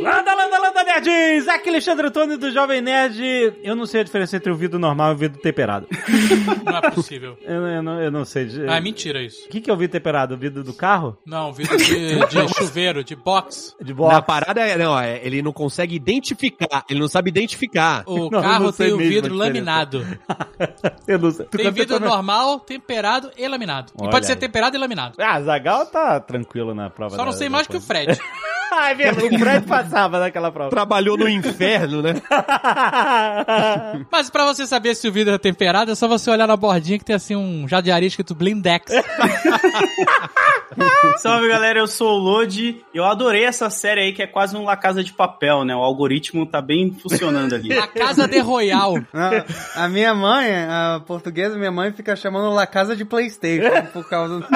Landa, landa, landa, nerds! Aqui é Alexandre Antônio do Jovem Nerd. Eu não sei a diferença entre o vidro normal e o vidro temperado. Não é possível. Eu, eu não, eu não sei. Ah, é mentira isso. O que, que é o vidro temperado? O vidro do carro? Não, vidro de, de chuveiro, de box. De bola? Na parada, é- não, é, ele não consegue identificar. Ele não sabe identificar. O Não, eu carro não sei tem o mesmo a vidro diferença. laminado. eu não sei. Tu Tem canta vidro também? normal, temperado e laminado. Olha e pode ser aí. temperado e laminado. Ah, Zagal tá tranquilo na prova. Só não da- sei da mais que o coisa. Fred. Ah, é mesmo. O Fred passava naquela prova. Trabalhou no inferno, né? Mas pra você saber se o vidro é temperado, é só você olhar na bordinha que tem assim um jadiarisco escrito Blindex. Salve galera, eu sou o Lodi. Eu adorei essa série aí que é quase um La Casa de Papel, né? O algoritmo tá bem funcionando ali. A Casa de Royal. A, a minha mãe, a portuguesa, minha mãe fica chamando La Casa de Playstation por causa do...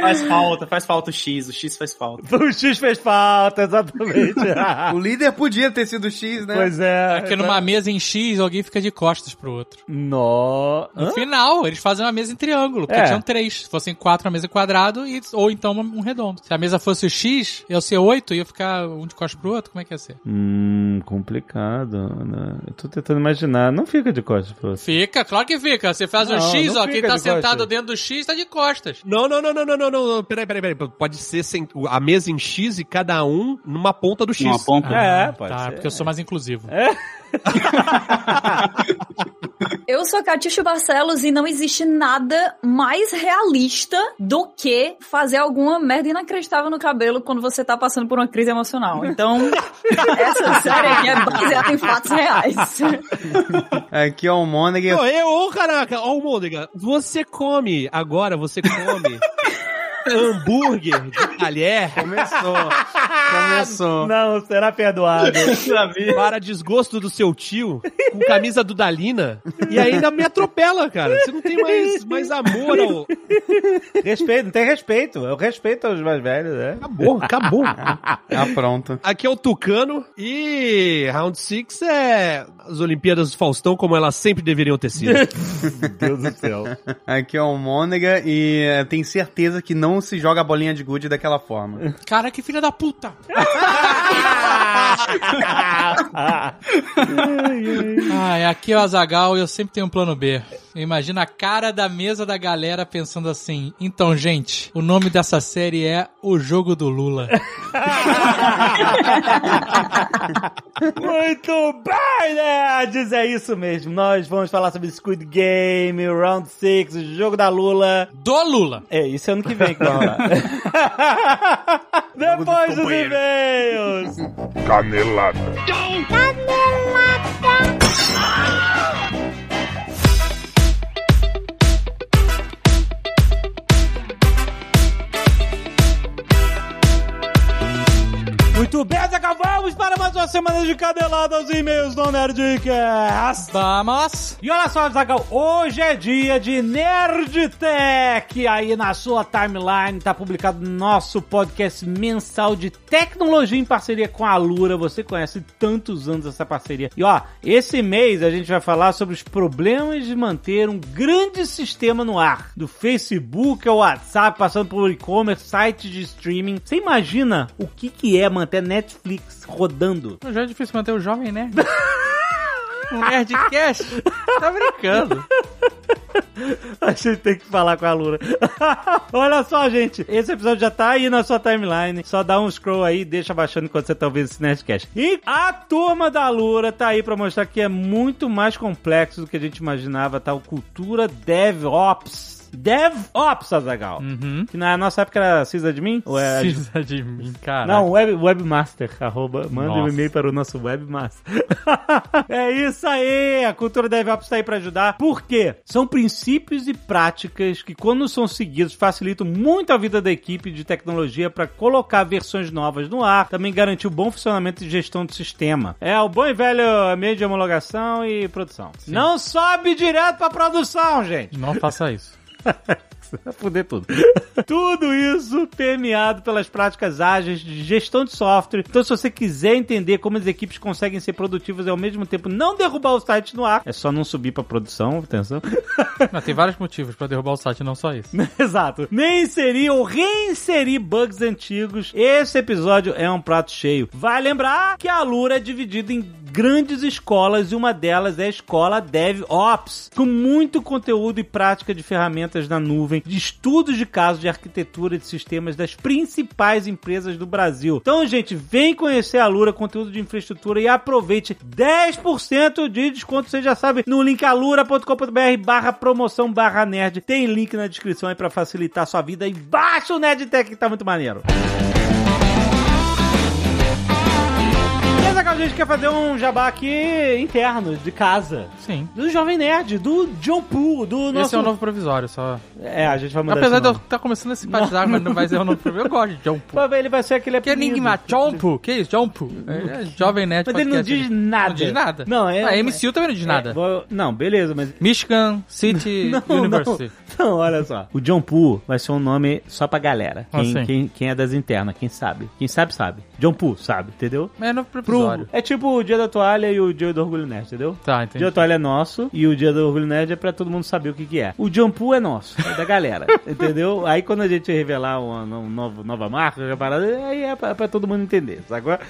Faz falta, faz falta o X, o X faz falta. o X fez falta, exatamente. né? O líder podia ter sido X, né? pois é. Porque numa mesa em X, alguém fica de costas pro outro. Nó. No final, eles fazem uma mesa em triângulo, porque É. tinham três. Se fossem quatro, uma mesa em quadrado, e, ou então uma- um redondo. Se a mesa fosse o X, ia ser oito, ia ficar um de costas pro outro, como é que ia ser? Hum, complicado, né? Eu tô tentando imaginar. Não fica de costas pra você. Fica, claro que fica. Você faz um Não, X, não ó, quem fica tá de costas. sentado dentro do X tá de costas. Não, não, não, não, não, não, não. não. Peraí, peraí, peraí. Pode ser sem- a mesa em X e cada um numa ponta do X. Uma ponta. É, pode tá, ser. porque eu sou mais inclusivo. Eu sou a Catiuxa Barcelos e não existe nada mais realista do que fazer alguma merda inacreditável no cabelo quando você tá passando por uma crise emocional. Então, essa série aqui é baseada em fatos reais. Aqui é o Monaghan. Não, eu, ô, caraca, ó, o Mônica, você come, agora você come hambúrguer de talher Começou. Começou. Não, será perdoado. para desgosto do seu tio, com camisa do Dalina, e ainda me atropela, cara. Você não tem mais, mais amor ao... respeito, não tem respeito. Eu respeito aos mais velhos, né? Acabou, acabou. Ah, pronto. Aqui é o Tucano e Round Six é as Olimpíadas do Faustão como elas sempre deveriam ter sido. Meu Deus do céu. Aqui é o Mônega e eh, tenho certeza que não se joga a bolinha de gude daquela forma. Cara, que filha da puta. Ai, aqui é o Azagal e eu sempre tenho um plano B. Eu imagino a cara da mesa da galera pensando assim: então, gente, o nome dessa série é O Jogo do Lula. Muito bem, nerds! É isso mesmo. Nós vamos falar sobre Squid Game, Round 6, o jogo da Lula. Do Lula! É, isso é ano que vem que vai rolar. Depois dos e-mails. Canelada. Muito bem, acabamos para mais uma semana de canelada aos e-mails do Nerdcast. Vamos! E olha só, Zagal, hoje é dia de Nerdtech. Aí na sua timeline tá publicado nosso podcast mensal de tecnologia em parceria com a Lura. Você conhece tantos anos essa parceria. E ó, esse mês a gente vai falar sobre os problemas de manter um grande sistema no ar. Do Facebook ao WhatsApp, passando por e-commerce, sites de streaming. Você imagina o que, que é manter Netflix rodando? Já é difícil manter o jovem nerd. Um nerdcast? Tá brincando. A gente tem que falar com a Lura. Olha só, gente. Esse episódio já tá aí na sua timeline. Só dá um scroll aí e deixa baixando enquanto você tá ouvindo esse Nerdcast. E a turma da Lura tá aí pra mostrar que é muito mais complexo do que a gente imaginava, tá? O Cultura DevOps. DevOps, Azagal. Uhum. Que na nossa época era sysadmin? Ou é Precisa de mim, cara. não, web, webmaster, arroba, manda um Nossa. e-mail para o nosso webmaster. é isso aí, a cultura DevOps está aí para ajudar. Por quê? São princípios e práticas que, quando são seguidos, facilitam muito a vida da equipe de tecnologia para colocar versões novas no ar, também garantir o bom funcionamento e gestão do sistema. É o bom e velho meio de homologação e produção. Não sobe direto para produção, gente. Não faça isso. Vai Fuder tudo. tudo isso permeado pelas práticas ágeis de gestão de software. Então, se você quiser entender como as equipes conseguem ser produtivas e ao mesmo tempo não derrubar o site no ar, é só não subir pra produção, atenção. Mas tem vários motivos pra derrubar o site, não só Né? isso. Exato. Nem inserir ou reinserir bugs antigos. Esse episódio é um prato cheio. Vai lembrar que a Lura é dividida em grandes escolas e uma delas é a escola DevOps, com muito conteúdo e prática de ferramentas na nuvem, de estudos de casos de arquitetura de sistemas das principais empresas do Brasil. Então, gente, vem conhecer a Lura, conteúdo de infraestrutura e aproveite 10% de desconto, você já sabe, no link alura.com.br barra promoção barra nerd. Tem link na descrição aí pra facilitar a sua vida e baixa o Nerdtech que tá muito maneiro. Mas agora a gente quer fazer um jabá aqui interno, de casa. Sim. Do Jovem Nerd, do John Poo, do nosso... Esse é o novo provisório, só. É, a gente vai mudar Apesar esse de eu nome. estar começando a simpatizar, mas não vai ser o novo provisório. é um Eu gosto de Jompo. Talvez Ele vai ser aquele Que é enigma, Jompo. Que isso, Jompo? É, é Jovem Nerd Mas ele não Podcast. diz nada. Não diz nada. Ah, Não, é... A MCU também não diz nada. É, vou- não, beleza, mas... Michigan City Não, University. não, não, olha só. O John Poo vai ser um nome só pra galera. Ah, Quem, sim. quem, quem é das internas, quem sabe. Quem sabe, sabe. John Poo sabe, entendeu? Mas é novo provisório. Pro, é tipo o dia da toalha e o dia do orgulho nerd, entendeu? Tá, O entendi. Dia da toalha é nosso e o dia do orgulho nerd é pra todo mundo saber o que, que é. O Jumpu é nosso, é da galera, entendeu? Aí quando a gente revelar uma, um novo, nova marca, uma parada, aí é pra, pra todo mundo entender, agora.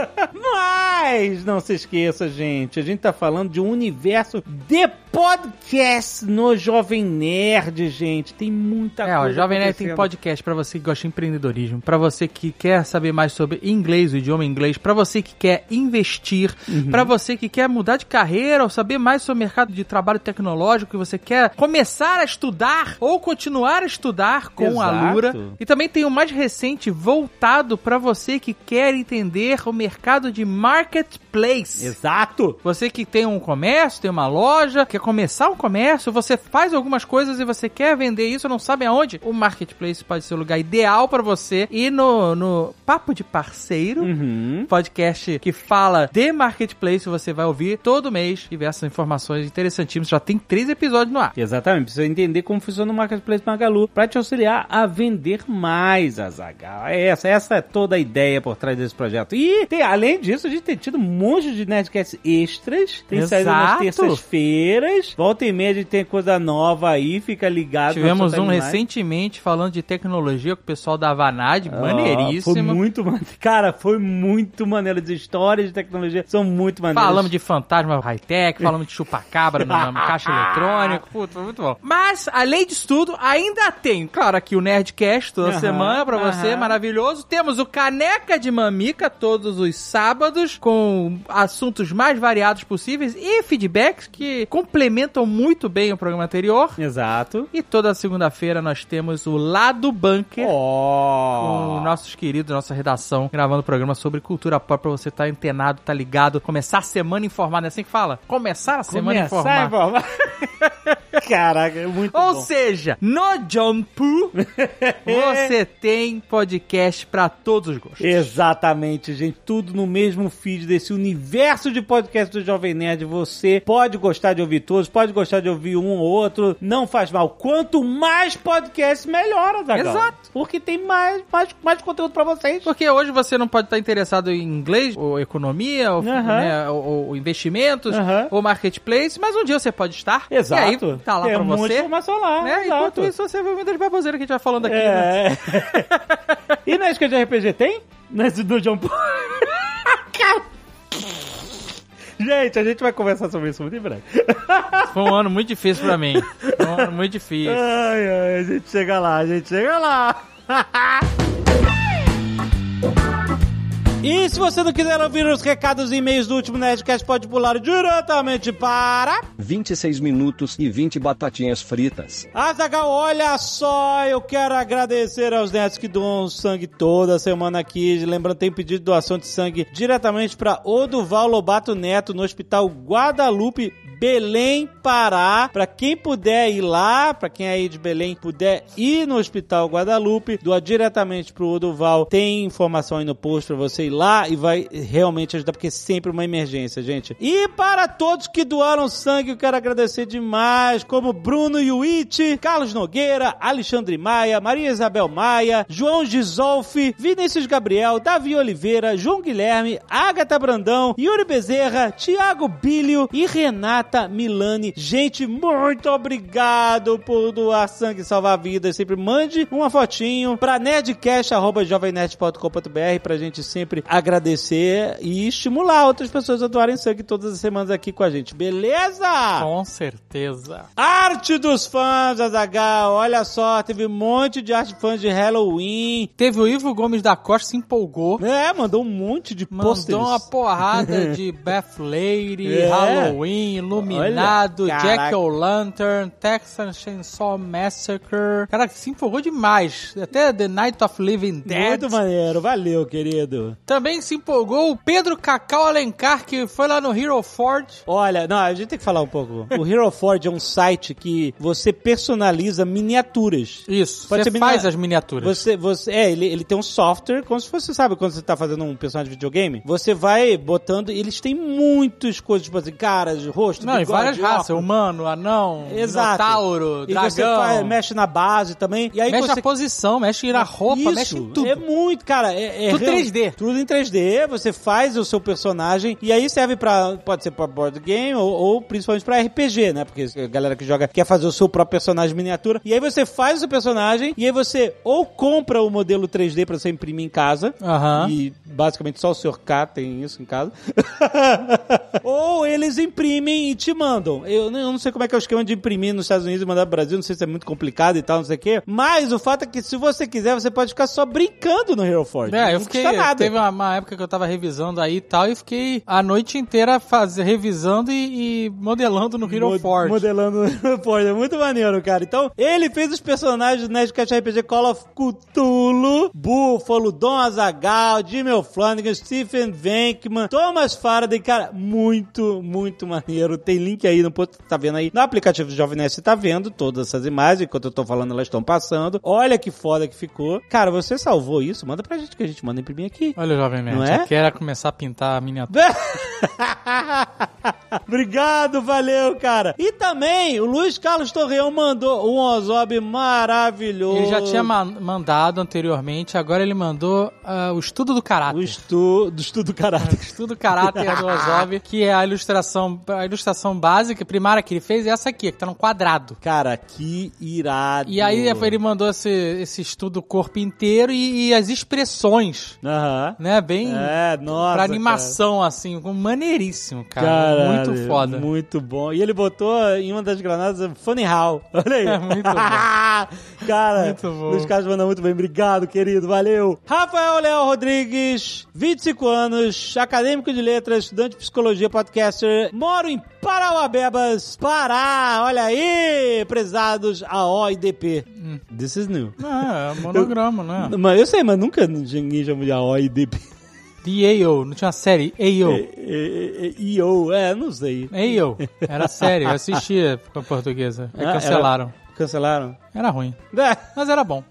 Mas não se esqueça, gente, a gente tá falando de um universo de podcast no Jovem Nerd, gente. Tem muita É, coisa. ó, Jovem Nerd tem acontecendo. podcast pra você que gosta de empreendedorismo, pra você que quer saber mais sobre inglês, o idioma inglês, pra você que quer investir, Uhum. pra você que quer mudar de carreira ou saber mais sobre o mercado de trabalho tecnológico, que você quer começar a estudar ou continuar a estudar com a Exato. Lura. E também tem o mais recente voltado pra você que quer entender o mercado de marketplace. Exato! Você que tem um comércio, tem uma loja, quer começar um comércio, você faz algumas coisas e você quer vender isso, não sabe aonde? O marketplace pode ser o lugar ideal pra você. E no, no Papo de Parceiro, Uhum. podcast que fala de marketplace, você vai ouvir todo mês diversas informações interessantíssimas. Já tem três episódios no ar. Exatamente, precisa entender como funciona o Marketplace Magalu para te auxiliar a vender mais, Azaghal. É essa, essa é toda a ideia por trás desse projeto. E tem- além disso, a gente tem tido um monte de Nerdcasts extras, tem saído nas Exato. terças-feiras, volta e meia a gente tem coisa nova aí, fica ligado. no Tivemos seu um timeline. recentemente falando de tecnologia com o pessoal da Vanad, Ah, maneiríssimo. Foi muito maneiro. Cara, foi muito maneiro. As histórias de tecnologia são muito maneiras. Falamos de fantasma high-tech, falamos de chupacabra na na caixa eletrônica. Puta, foi muito bom. Mas, além disso tudo, ainda tem, claro, aqui o Nerdcast toda Aham, semana pra você, aham. maravilhoso. Temos o Caneca de Mamica todos os sábados, com assuntos mais variados possíveis e feedbacks que complementam muito bem o programa anterior. Exato. E toda segunda-feira nós temos o Lado Bunker com Ó. nossos queridos, nossa redação, gravando o programa sobre cultura pop pra você tá antenado, tá ligado, começar a semana informado, é assim que fala? Começar a semana Começar, informado. informar. Caraca, é muito Ou bom. seja, no Jumpu você tem podcast pra todos os gostos. Exatamente, gente. Tudo no mesmo feed desse universo de podcast do Jovem Nerd. Você pode gostar de ouvir todos, pode gostar de ouvir um ou outro. Não faz mal. Quanto mais podcast, melhor, Azaghal. Exato. Porque tem mais, mais, mais conteúdo pra vocês. Porque hoje você não pode estar interessado em inglês, ou economia, ou, Aham. né, ou- ou investimentos, Aham. ou marketplace, mas um dia você pode estar. Exato. E aí tá lá tem pra um monte de você. informação lá. Né? Enquanto exato. isso, você vai ouvindo as baboseiras que a gente vai falando aqui. né? É. e na isca de RPG tem? Nesse do John Paul? Cara. Gente, a gente vai conversar sobre isso muito em breve. Foi um ano muito difícil pra mim. Foi um ano muito difícil. Ai, ai, a gente chega lá, a gente chega lá. E se você não quiser ouvir os recados e e-mails do último Nerdcast, pode pular diretamente para. 26 minutos e 20 batatinhas fritas. Azagal, Ah, olha só, eu quero agradecer aos netos que doam sangue toda semana aqui. Lembrando, tem pedido de doação de sangue diretamente para Oduval Lobato Neto no Hospital Guadalupe Belém, Pará. Pra quem puder ir lá, pra quem é aí de Belém puder ir no Hospital Guadalupe, doa diretamente pro Oduval. Tem informação aí no post pra você ir lá e vai realmente ajudar, porque é sempre uma emergência, gente. E para todos que doaram sangue, eu quero agradecer demais, como Bruno Yuichi, Carlos Nogueira, Alexandre Maia, Maria Isabel Maia, João Gisolfi, Vinícius Gabriel, Davi Oliveira, João Guilherme, Agatha Brandão, Yuri Bezerra, Tiago Bílio e Renata Milani. Gente, muito obrigado por doar sangue e salvar vidas. Sempre mande uma fotinho pra nerdcast.jovemnerd.com.br pra gente sempre agradecer e estimular outras pessoas a doarem sangue todas as semanas aqui com a gente, beleza? Com certeza. Arte dos fãs, Azagal. Olha só, teve um monte de arte fãs de Halloween. Teve o Ivo Gomes da Costa, se empolgou. É, mandou um monte de Mandou posters. uma porrada de Beth Lady, É. Halloween, Iluminado, Olha, Jack caraca. O'Lantern, Texas Chainsaw Massacre. Cara, se empolgou demais. Até The Night of Living Dead. Muito maneiro, valeu, querido. Também se empolgou o Pedro Cacau Alencar, que foi lá no Hero Forge. Olha, não, a gente tem que falar um pouco. O Hero Forge é um site que você personaliza miniaturas. Isso, Pode você ser faz mina- as miniaturas. Você, você, é, ele, ele tem um software, como se você sabe quando você tá fazendo um personagem de videogame, você vai botando, eles têm muitas coisas, tipo assim, caras, rosto, Não, e bigode, várias óculos. raças, humano, anão, Exato. minotauro, E você dragão. faz- mexe na base também, e aí mexe você na posição, mexe na roupa, Isso, mexe em tudo. É muito, cara. É, é Tudo real- 3D. Tudo em 3D. Você faz o seu personagem e aí serve pra. Pode ser pra board game ou, ou principalmente pra RPG, né? Porque a galera que joga quer fazer o seu próprio personagem miniatura. E aí você faz o seu personagem e aí você ou compra o modelo 3D pra você imprimir em casa. Aham. E basicamente só o Sr. K tem isso em casa. Ou eles imprimem e te mandam. Eu n- eu não sei como é que é o esquema de imprimir nos Estados Unidos e mandar pro Brasil, não sei se é muito complicado e tal, não sei o quê. Mas o fato é que se você quiser, você pode ficar só brincando no Hero Forge. É, eu não fiquei. custa nada. Teve uma, uma época que eu tava revisando aí e tal, e fiquei a noite inteira faz, revisando e, e modelando no Hero Mo- Forge. Modelando no Hero Forge. É muito maneiro, cara. Então, ele fez os personagens do Nerdcast RPG Call of Cthulhu, Buffalo, Don Azagal, Jimmy O'Flanagan, Stephen Venkman, Thomas Faraday. Cara, muito, muito maneiro. Tem link aí no post, tá vendo aí. No aplicativo do Jovem Nerd, você tá vendo todas essas imagens. Enquanto eu tô falando, elas estão passando. Olha que foda que ficou. Cara, você salvou isso? Manda pra gente que a gente manda imprimir aqui. Olha o Jovem Nerd, Não é? já quer começar a pintar a miniatura. Obrigado, valeu, cara. E também o Luiz Carlos Torreão mandou um Ozob maravilhoso. Ele já tinha ma- mandado anteriormente, agora ele mandou ah, o estudo do caráter. o estudo do estudo caráter. Estudo caráter do Ozob, que é a ilustração, a ilustração básica, primária que ele fez, é essa aqui, que tá num quadrado. Cara, que irado. E aí ele mandou esse, esse estudo do corpo inteiro e, e as expressões, Aham. né? Bem É, nossa. pra cara. animação, assim, com- maneiríssimo, cara. Caralho, muito foda. Muito bom. E ele botou em uma das granadas Funny How. Olha aí. É muito bom. Cara, Muito bom. Luiz Carlos mandou muito bem. Obrigado, querido. Valeu. Rafael Léo Rodrigues, 25 anos, acadêmico de letras, estudante de psicologia, podcaster. Moro em Parauabebas, Pará. Olha aí, prezados AO e DP. This is new. Ah, é monograma, né? Mas eu sei, mas nunca ninguém chamou de AO e DP. The AO, não tinha uma série? É. AO. E- E eu, é, não sei. AO. Era série, eu assistia com a portuguesa. Aí Ah, era- cancelaram. Cancelaram? Era ruim. É. Mas era bom.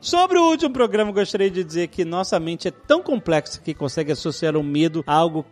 Sobre o último programa, gostaria de dizer que nossa mente é tão complexa que consegue associar o medo a algo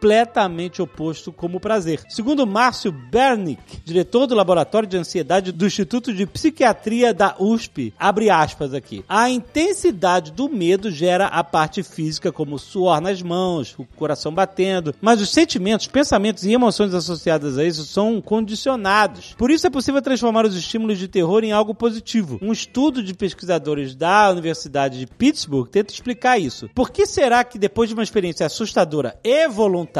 completamente oposto como o prazer. Segundo Márcio Bernick, diretor do Laboratório de Ansiedade do Instituto de Psiquiatria da USP, abre aspas aqui. A intensidade do medo gera a parte física, como suor nas mãos, o coração batendo, mas os sentimentos, pensamentos e emoções associadas a isso são condicionados. Por isso é possível transformar os estímulos de terror em algo positivo. Um estudo de pesquisadores da Universidade de Pittsburgh tenta explicar isso. Por que será que depois de uma experiência assustadora e voluntária,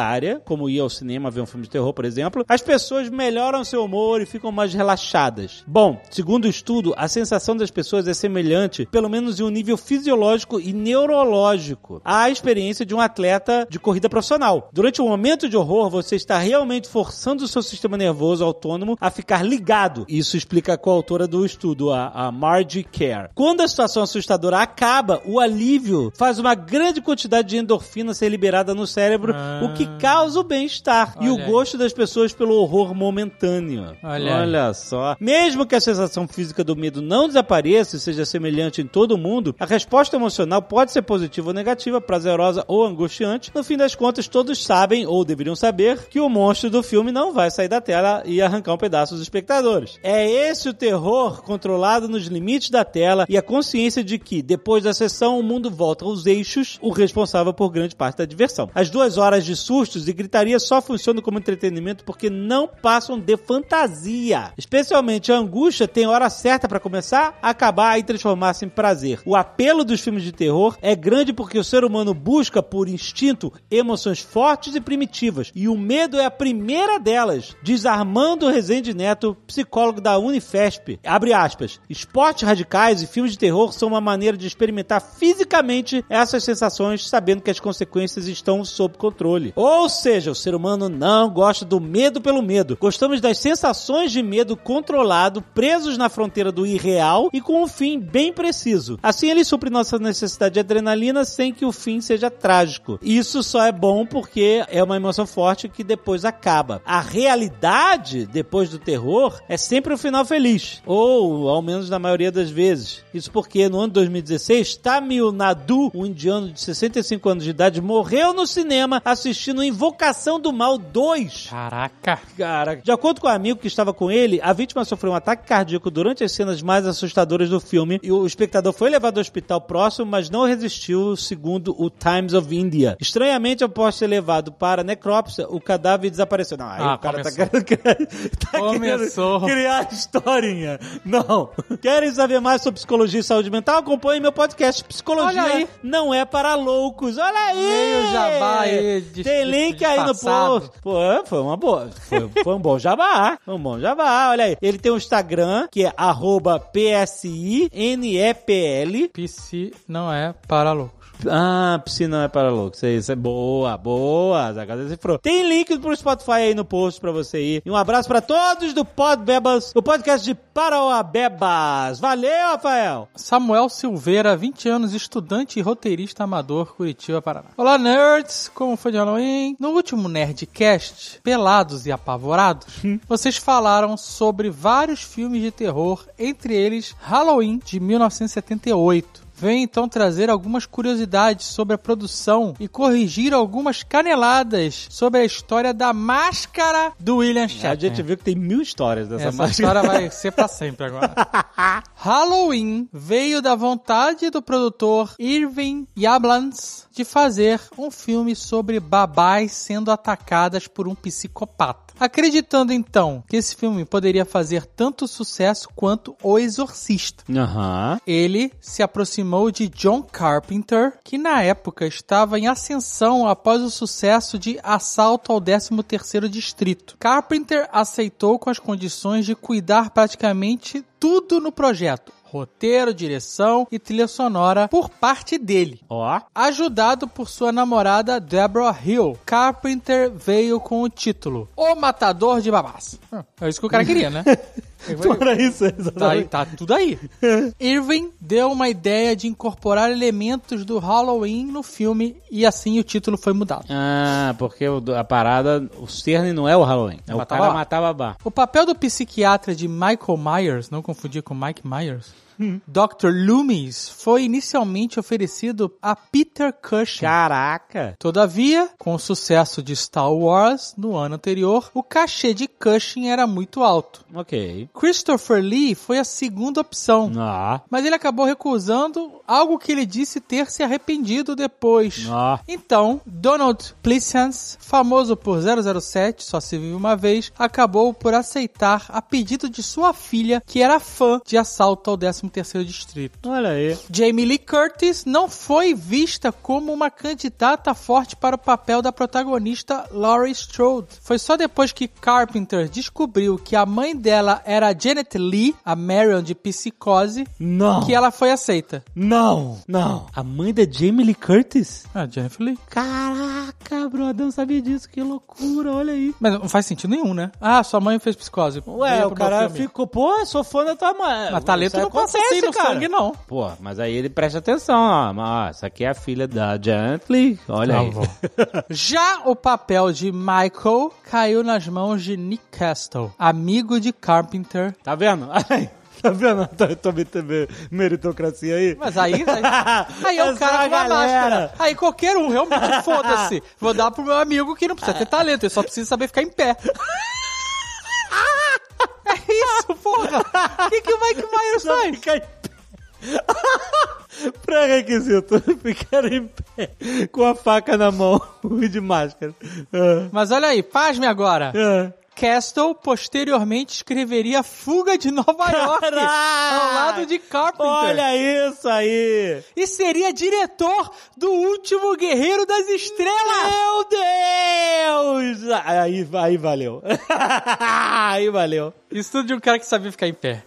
como ir ao cinema ver um filme de terror, por exemplo, as pessoas melhoram seu humor e ficam mais relaxadas? Bom, segundo o estudo, a sensação das pessoas é semelhante, pelo menos em um nível fisiológico e neurológico, à experiência de um atleta de corrida profissional. Durante um momento de horror, você está realmente forçando o seu sistema nervoso autônomo a ficar ligado. Isso explica com a autora do estudo, a, a Margie Kerr. Quando a situação assustadora acaba, o alívio faz uma grande quantidade de endorfina ser liberada no cérebro, Ah. o que causa o bem-estar e o Olha aí. gosto das pessoas pelo horror momentâneo. Olha aí. só. Mesmo que a sensação física do medo não desapareça e seja semelhante em todo mundo, a resposta emocional pode ser positiva ou negativa, prazerosa ou angustiante. No fim das contas, todos sabem, ou deveriam saber, que o monstro do filme não vai sair da tela e arrancar um pedaço dos espectadores. É esse o terror controlado nos limites da tela e a consciência de que, depois da sessão, o mundo volta aos eixos, o responsável por grande parte da diversão. As duas horas de sustos e gritaria só funcionam como entretenimento porque não passam de fantasia. Especialmente a angústia tem hora certa para começar, acabar e transformar-se em prazer. O apelo dos filmes de terror é grande porque o ser humano busca, por instinto, emoções fortes e primitivas. E o medo é a primeira delas. Diz Armando Rezende Neto, psicólogo da Unifesp. Abre aspas. Esportes radicais e filmes de terror são uma maneira de experimentar fisicamente essas sensações, sabendo que as consequências estão sob controle. Ou seja, o ser humano não gosta do medo pelo medo. Gostamos das sensações de medo controlado, presos na fronteira do irreal e com um fim bem preciso. Assim, ele supre nossa necessidade de adrenalina sem que o fim seja trágico. Isso só é bom porque é uma emoção forte que depois acaba. A realidade, depois do terror, é sempre o final feliz. Ou, ao menos na maioria das vezes. Isso porque no ano de 2016, Tamil Nadu, um indiano de 65 anos de idade, morreu no cinema assistindo Invocação do Mal 2. Caraca. Cara, de acordo com o amigo que estava com ele, a vítima sofreu um ataque cardíaco durante as cenas mais assustadoras do filme e o espectador foi levado ao hospital próximo, mas não resistiu, segundo o Times of India. Estranhamente, após ser levado para a necrópsia, o cadáver desapareceu. Não, aí Ah, o cara tá começou. querendo, tá Começou. querendo criar historinha. Não. Querem saber mais sobre psicologia e saúde mental? Acompanhe meu podcast. Psicologia Olha aí. não é para loucos. Olha aí! Meio jabá aí de- Tem link aí no disfarçado. post. Pô, é, foi uma boa. Foi, foi um bom jabá. Foi um bom jabá, olha aí. Ele tem um Instagram que é arroba PSINEPL. PC não é para loucos. Ah, piscina não é para loucos. É isso. É boa, boa. Zagada decifrou. Tem link pro Spotify aí no post pra você ir. E um abraço pra todos do Podbebas, o podcast de Parauabebas. Valeu, Rafael. Samuel Silveira, 20 anos, estudante e roteirista amador, Curitiba, Paraná. Olá, nerds! Como foi de Halloween? No último Nerdcast, Pelados e Apavorados, vocês falaram sobre vários filmes de terror, entre eles Halloween, de 1978. Venho então trazer algumas curiosidades sobre a produção e corrigir algumas caneladas sobre a história da máscara do William A Shatner. gente viu que tem mil histórias dessa Essa máscara. história vai ser pra sempre agora. Halloween veio da vontade do produtor Irving Yablans de fazer um filme sobre babás sendo atacadas por um psicopata. Acreditando então que esse filme poderia fazer tanto sucesso quanto O Exorcista. Aham. Ele se aproximou de John Carpenter, que na época estava em ascensão após o sucesso de Assalto ao 13º Distrito. Carpenter aceitou com as condições de cuidar praticamente tudo no projeto. Roteiro, direção e trilha sonora por parte dele. Ó. Ajudado por sua namorada Deborah Hill, Carpenter veio com o título O Matador de Babás. Ah, É isso que o cara queria, né? Era isso, é exatamente. Tá, aí, tá tudo aí. Irving deu uma ideia de incorporar elementos do Halloween no filme e assim o título foi mudado. Ah, porque o do- a parada, o cerne não é o Halloween. É o Matar cara babá. matar babá. O papel do psiquiatra de Michael Myers, não confundir com Mike Myers, Hum. Dr. Loomis, foi inicialmente oferecido a Peter Cushing. Caraca! Todavia, com o sucesso de Star Wars no ano anterior, o cachê de Cushing era muito alto. Ok. Christopher Lee foi a segunda opção. Ó, Mas ele acabou recusando algo que ele disse ter se arrependido depois. ó. Então, Donald Pleasance, famoso por 007, só se vive uma vez, acabou por aceitar a pedido de sua filha, que era fã de Assalto ao 13 13º distrito. Olha aí. Jamie Lee Curtis não foi vista como uma candidata forte para o papel da protagonista Laurie Strode. Foi só depois que Carpenter descobriu que a mãe dela era a Janet Lee, a Marion de Psicose, Não. que ela foi aceita. Não. Não. A mãe da Jamie Lee Curtis? Ah, Jennifer Lee. Caraca, brother, eu não sabia disso. Que loucura, olha aí. Mas não faz sentido nenhum, né? Ah, sua mãe fez psicose. Ué, Veja o pro cara meu filme. ficou, pô, sou fã da tua mãe. Mas talento Isso não passa assim no sangue, não. Pô, mas aí ele presta atenção, ó. Mas, ó, essa aqui é a filha da Janet Lee. Olha aí. Já o papel de Michael caiu nas mãos de Nick Castle, amigo de Carpenter. Tá vendo? Ai, tá vendo? Tô, tô me- tô me- meritocracia aí. Mas aí. Aí, aí é o Essa cara com uma galera. máscara. Aí qualquer um, realmente, foda-se. Vou dar pro meu amigo que não precisa ter talento, ele só precisa saber ficar em pé. É isso, porra! O que, que o Mike Myers faz? Fica em pé. Pré-requisito, é ficar em pé com a faca na mão e de máscara. Ah, Mas olha aí, pasme agora. ah. Castle posteriormente escreveria Fuga de Nova York ao lado de Carpenter. Olha isso aí! e seria diretor do último Guerreiro das Estrelas. Meu Deus! Aí, aí valeu. aí valeu. Isso tudo de um cara que sabia ficar em pé.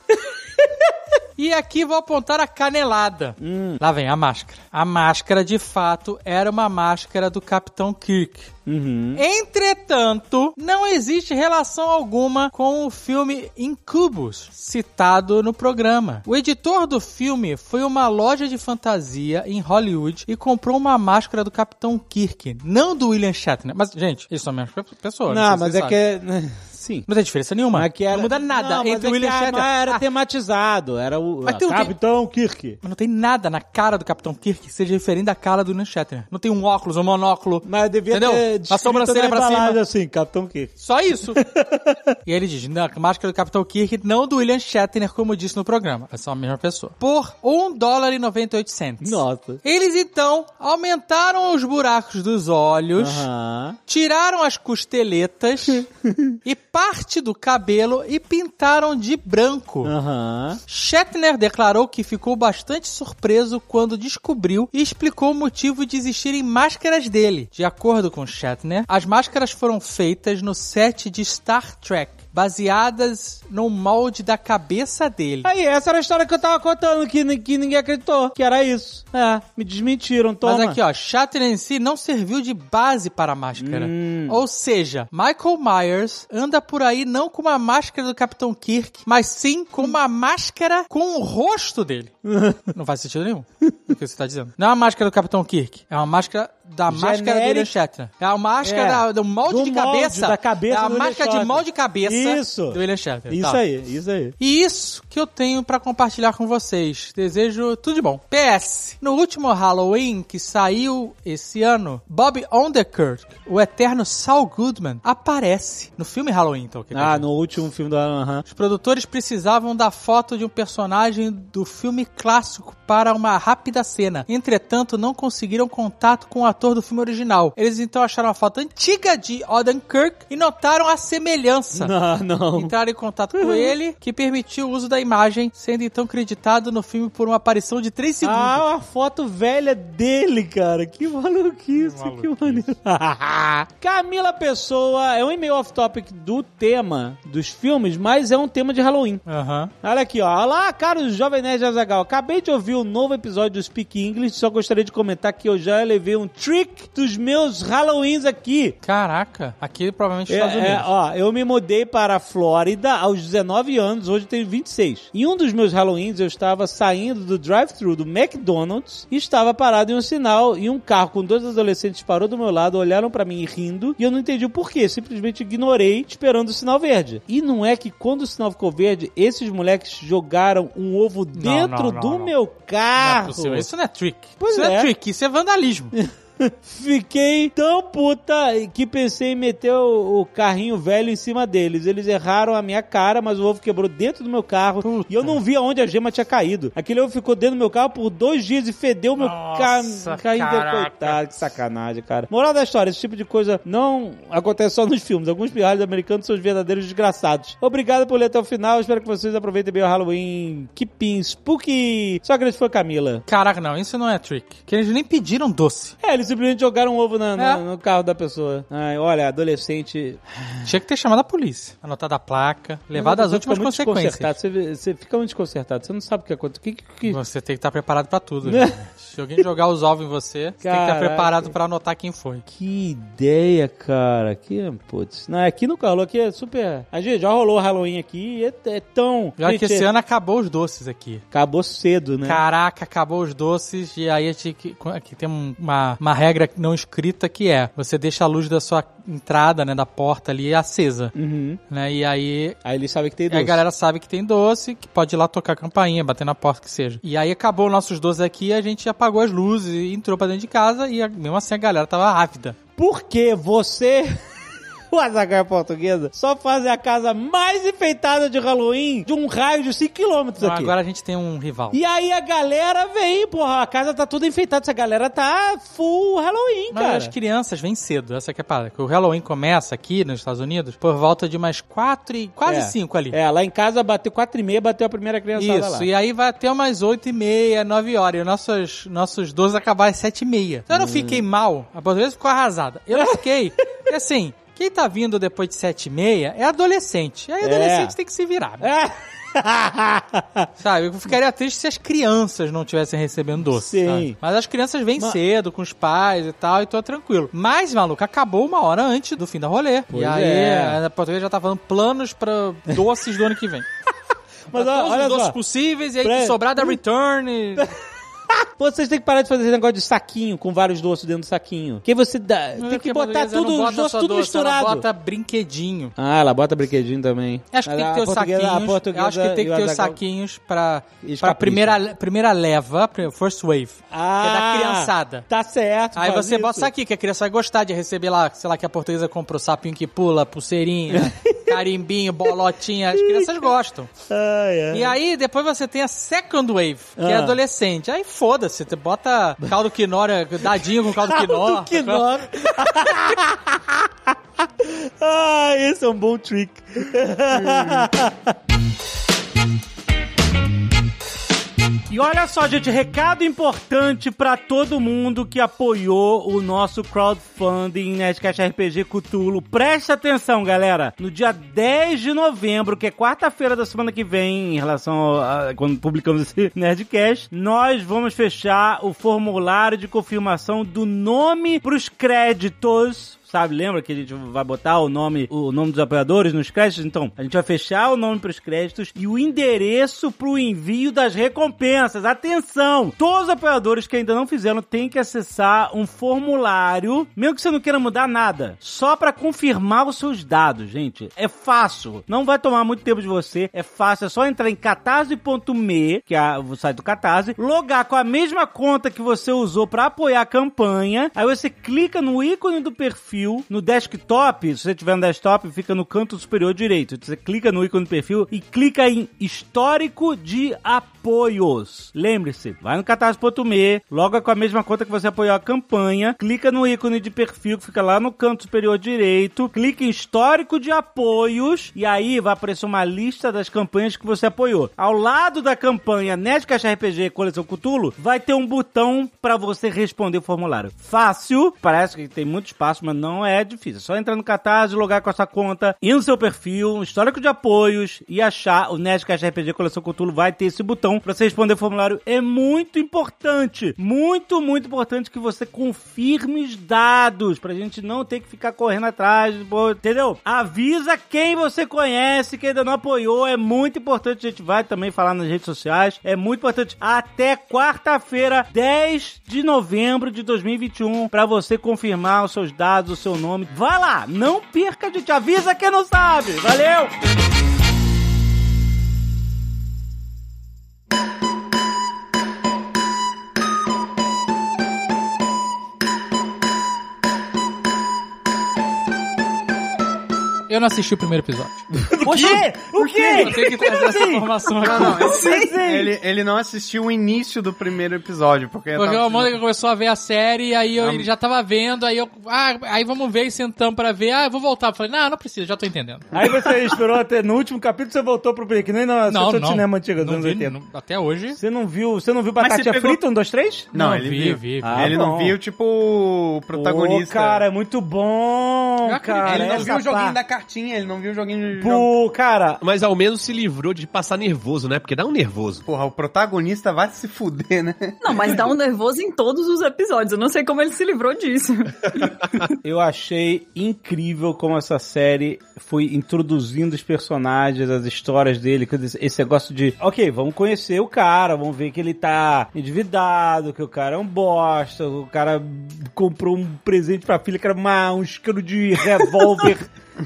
E aqui vou apontar a canelada. Hum. Lá vem a máscara. A máscara, de fato, era uma máscara do Capitão Kirk. Uhum. Entretanto, não existe relação alguma com o filme Incubus, citado no programa. O editor do filme foi uma loja de fantasia em Hollywood e comprou uma máscara do Capitão Kirk, não do William Shatner. Mas, gente, isso é a mesma pessoa. sei Não, se mas vocês é sabem. que. Sim. Não tem diferença nenhuma. Mas é que era- Não muda nada Não, mas entre é o William que a Shatner. arma Era Ah, tematizado, era o Mas tu não tem- Capitão Kirk. mas não tem nada na cara do Capitão Kirk que seja diferente da cara do William Shatner. Não tem um óculos, um monóculo. Mas devia Entendeu? ter A sobrancelha pra cima. assim, Capitão Kirk. Só isso. e aí ele diz, não, a máscara do Capitão Kirk, não do William Shatner, como disse no programa. É só a mesma pessoa. Por 1 dólar e 98 cents. Nossa. Eles, então, aumentaram os buracos dos olhos, Aham. tiraram as costeletas e parte do cabelo e pintaram de branco. Aham. Shatner declarou que ficou bastante surpreso quando descobriu e explicou o motivo de existirem máscaras dele. De acordo com Shatner, as máscaras foram feitas no set de Star Trek, baseadas no molde da cabeça dele. Aí, essa era a história que eu tava contando, que, ni- que ninguém acreditou, que era isso. É, me desmentiram, toma. Mas aqui, ó, Shatner em si não serviu de base para a máscara. Hum. Ou seja, Michael Myers anda por aí não com uma máscara do Capitão Kirk, mas sim com uma máscara com o rosto dele. não faz sentido nenhum o que você tá dizendo. Não é uma máscara do Capitão Kirk, é uma máscara da máscara do Genérica. William Shatner. É a máscara É. da- do molde Do de molde, cabeça. da cabeça é a do William máscara de Shatner. molde de cabeça Isso. do William Shatner. Isso Tá. aí, isso aí. E isso que eu tenho pra compartilhar com vocês. Desejo tudo de bom. PS, no último Halloween que saiu esse ano, Bob Ondekirk, o eterno Saul Goodman, aparece no filme Halloween, então. quer Ah, dizer. no último filme do Aham. Os produtores precisavam da foto de um personagem do filme clássico para uma rápida cena. Entretanto, não conseguiram contato com o ator do filme original. Eles então acharam a foto antiga de Odenkirk e notaram a semelhança Ah, não. entraram em contato com ele, que permitiu o uso da imagem, sendo então creditado no filme por uma aparição de 3 segundos. Ah, uma foto velha dele, cara. Que maluquice, que maneiro. Camila Pessoa é um e-mail off-topic do tema dos filmes, mas é um tema de Halloween. Aham. Olha aqui, ó. Olá, caros Jovem Nerd de Azagal. Acabei de ouvir o novo episódio do Speak English. Só gostaria de comentar que eu já levei um trick dos meus Halloweens aqui. Caraca, aqui provavelmente nos Estados É, é, Unidos. ó, eu me mudei para a Flórida aos 19 anos, hoje tenho 26. Em um dos meus Halloweens, eu estava saindo do drive-thru do McDonald's e estava parado em um sinal e um carro com dois adolescentes parou do meu lado, olharam para mim rindo e eu não entendi o porquê, simplesmente ignorei esperando o sinal verde. E não é que quando o sinal ficou verde, esses moleques jogaram um ovo dentro não, do não. meu Não é carro. possível, isso não é trick. Pois isso não é é. trick, isso é vandalismo. Fiquei tão puta que pensei em meter o, o carrinho velho em cima deles. Eles erraram a minha cara, mas o ovo quebrou dentro do meu carro e eu não vi aonde a gema tinha caído. Aquele ovo ficou dentro do meu carro por dois dias e fedeu meu Nossa, ca- carrinho. inteiro. caraca. Coitado, que sacanagem, cara. Moral da história, esse tipo de coisa não acontece só nos filmes. Alguns pirralhos americanos são os verdadeiros desgraçados. Obrigado por ler até o final. Espero que vocês aproveitem bem o Halloween. Que pin, spooky. Só grande foi Camila. Caraca, não, isso não é trick. Que eles nem pediram doce. É, eles simplesmente jogaram um ovo na- na- É. no carro da pessoa. Ai, olha, adolescente Tinha que ter chamado a polícia, anotado a placa, levado às Você últimas fica muito consequências. desconcertado, Você, você fica muito desconcertado. Você não sabe o que acontece. O que, que- que- Você tem que estar preparado pra tudo. Né? gente. Se alguém jogar os ovos em você, você tem que estar Caraca. preparado pra anotar quem foi. que ideia, cara. Que putz. Não, aqui no calor aqui é super. A gente já rolou o Halloween aqui. e É, é tão. Pior Gente, que esse é- ano acabou os doces aqui. acabou cedo, né? Caraca, acabou os doces e aí a gente, que- aqui tem um- uma, uma regra não escrita que é você deixa a luz da sua entrada, né, da porta ali acesa, Uhum. né, e aí Aí ele sabe que tem a doce. galera sabe que tem doce, que pode ir lá tocar a campainha, bater na porta, que seja. E aí acabou nossos doces aqui, a gente apagou as luzes e entrou pra dentro de casa e a- mesmo assim a galera tava ávida. Por que você. O Azaghal Portuguesa só faz a casa mais enfeitada de Halloween de um raio de 5 km aqui. Então agora a gente tem um rival. E aí a galera vem, porra, a casa tá toda enfeitada, essa galera tá full Halloween, Mas cara. as crianças vêm cedo, essa que é a parada. Que o Halloween começa aqui nos Estados Unidos por volta de umas quatro e quase É. cinco ali. É, lá em casa bateu 4 e meia, bateu a primeira criançada Isso, lá. e aí vai até umas 8 e meia, 9 horas. E os nossos, nossos 12 acabaram às 7 e meia. Então Eu não Hum. fiquei mal, a portuguesa ficou arrasada. Eu não fiquei, e assim, quem tá vindo depois de 7 e meia é adolescente. E aí É. adolescente tem que se virar, né? sabe? Eu ficaria triste se as crianças não tivessem recebendo doce. Sim. sabe? Mas as crianças vêm Mas- cedo, com os pais e tal, e tô tranquilo. Mas, maluco, acabou uma hora antes do fim da rolê. Pois e aí, é. a portuguesa já tá falando planos pra doces do ano que vem. Mas Pra ó, todos os olha doces só, possíveis, e aí Pra- hum. que sobrar da return. e- vocês têm que parar de fazer esse negócio de saquinho, com vários doces dentro do saquinho. Que você dá, tem que a botar portuguesa não é tudo, os bota doces só tudo doce, ela misturado. bota brinquedinho. Ah, ela bota brinquedinho também. Acho que tem que Mas ter a os portuguesa- a saquinhos. Eu portuguesa acho que tem e o que ter os Azaghal- saquinhos pra, Eles pra capricham. primeira, primeira leva, prim- first wave. Ah, que é da criançada. Tá certo. Aí faz você isso. bota isso aqui, que a criança vai gostar de receber lá, sei lá, que a portuguesa comprou sapinho que pula, pulseirinha, carimbinho, bolotinha. As crianças gostam. Ai, ai. E aí, depois você tem a second wave, que é Ah. adolescente. Aí foda-se, você bota caldo quinó, né, dadinho com caldo quinó. Alto que nó. ah, esse é um bom trick. E olha só, gente, recado importante pra todo mundo que apoiou o nosso crowdfunding Nerdcast RPG Cutulo. Presta atenção, galera. No dia 10 de novembro, que é quarta-feira da semana que vem, em relação ao- a quando publicamos esse Nerdcast, nós vamos fechar o formulário de confirmação do nome pros créditos Sabe, lembra que a gente vai botar o nome, o nome dos apoiadores nos créditos? Então, a gente vai fechar o nome pros créditos e o endereço pro envio das recompensas. Atenção! Todos os apoiadores que ainda não fizeram têm que acessar um formulário, mesmo que você não queira mudar nada, só pra confirmar os seus dados, gente. É fácil, não vai tomar muito tempo de você, é fácil, é só entrar em catarse.me, que é a- o site do Catarse, logar com a mesma conta que você usou pra apoiar a campanha, aí você clica no ícone do perfil, no desktop, se você tiver no desktop, fica no canto superior direito. Você clica no ícone do perfil e clica em histórico de apoios. Lembre-se, vai no catarse.me, loga com a mesma conta que você apoiou a campanha, clica no ícone de perfil que fica lá no canto superior direito, clica em histórico de apoios e aí vai aparecer uma lista das campanhas que você apoiou. Ao lado da campanha Nerdcast RPG Coleção Cutulo, vai ter um botão para você responder o formulário. Fácil, parece que tem muito espaço, mas não é difícil. É só entrar no Catarse, logar com a sua conta, ir no seu perfil, um histórico de apoios e achar o Nerdcast RPG Coleção Cutulo vai ter esse botão para você responder o formulário. É muito importante, muito, muito importante que você confirme os dados pra gente não ter que ficar correndo atrás, pô, entendeu? Avisa quem você conhece, quem ainda não apoiou, é muito importante, a gente vai também falar nas redes sociais, é muito importante até quarta-feira, 10 de novembro de 2021, pra você confirmar os seus dados, o seu nome. Vai lá, não perca, gente, avisa quem não sabe. Valeu! Eu não assisti o primeiro episódio. O quê? Eu tenho que trazer essa informação aqui. Não, não, ele, ele, ele não assistiu o início do primeiro episódio, porque... É, eu Porque tava o Mônica começou a ver a série, aí eu, ele já tava vendo, aí eu. Ah, aí vamos ver e sentamos pra ver. Ah, eu vou voltar. Eu falei, não, não precisa, já tô entendendo. Aí você esperou até no último capítulo, você voltou pro que nem na Não, sessão de não. cinema antiga dos Não anos vi, 80. não- até hoje. Você não viu, você não viu Mas Batatinha você pegou- Frita, um, dois, três? Não, Não, ele vi, viu. vi, vi. Ah, ele bom. não viu, tipo, o protagonista. Ô, cara, é muito bom, Eu acredito. cara. ele não essa viu o joguinho parte. da cartinha, ele não viu o joguinho de jogo. Pô, cara, Mas ao menos se livrou de passar nervoso, né? Porque dá um nervoso. Porra, o protagonista vai se fuder, né? Não, mas dá um nervoso em todos os episódios. Eu não sei como ele se livrou disso. eu achei incrível como essa série foi introduzindo os personagens, as histórias dele, quer dizer, esse negócio de, ok, vamos conhecer o cara, vamos ver que ele tá endividado, que o cara é um bosta, o cara comprou um presente pra filha que era uma, um isqueiro de revólver.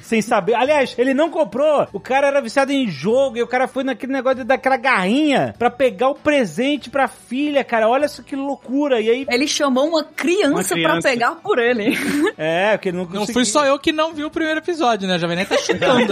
Sem saber. Aliás, ele não comprou. O cara era viciado em jogo e o cara foi naquele negócio daquela garrinha pra pegar o presente pra filha, cara. Olha só que loucura. E aí. Ele chamou uma criança, Uma pra criança. pegar por ele. É, porque ele não Não conseguiu. fui só eu que não vi o primeiro episódio, né? O Jovem Nerd tá chutando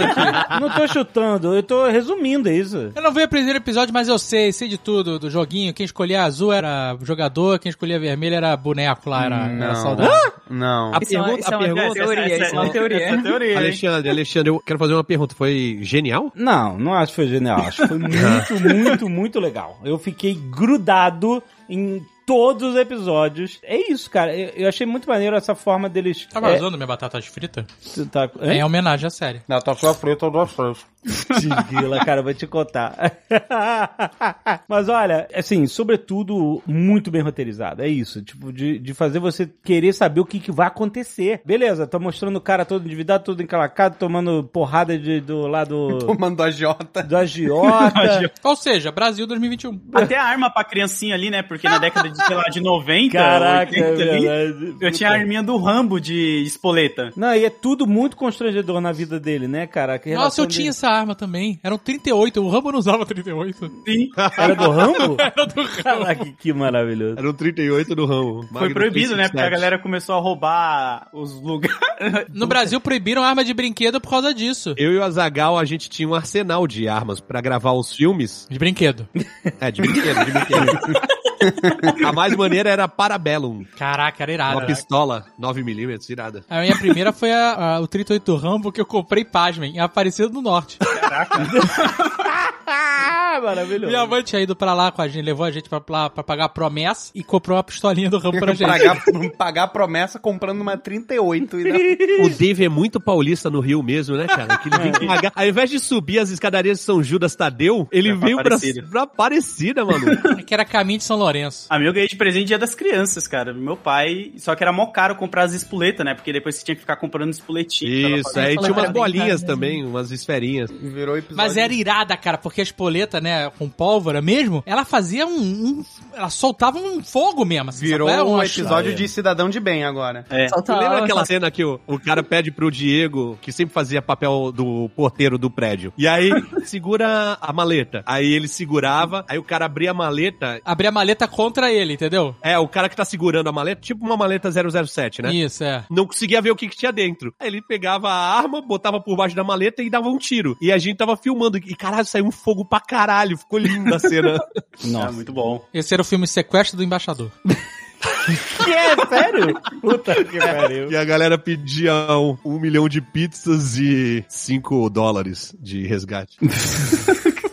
aqui. Não tô chutando, eu tô resumindo é isso. Eu não vi o primeiro episódio, mas eu sei, sei de tudo, do joguinho. Quem escolhia azul era jogador, quem escolhia vermelho era boneco lá, era, era saudável. Não. A Isso é uma- pergunta, isso é a uma pergunta. teoria, isso é uma teoria. Essa teoria. hein? Alexandre, Alexandre, eu quero fazer uma pergunta. Foi genial? Não, não acho que foi genial. Acho que foi muito, muito, muito legal. Eu fiquei grudado em todos os episódios. É isso, cara. Eu, eu achei muito maneiro essa forma deles. Tá vazando minha batata frita? É, tá, É Hã? em homenagem à série. Na tua sua fruta ou da fruta. Desgrila, cara, eu vou te contar. Mas olha, assim, sobretudo, muito bem roteirizado. É isso, tipo, de, de fazer você querer saber o que, que vai acontecer. Beleza, tá mostrando o cara todo endividado, todo encalacado, tomando porrada de, do lado Tomando a Jota. do agiota. Ou seja, Brasil 2021. Até a arma pra criancinha ali, né? Porque na década de, sei lá, de 90, Caraca, é 80 ali, verdade. eu tinha a arminha do Rambo de espoleta. Não, e é tudo muito constrangedor na vida dele, né, cara? Que Nossa, relação eu tinha essa arma também. Eram 38, o Rambo não usava 38. Sim, dele- Era do Rambo? Era do Rambo. Caraca, que maravilhoso. Era um o 38 do ramo. foi proibido, né? Porque a galera começou a roubar os lugares. No Brasil proibiram arma de brinquedo por causa disso. Eu e o Azagal, a gente tinha um arsenal de armas pra gravar os filmes. De brinquedo. É, de brinquedo, de brinquedo. a mais maneira era a Parabellum. Caraca, era irado. Uma pistola 9mm, irada. A minha primeira foi a, a- o 38 do Rambo que eu comprei, pasmem, em Aparecido do Norte. É Ah, maravilhoso. Minha mãe tinha ido pra lá com a gente, levou a gente pra, lá pra pagar a promessa e comprou uma pistolinha do Rambo pra gente. Pagar, pagar a promessa comprando uma 38. E O Dave é muito paulista no Rio mesmo, né, cara? Que ele vem pagar. Ao invés de subir as escadarias de São Judas Tadeu, ele Vai pra veio pra, Aparecida. pra Aparecida, maluco. que era caminho de São Lourenço. A minha eu ganhei de presente dia das crianças, cara. Meu pai. Só que era mó caro comprar as espoletas, né? Porque depois você tinha que ficar comprando Então, espoletinha. Isso, aí tinha umas Falando pra bolinhas brincar, também, umas esferinhas. da- Virou episódio. Mas era irada, cara, porque a espoleta, né, com pólvora mesmo, ela fazia um. um- ela soltava um fogo mesmo. assim, Virou sabe? Era um uma- episódio de Cidadão de Bem agora. É. Solta Tu lembra a- aquela cena que o, o cara pede pro Diego, que sempre fazia papel do porteiro do prédio, e aí segura a maleta. Aí ele segurava, aí o cara abria a maleta. Abrir a maleta contra ele, entendeu? É, o cara que tá segurando a maleta, tipo uma maleta 007, né? Isso, é. Não conseguia ver o que, que tinha dentro. Aí ele pegava a arma, botava por baixo da maleta e dava um tiro. E a gente tava filmando. E caralho, saiu um fogo pra caralho. Ficou linda a cena. Nossa. muito bom. Esse era o filme Sequestro do Embaixador. Que é, sério? Puta que pariu. e a galera pedia um, um milhão de pizzas e cinco dólares de resgate.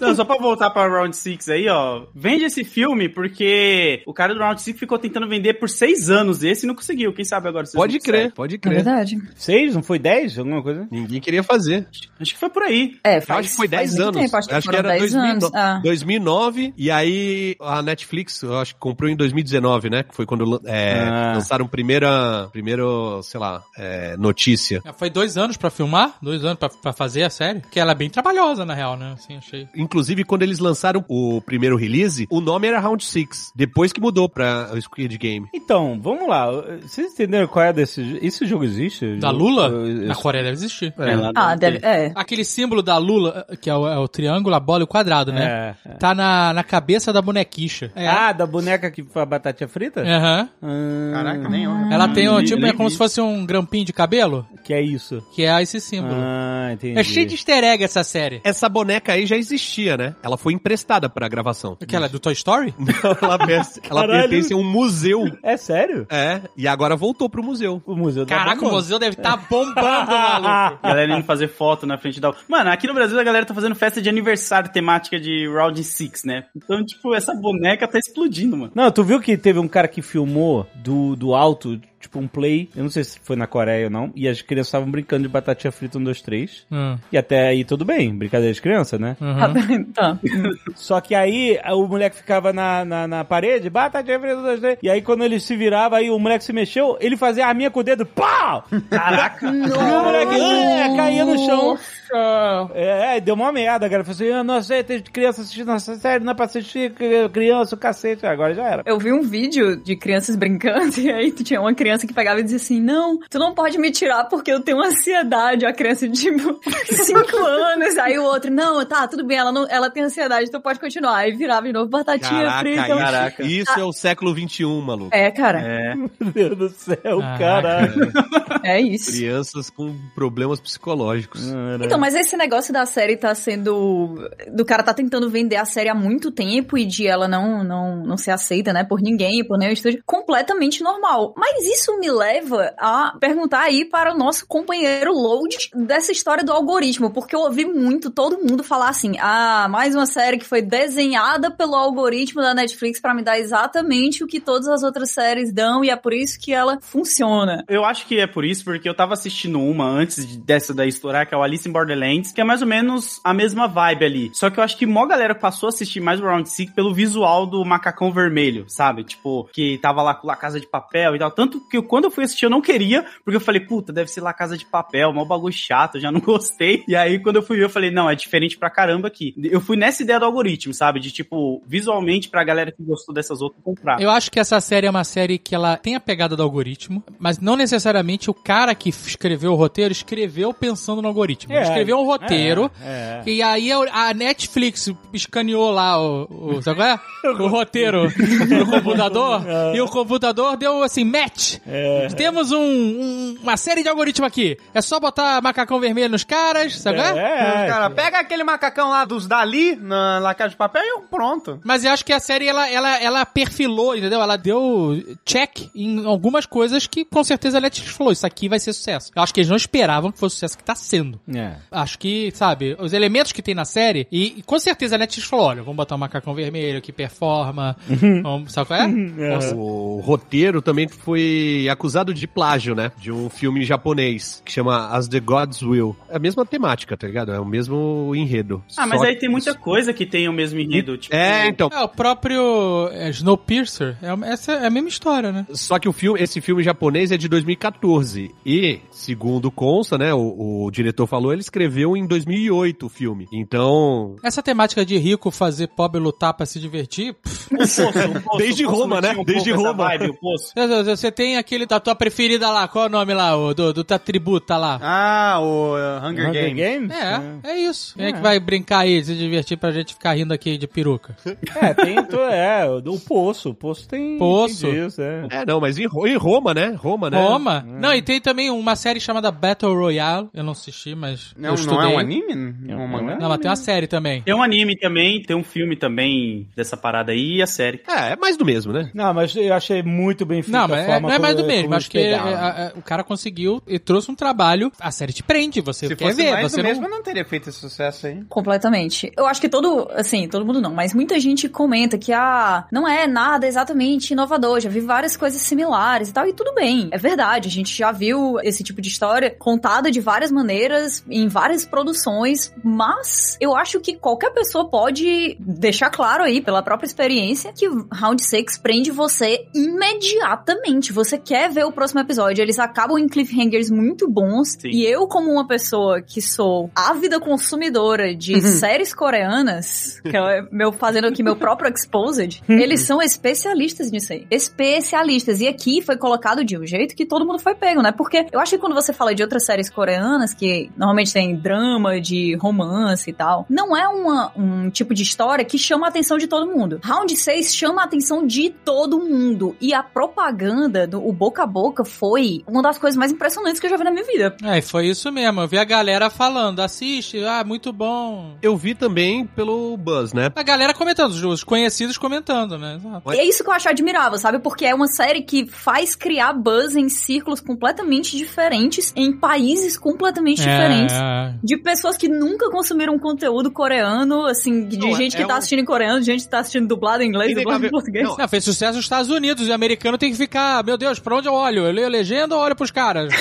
Não, só pra voltar pra Round 6 aí, ó. Vende esse filme porque o cara do Round 6 ficou tentando vender por seis anos esse e não conseguiu. Quem sabe agora vocês Pode não crer, pode É crer. verdade. Seis? Não foi dez? Alguma coisa? Ninguém queria fazer. conseguem. Acho que foi por aí. É, Eu faz, acho que foi 10 faz muito anos. tempo, acho, que era 10 anos. 2009, Ah. 2009. E aí a Netflix, eu acho que comprou em 2019, né? Que foi quando é, Ah. lançaram primeira, primeiro, sei lá, é, notícia. Ah, É, Foi dois anos pra filmar, dois anos pra, pra fazer a série. Porque ela é bem trabalhosa, na real, né? Assim, achei. Inclusive, quando eles lançaram o primeiro release, o nome era Round 6. Depois que mudou pra Squid Game. Então, vamos lá. Vocês entenderam qual é desse... jo- Esse jogo existe? Da Lula? Na Coreia deve existir. É, lá Ah, deve deve, ter. é. Aquele símbolo da Lula, que é o, é o triângulo, a bola e o quadrado, né? É. Tá na, na cabeça da bonequicha. É. Ah, da boneca que foi a batatinha frita? Aham. Caraca, nem eu. Ela tem um, Ah. nem- tipo, nem é como vi. se fosse um grampinho de cabelo, Que é isso. que é esse símbolo. Ah, entendi. é cheio de easter egg essa série. Essa boneca aí já existia, né? Ela foi emprestada pra gravação. É. Aquela é do Toy Story? ela pertence, ela Caralho. pertence a um museu. É sério? É, e agora voltou pro museu. O museu da Caraca, o Babilônia. museu deve estar bombando, maluco. Galera indo fazer foto na frente da. Mano, aqui no Brasil a galera tá fazendo festa de aniversário temática de Round 6, né? Então, tipo, essa boneca tá explodindo, mano. Não, tu viu que teve um cara que filmou do, do alto, tipo um play, eu não sei se foi na Coreia ou não, e as crianças estavam brincando de batatinha frita 1, 2, 3. Hum, E até aí tudo bem, brincadeira de criança, né? uhum. tá. Só que aí o moleque ficava na, na, na parede, batatinha frita 1, 2, 3. E aí quando ele se virava, aí o moleque se mexeu, ele fazia a minha com o dedo, pau! Caraca! E o moleque é, caía no chão. Nossa. É, é, deu uma merda, cara. Falei assim, eu não sei, tem criança assistindo essa série, não é pra assistir criança, o cacete. Agora já era. Eu vi um vídeo de crianças brincando e aí tinha uma criança que pegava e dizia assim: Não, tu não pode me tirar porque eu tenho ansiedade. A criança de 5 anos. Aí o outro: Não, tá, tudo bem, ela, não, ela tem ansiedade, então pode continuar. Aí virava de novo batatinha Caraca, frita. isso, isso é o século XXI, maluco. É, cara, Meu Deus do céu, Caraca. caralho. é isso. Crianças com problemas Hum. psicológicos. Então, mas esse negócio da série tá sendo. Do cara tá tentando vender a série há muito tempo e de ela não, não, não ser aceita, né? Por ninguém, por nenhum estúdio. Completamente normal. Mas isso me leva a perguntar aí para o nosso companheiro Load dessa história do algoritmo. Porque eu ouvi muito todo mundo falar assim: ah, mais uma série que foi desenhada pelo algoritmo da Netflix pra me dar exatamente o que todas as outras séries dão e é por isso que ela funciona. Eu acho que é por isso, porque eu tava assistindo uma antes de- dessa da estourar, que é o Alice in Borderlands, que é mais ou menos a mesma vibe ali. Só que eu acho que mó galera passou a assistir mais o Round 6 pelo visual do macacão vermelho, sabe? Tipo, que tava lá com La Casa de Papel e tal. Tanto que eu- quando eu fui assistir eu não queria, porque eu falei, puta, deve ser La Casa de Papel, mó bagulho chato, eu já não gostei. E aí quando eu fui ver, eu falei, não, é diferente pra caramba aqui. Eu fui nessa ideia do algoritmo, sabe? De tipo, visualmente pra galera que gostou dessas outras Ah. comprar. Eu acho que essa série é uma série que ela tem a pegada do algoritmo, mas não necessariamente o cara que escreveu o roteiro escreveu pensando no algoritmo. É, escreveu um roteiro, É. e aí a a Netflix escaneou lá o, o, sabe qual é? o roteiro no computador, É. e o computador deu assim, match. Temos um- um- uma série de algoritmo aqui. É só botar macacão vermelho nos caras, sabe qual é? É, Cara, pega aquele macacão lá dos Dali, na La Casa de Papel, e eu- pronto. Mas eu acho que a série, ela, ela, ela perfilou, entendeu? Ela deu check em algumas coisas que, com certeza, a Netflix falou, isso aqui vai ser sucesso. Eu acho que eles não esperavam que fosse o sucesso que tá sendo. é. Acho que, sabe, os elementos que tem na série, e, e com certeza a Netflix falou, olha, vamos botar um macacão vermelho que performa, vamos, sabe qual é? O roteiro também foi acusado de plágio, né? De um filme japonês que chama As the Gods Will. É a mesma temática, tá ligado? É o mesmo enredo. Ah, mas Só aí que tem muita isso- coisa que tem o mesmo enredo, tipo... É, então. É, o próprio é, Snowpiercer, é, uma- essa é a mesma história, né? Só que o filme, esse filme japonês é de 2014 e, segundo consta, né, o, o diretor falou, ele escreveu em 2008 o filme. Então, Essa temática de rico fazer pobre lutar pra se divertir, pff, O poço, o poço, Desde o poço Roma, não né? tinha um Desde pouco essa Roma. vibe, o poço. você você tem aquele da tua preferida lá, qual é o nome lá, o do, do da tributa lá? Ah, o uh, Hunger, Games. É, é isso. Quem é que vai brincar aí, se divertir pra gente ficar rindo aqui de peruca? É, tem tu- é, o poço. O poço tem. Poço. tem disso, é. né? é, não, mas em, Ro- em Roma, né? Roma, né? É. Roma? Não, e tem também uma série chamada Battle Royale. Eu não assisti, mas eu Não, estudei. não é um anime? É um mangá? Não, mas tem uma série também. Tem um anime também, tem um filme também dessa parada aí e a série. É, é mais do mesmo, né? Não, mas eu achei muito bem feito. Não, mas é, não é mais do mesmo. Acho que é, É, é, é, o cara conseguiu e trouxe um trabalho. A série te prende, você Se quer fosse ver. mais você do não... mesmo, né? eu não teria feito esse sucesso aí. Completamente. Eu acho que todo, assim, todo mundo não, mas muita gente comenta que, ah, não é nada exatamente inovador, já vi várias coisas similares e tal, e tudo bem, é verdade, a gente já viu esse tipo de história contada de várias maneiras, em várias produções, mas eu acho que qualquer pessoa pode deixar claro aí, pela própria experiência, que Round 6 prende você imediatamente, você você quer ver o próximo episódio. Eles acabam em cliffhangers muito bons. E eu, como uma pessoa que sou ávida consumidora de séries coreanas, que é meu, fazendo aqui meu próprio Exposed, eles são especialistas nisso aí. Especialistas. E aqui foi colocado de um jeito que todo mundo foi pego, né? Porque eu acho que quando você fala de outras séries coreanas, que normalmente tem drama, de romance e tal, não é uma, um tipo de história que chama a atenção de todo mundo. Round 6 chama a atenção de todo mundo. E a propaganda, do, o boca a boca, foi uma das coisas mais impressionantes que eu já vi na minha vida. É, e foi isso mesmo. Eu vi a galera falando, assiste, ah, muito bom. Eu vi também pelo Buzz, né? A galera comentando, os- os conhecidos comentando, né? Exato. E é isso que eu acho admirável, sabe? Porque é uma série que faz criar buzz em círculos completamente diferentes, em países completamente diferentes. É, De pessoas que nunca consumiram conteúdo coreano, assim, de Não, é- gente que é tá um- assistindo em coreano, de gente que tá assistindo dublado em inglês, dublado em Inegável- português. Não, Não, fez sucesso nos Estados Unidos e o americano tem que ficar, meu Deus, pra onde eu olho? Eu leio a legenda ou olho pros caras?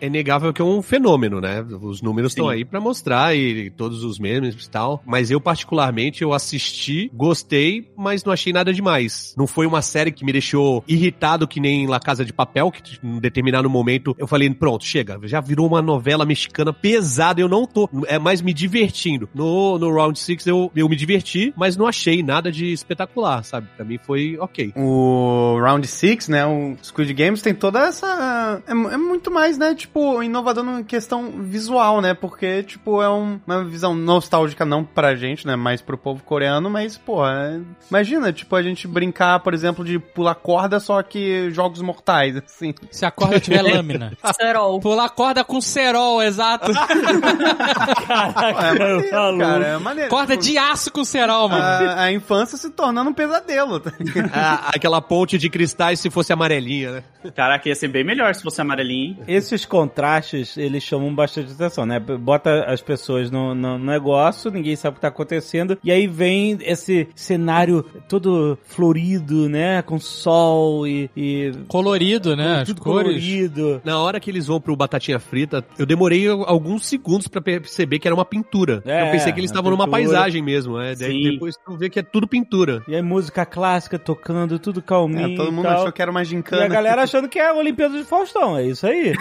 é negável que é um fenômeno, né? Os números estão aí pra mostrar e todos os memes e tal. Mas eu, particularmente, eu assisti, gostei, mas não achei nada demais. Não foi uma série que me deixou irritado que nem La Casa de Papel, que em determinado momento eu falei, pronto, chega, já virou uma novela mexicana pesada, eu não tô é mais me divertindo. No, no Round Six eu, eu me diverti, mas não achei nada de espetacular, sabe? Pra mim foi ok. O Round 6, né? O Squid Games tem toda essa. É, mu- é muito mais, né? Tipo, inovador na questão visual, né? Porque, tipo, é um- uma visão nostálgica, não pra gente, né? Mais pro povo coreano, mas, pô. é- Imagina, tipo, a gente brincar, por exemplo, de pular corda, só que jogos mortais, assim. Se a corda tiver lâmina. Serol. Pular corda com cerol, exato. Ah, Pô, Caralho, é maneiro, maluco. cara. É maneiro. Corda Tipo, de aço com cerol, Ah. mano. a, a infância se tornando um pesadelo. tá ligado? Ah, aquela ponte de cristais se fosse amarelinha, né? Caraca, ia ser bem melhor se fosse amarelinho, hein? Esses contrastes, eles chamam bastante atenção, né? Bota as pessoas no, no negócio, ninguém sabe o que tá acontecendo, e aí vem esse cenário todo florido, né? Com sol e... e Colorido, né? As tudo cores. colorido. Na hora que eles vão pro Batatinha Frita, eu demorei alguns segundos pra perceber que era uma pintura. É, eu pensei que eles uma estavam numa pintura. paisagem mesmo, né? Daí Sim. depois tu vê que é tudo pintura. E aí música clássica tocando, tudo calminho É, todo mundo e tal. achou que era uma E a gincana. galera achando que é a Olimpíada de Faustão, é isso aí.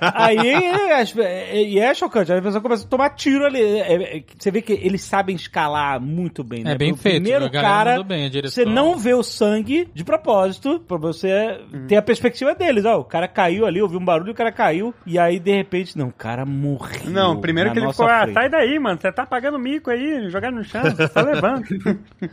aí as- e é chocante, aí a pessoa começa a tomar tiro ali. É, é, Você vê que eles sabem escalar muito bem, né? É bem O feito. primeiro a galera cara, mandou bem a direção. você não vê o sangue de propósito, pra você Uhum. ter a perspectiva deles. Ó, o cara caiu ali, ouviu um barulho, o cara caiu, e aí de repente, não, o cara morreu. assim. Não, primeiro na que ele nossa ficou, ah, frente. sai daí, mano, você tá pagando mico aí, jogando no chão, você tá levando.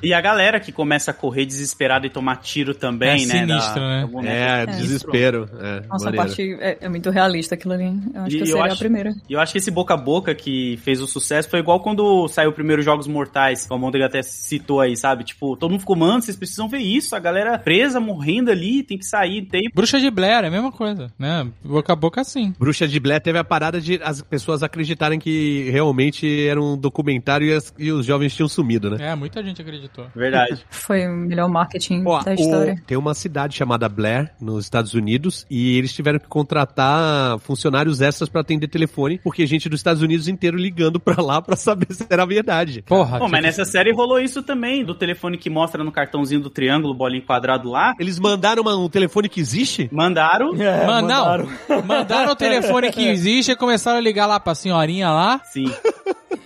E a galera que começa a correr desesperada e tomar tiro também, É né? sinistro, né? alguma- É, desespero. É, Nossa, a maneiro. parte é, é muito realista aquilo ali. Eu acho E que eu eu seria a acho- primeira. E eu acho que esse boca a boca que fez o sucesso foi igual quando saiu o primeiro Jogos Mortais, que o Almôndega até citou aí, sabe? Tipo, todo mundo ficou, mano, vocês precisam ver isso, a galera presa, morrendo ali, tem que sair em tempo. Bruxa de Blair, é a mesma coisa, né? Boca a boca assim. Bruxa de Blair teve a parada de as pessoas acreditarem que realmente era um documentário e, as- e os jovens tinham sumido, né? É, muita gente acreditou. Verdade. Foi o melhor marketing Ó, da o- história. tem uma cidade chamada Blair, nos Estados Unidos, e eles tiveram que contratar funcionários extras pra atender telefone, porque gente dos Estados Unidos inteiro ligando pra lá pra saber se era verdade. Porra. Bom, que- mas nessa série rolou isso também, do telefone que mostra no cartãozinho do triângulo, bolinho quadrado lá. Eles mandaram uma- um telefone que existe? Mandaram. É, Mano, mandaram. não. Mandaram o telefone que existe e começaram a ligar lá pra senhorinha lá. Sim.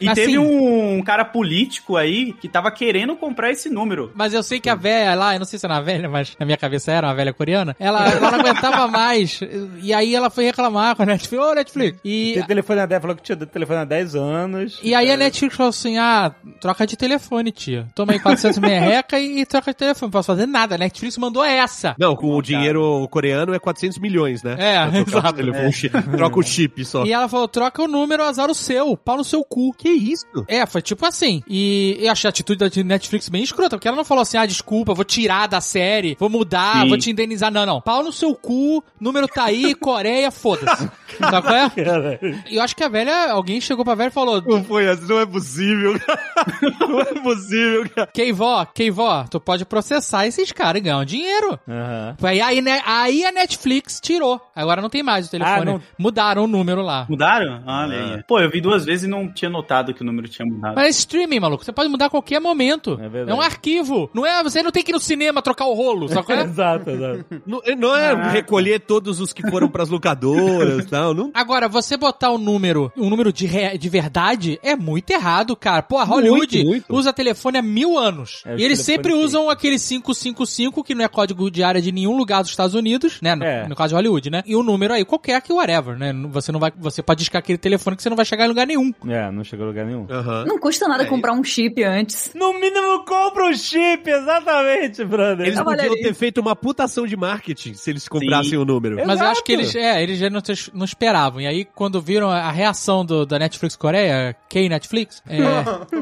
E Assim- teve um cara político aí que tava querendo comprar esse número. Mas eu sei que a velha lá, eu não sei se era uma velha, mas na minha cabeça era uma velha coreana, ela, ela não aguentava mais. E aí ela foi reclamar com a Netflix. Ô, Netflix! E, Tem telefone a 10, falou que tinha dado telefone há 10 anos. e aí a Netflix falou assim, ah, troca de telefone, tia. Toma aí 400 merreca e, e troca de telefone. Não posso fazer nada, a Netflix mandou essa. Não, com o dinheiro coreano é 400 milhões, né? É, Pra trocar exato. o telefone, chi- Troca o chip só. E é ela falou, troca o número, azar o seu, pau no seu cu. Que isso? É, foi tipo assim. E eu achei a atitude da Netflix bem escrota, porque ela não falou assim, ah, desculpa, vou tirar da série, vou mudar, Sim. vou te indenizar. Não, não. Pau no seu cu, número tá aí, Coreia, foda-se. Sabe qual é? E eu acho que a velha, alguém chegou pra velha e falou, Não foi assim, não é possível, cara. Não é possível, cara. Keivó, Keivó, tu pode processar esses caras e ganhar um dinheiro. Aham. Aí, aí, né, aí a Netflix tirou. Ah, Agora não tem mais o telefone. não- Mudaram o número lá. Ah, É. Mudaram? Olha aí. Pô, eu vi duas vezes e não tinha notado que o número tinha mudado. Mas é streaming, maluco. Você pode mudar a qualquer momento. É É, verdade. um arquivo. Não é, você não tem que ir no cinema trocar o rolo, é? sacou? exato, exato. Não, não é recolher todos os que foram pras locadoras, não, não. Agora, você botar um número, um número de, re- de verdade, é muito errado, cara. Pô, a Hollywood muito. usa telefone há mil anos. É, e eles telefone sempre fixo. usam aquele 555, que não é código de área de nenhum lugar dos Estados Unidos, né? No, É. no caso de Hollywood, né? E o número aí, qualquer que whatever, né? Você não vai, você pode discar aquele telefone que você não vai chegar em lugar nenhum. É, não chegou a lugar nenhum. Aham. Não custa nada É, comprar um chip antes. No mínimo, compra o chip, exatamente, brother. Eles é, Olha podiam aí. ter feito uma putação de marketing se eles comprassem o número. Mas eu acho Exato. que eles, é, eles já não, te- não esperavam. E aí, quando viram a reação do- da Netflix Coreia, K-Netflix, é,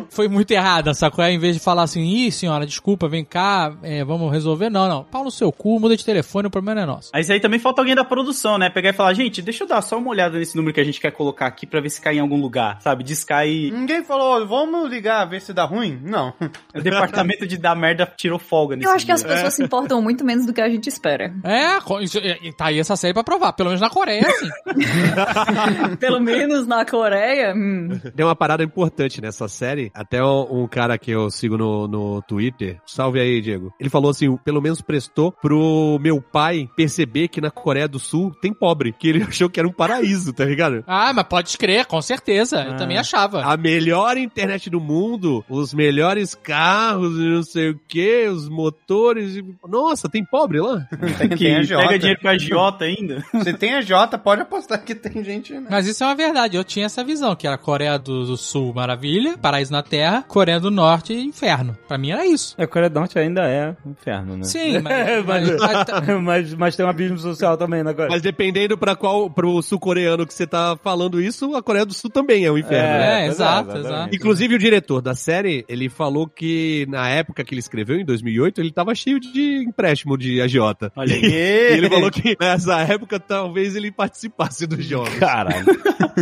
foi muito errada, sacou? Aí, Em vez de falar assim, ih, senhora, desculpa, vem cá, é, vamos resolver. Não, não, pau no seu cu, muda de telefone, o problema não é nosso. Mas aí também falta alguém da produção, né? Pegar e falar, gente, deixa eu dar só uma olhada nesse número que a gente quer colocar aqui pra ver se cai em algum lugar, sabe? Descai e Ninguém falou, vamos ligar, ver se dá ruim? Não. o departamento de dar merda tirou folga nesse Eu acho que as É. número. pessoas se importam muito menos do que a gente espera. É, co- isso- e- e tá aí essa série pra provar, pelo menos na Coreia, é assim. Pelo menos na Coreia. hum. Tem uma parada importante nessa série. Até um, um cara que eu sigo no, no Twitter, salve aí, Diego. Ele falou assim: pelo menos prestou pro meu pai perceber que na Coreia do Sul tem pobre, que ele achou que era um paraíso, tá ligado? ah, mas pode crer, com certeza, É. eu também Ah. achava. A melhor internet do mundo, os melhores carros, e não sei o que, os motores. e- Nossa, tem pobre lá? Tem É. que agiota. pega dinheiro com a Jota ainda. Se tem a Jota, pode apostar que tem gente, né? Mas isso é uma verdade, eu tinha essa visão, que era Coreia do, do Sul, maravilha, paraíso na terra, Coreia do Norte, inferno. Pra mim era isso. A Coreia do Norte ainda é um inferno, né? Sim, É, mas, mas, mas- mas tá- mas, mas tem um abismo social também na Coreia. Mas dependendo para qual, pro sul-coreano que você tá falando isso, a Coreia do Sul também é um inferno. né? É, É, exato, exato, exato. Inclusive, o diretor da série, ele falou que na época que ele escreveu, em 2008, ele tava cheio de empréstimo de agiota. Olha E aí. ele falou que nessa época talvez ele participasse dos jogos. Caralho.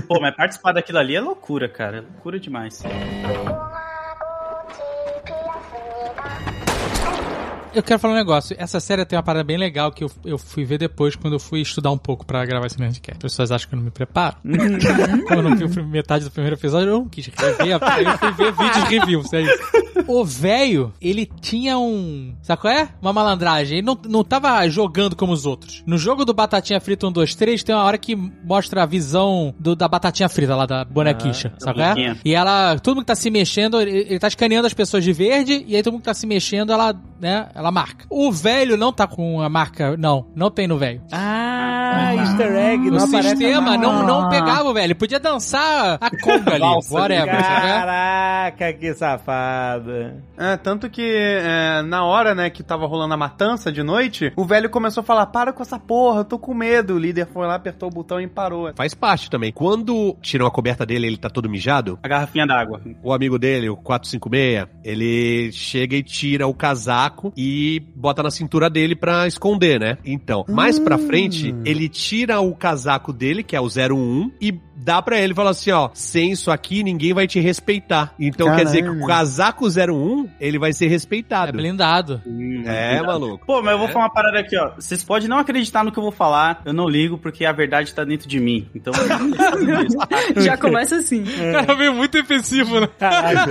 Pô, mas participar daquilo ali é loucura, cara. É loucura demais. Eu quero falar um negócio. Essa série tem uma parada bem legal que eu, eu fui ver depois quando eu fui estudar um pouco pra gravar esse Nerdcast. As pessoas acham que eu não me preparo. Quando eu não vi o prim- metade do primeiro episódio, eu não quis rever. Eu fui ver vídeos reviews, é isso. O velho, ele tinha um... Sabe qual é? Uma malandragem. Ele não, não tava jogando como os outros. No jogo do Batatinha Frita 1, 2, 3, tem uma hora que mostra a visão do- da Batatinha Frita lá, da bonequicha. sabe qual é? bonequinha. E ela, todo mundo que tá se mexendo, ele, ele tá escaneando as pessoas de verde, e aí todo mundo que tá se mexendo, ela, né, ela marca. O velho não tá com a marca, não, não tem no velho. Ah, easter egg. o não aparece sistema mais. não, não pegava o velho, ele podia dançar a conga ali, Valsa, whatever, sabe? Caraca, que safada. É, tanto que é, na hora, né, que tava rolando a matança de noite, o velho começou a falar, para com essa porra, eu tô com medo. O líder foi lá, apertou o botão e parou. Faz parte também. Quando tiram a coberta dele, ele tá todo mijado. A garrafinha d'água. O amigo dele, o 456, ele chega e tira o casaco e bota na cintura dele pra esconder, né? Então, mais pra Hum. frente, ele tira o casaco dele, que é o 01, e dá pra ele fala assim, ó, sem isso aqui ninguém vai te respeitar. Então quer dizer que o casaco 01, ele vai ser É respeitado. blindado. É, maluco. Pô, mas eu vou É. falar uma parada aqui, ó. Vocês podem não acreditar no que eu vou falar, eu não ligo, porque a verdade tá dentro de mim. Então, Já começa assim. É. É, Cara, veio muito defensivo, né? Tá.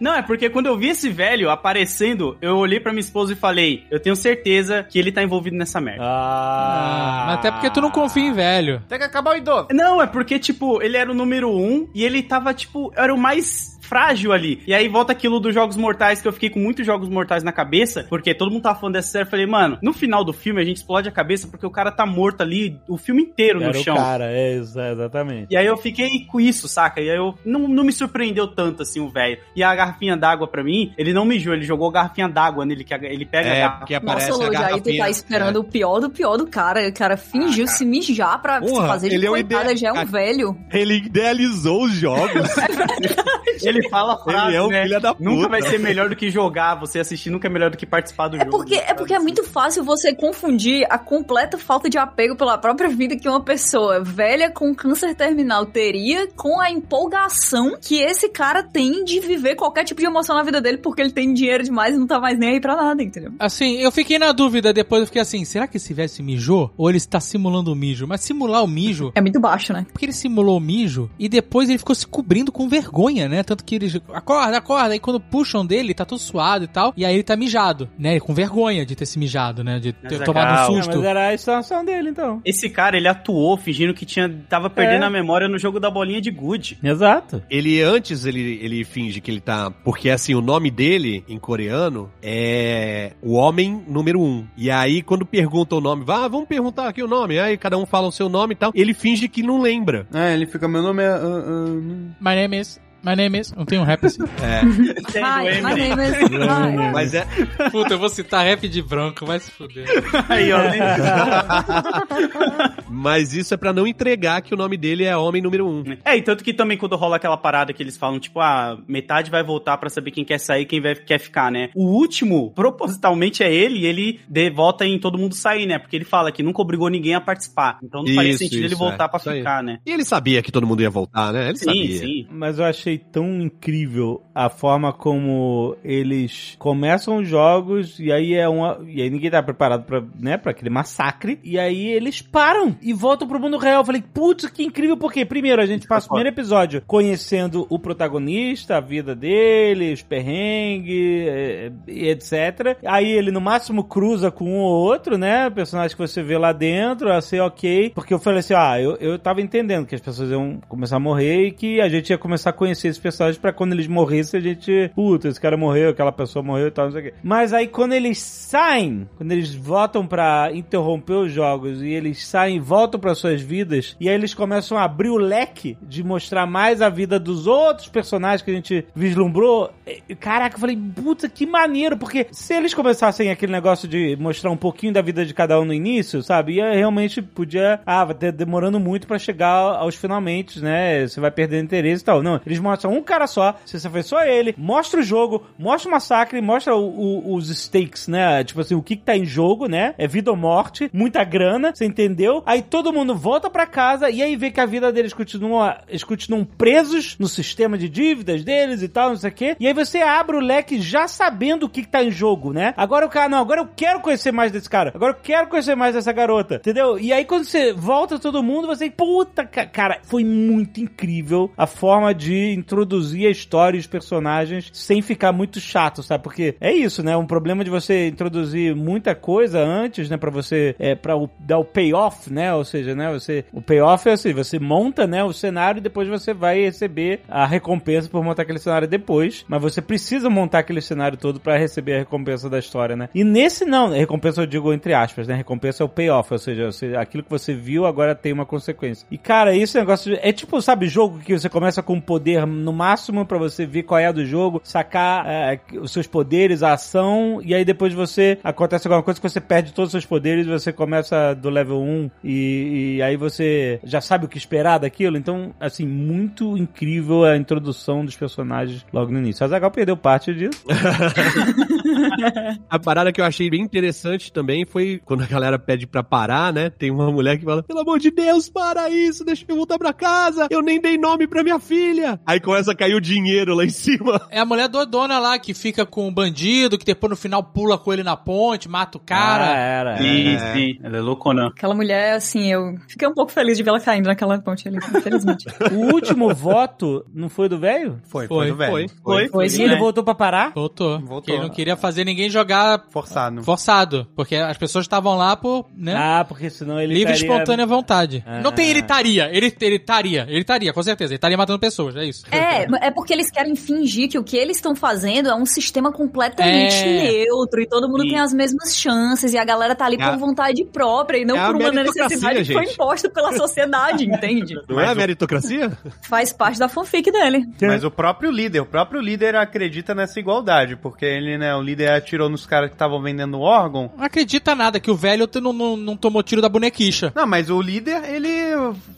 Não, é porque quando eu vi esse velho aparecendo, eu olhei pra minha esposa e falei: Eu tenho certeza que ele tá envolvido nessa merda. Ah. Mas até porque tu não confia em velho. Tem que acabar o idoso. Não, é porque, tipo, ele era o número um e ele tava, tipo, era o mais frágil ali. E aí volta aquilo dos Jogos Mortais, que eu fiquei com muitos Jogos Mortais na cabeça, porque todo mundo tava falando dessa série. Eu falei, mano, no final do filme a gente explode a cabeça porque o cara tá morto ali o filme inteiro Era no o chão. cara, é, exa- exatamente. E aí eu fiquei com isso, saca? E aí eu não, não me surpreendeu tanto assim o velho. E a garrafinha d'água pra mim, ele não mijou, ele jogou a garrafinha d'água nele, que a- ele pega a É, garrafa. porque aparece Nossa, a Lud, aí tu garrafinha. é. Ah, tá esperando o pior do pior do cara. O cara fingiu se mijar pra Porra, se fazer de ele é o coitada, ideal- já é um cara. velho. Ele idealizou os jogos. É Ele fala a frase, Ele é um né? filho da Nunca puta. vai ser melhor do que jogar, você assistir nunca é melhor do que participar do É jogo. né? porque, é porque é muito fácil você confundir a completa falta de apego pela própria vida que uma pessoa velha com câncer terminal teria com a empolgação que esse cara tem de viver qualquer qualquer tipo de emoção na vida dele porque ele tem dinheiro demais e não tá mais nem aí pra nada, entendeu? Assim, eu fiquei na dúvida depois, eu fiquei assim, será que esse velho se mijou? Ou ele está simulando o mijo? Mas simular o mijo... É muito baixo, né? Porque ele simulou o mijo e depois ele ficou se cobrindo com vergonha, né? Tanto que ele acorda, acorda, e quando puxam dele, tá todo suado e tal, e aí ele tá mijado, né? Com vergonha de ter se mijado, né? De ter Mas é tomado um calma. susto. mas era a situação dele, então. Esse cara, ele atuou fingindo que tinha, tava perdendo É. a memória no jogo da bolinha de gude. Exato. Ele antes ele, ele finge que ele tá. Porque assim, o nome dele em coreano é o homem número um. E aí, quando pergunta o nome, vá, vamos perguntar aqui o nome. Aí cada um fala o seu nome e tal. Ele finge que não lembra. É, ele fica, meu nome é... ah, é- My name is... My name is... Não tem um rap assim? Tem do Ai, my Eminem. name is... Ai. Mas é. Puta, eu vou citar rap de branco, vai se fuder. Aí, ó. Mas isso é pra não entregar que o nome dele é homem número um. É, e tanto que também quando rola aquela parada que eles falam, tipo, ah, metade vai voltar pra saber quem quer sair e quem vai, quer ficar, né? O último, propositalmente, é ele e ele dê volta em todo mundo sair, né? Porque ele fala que nunca obrigou ninguém a participar. Então não faria Isso, sentido ele isso, voltar é. pra Isso aí. ficar, né? E ele sabia que todo mundo ia voltar, né? Ele Sim, sabia. sim. Mas eu achei tão incrível a forma como eles começam os jogos e aí é uma. E aí ninguém tá preparado pra, né, pra aquele massacre. E aí eles param e voltam pro mundo real. Eu falei, putz, que incrível, porque primeiro a gente passa o primeiro episódio conhecendo o protagonista, a vida dele, os perrengues, eh, e etc. Aí ele no máximo cruza com um ou outro, né? O personagem que você vê lá dentro, assim, ok. Porque eu falei assim, ah, eu, eu tava entendendo que as pessoas iam começar a morrer e que a gente ia começar a conhecer esses personagens pra quando eles morressem a gente, puta, esse cara morreu, aquela pessoa morreu e tal, não sei o quê. Mas aí quando eles saem, quando eles votam pra interromper os jogos e eles saem e voltam pra suas vidas, e aí eles começam a abrir o leque de mostrar mais a vida dos outros personagens que a gente vislumbrou. E, Caraca, eu falei, puta, que maneiro, porque se eles começassem aquele negócio de mostrar um pouquinho da vida de cada um no início, sabe? Ia realmente podia, ah, vai ter- demorando muito pra chegar aos finalmente, né? Você vai perder interesse e tal. Não, eles mostram um cara só, se você fez só ele, mostra o jogo, mostra o massacre, mostra o- o- os stakes, né? Tipo assim, o que, que tá em jogo, né? É vida ou morte, muita grana, você entendeu? Aí todo mundo volta pra casa e aí vê que a vida deles continua, eles continuam presos no sistema de dívidas deles e tal, não sei o quê. E aí você abre o leque já sabendo o que, que tá em jogo, né? Agora o cara, não, agora eu quero conhecer mais desse cara, agora eu quero conhecer mais dessa garota, entendeu? E aí quando você volta todo mundo, você, puta, ca- cara, foi muito incrível a forma de introduzir a história e os personagens sem ficar muito chato, sabe? Porque é isso, né? Um problema de você introduzir muita coisa antes, né, Pra você é para dar o payoff, né? Ou seja, né, você o payoff é assim, você monta, né, o cenário e depois você vai receber a recompensa por montar aquele cenário depois, mas você precisa montar aquele cenário todo pra receber a recompensa da história, né? E nesse não, né, recompensa eu digo entre aspas, né? Recompensa é o payoff, ou seja, você- aquilo que você viu agora tem uma consequência. E cara, esse negócio de- é tipo, sabe, jogo que você começa com um poder no máximo pra você ver qual é a do jogo, sacar é, os seus poderes, a ação, e aí depois você acontece alguma coisa que você perde todos os seus poderes, você começa do level 1 e, e aí você já sabe o que esperar daquilo. Então, assim, muito incrível a introdução dos personagens logo no início. A Zagal perdeu parte disso. A parada que eu achei bem interessante também foi quando a galera pede pra parar, né? Tem uma mulher que fala: pelo amor de Deus, para isso, deixa eu voltar pra casa, eu nem dei nome pra minha filha. Aí começa a cair o dinheiro lá em cima. É a mulher dodona lá que fica com o bandido, que depois no final pula com ele na ponte, mata o cara. Ah, era. Sim, sim. Ela é loucona. Aquela mulher, assim, eu fiquei um pouco feliz de ver ela caindo naquela ponte ali, infelizmente. O último voto não foi do velho? Foi, foi, Foi, do velho. foi. Foi, Foi, E sim, ele né? voltou pra parar? Voltou. Voltou. Porque ele não queria fazer ninguém jogar Forçado. forçado. Porque as pessoas estavam lá por, né? Ah, porque senão ele Livre e estaria- espontânea vontade. Ah. Não tem ele estaria. Ele, ele estaria. Ele estaria, com certeza. Ele estaria matando pessoas, é isso. É, é porque eles querem fingir que o que eles estão fazendo é um sistema completamente É. neutro e todo mundo Sim. tem as mesmas chances e a galera tá ali É a- por vontade própria e não é a por uma meritocracia, necessidade que foi gente. imposta pela sociedade, entende? Não é a meritocracia? Faz parte da fanfic dele. Mas o próprio líder, o próprio líder acredita nessa igualdade, porque ele, né, o líder atirou nos caras que estavam vendendo órgão. Não acredita nada que o velho não, não, não tomou tiro da bonequicha. Não, mas o líder, ele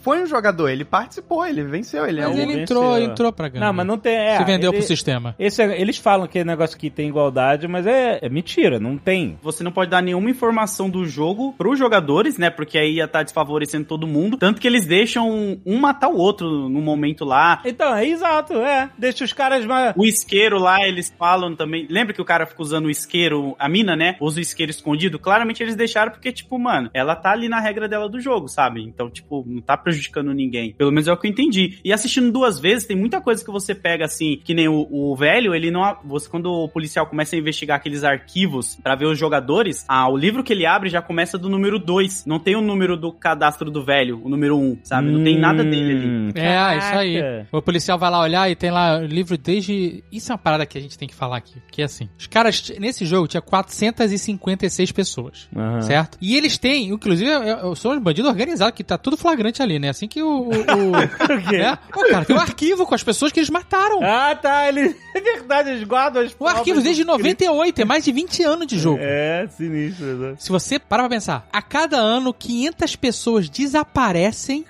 foi um jogador, ele participou, ele venceu, ele é Mas um... ele entrou, venceu, Entrou pra ganhar. Não, mas não tem. É, Se vendeu ele- pro sistema. Esse é- eles falam que negócio que tem igualdade, mas é, é mentira, não tem. Você não pode dar nenhuma informação do jogo pros jogadores, né? Porque aí ia estar desfavorecendo todo mundo. Tanto que eles deixam um matar o outro no momento lá. Então, é exato, é. Deixa os caras mais. O isqueiro lá, eles falam também. Lembra que o cara fica usando o isqueiro, a mina, né? Usa o isqueiro escondido. Claramente eles deixaram porque, tipo, mano, ela tá ali na regra dela do jogo, sabe? Então, tipo, não tá prejudicando ninguém. Pelo menos é o que eu entendi. E assistindo duas vezes, tem muita coisa que você pega assim, que nem o, o velho, ele não. a- Você, quando o policial começa a investigar aqueles arquivos pra ver os jogadores, ah, o livro que ele abre já começa do número 2. Não tem o número do cadastro do velho, o número 1, um, sabe? Não tem nada dele ali. Hum. É, isso aí. O policial vai lá olhar e tem lá livro desde. Isso é uma parada que a gente tem que falar aqui. Que é assim: os caras, t- nesse jogo, tinha 456 pessoas. Certo? E eles têm, inclusive, eu- eu sou um bandido organizado, que tá tudo flagrante ali, né? Assim que o. o, o né? Pô, cara, tem um arquivo com as pessoas que eles mataram. Hum. Ah, tá, ele. É verdade, eles guardam as O arquivo desde 98, é mais de 20 anos de jogo. É, sinistro, exato. Se você para pra pensar, a cada ano 500 pessoas desaparecem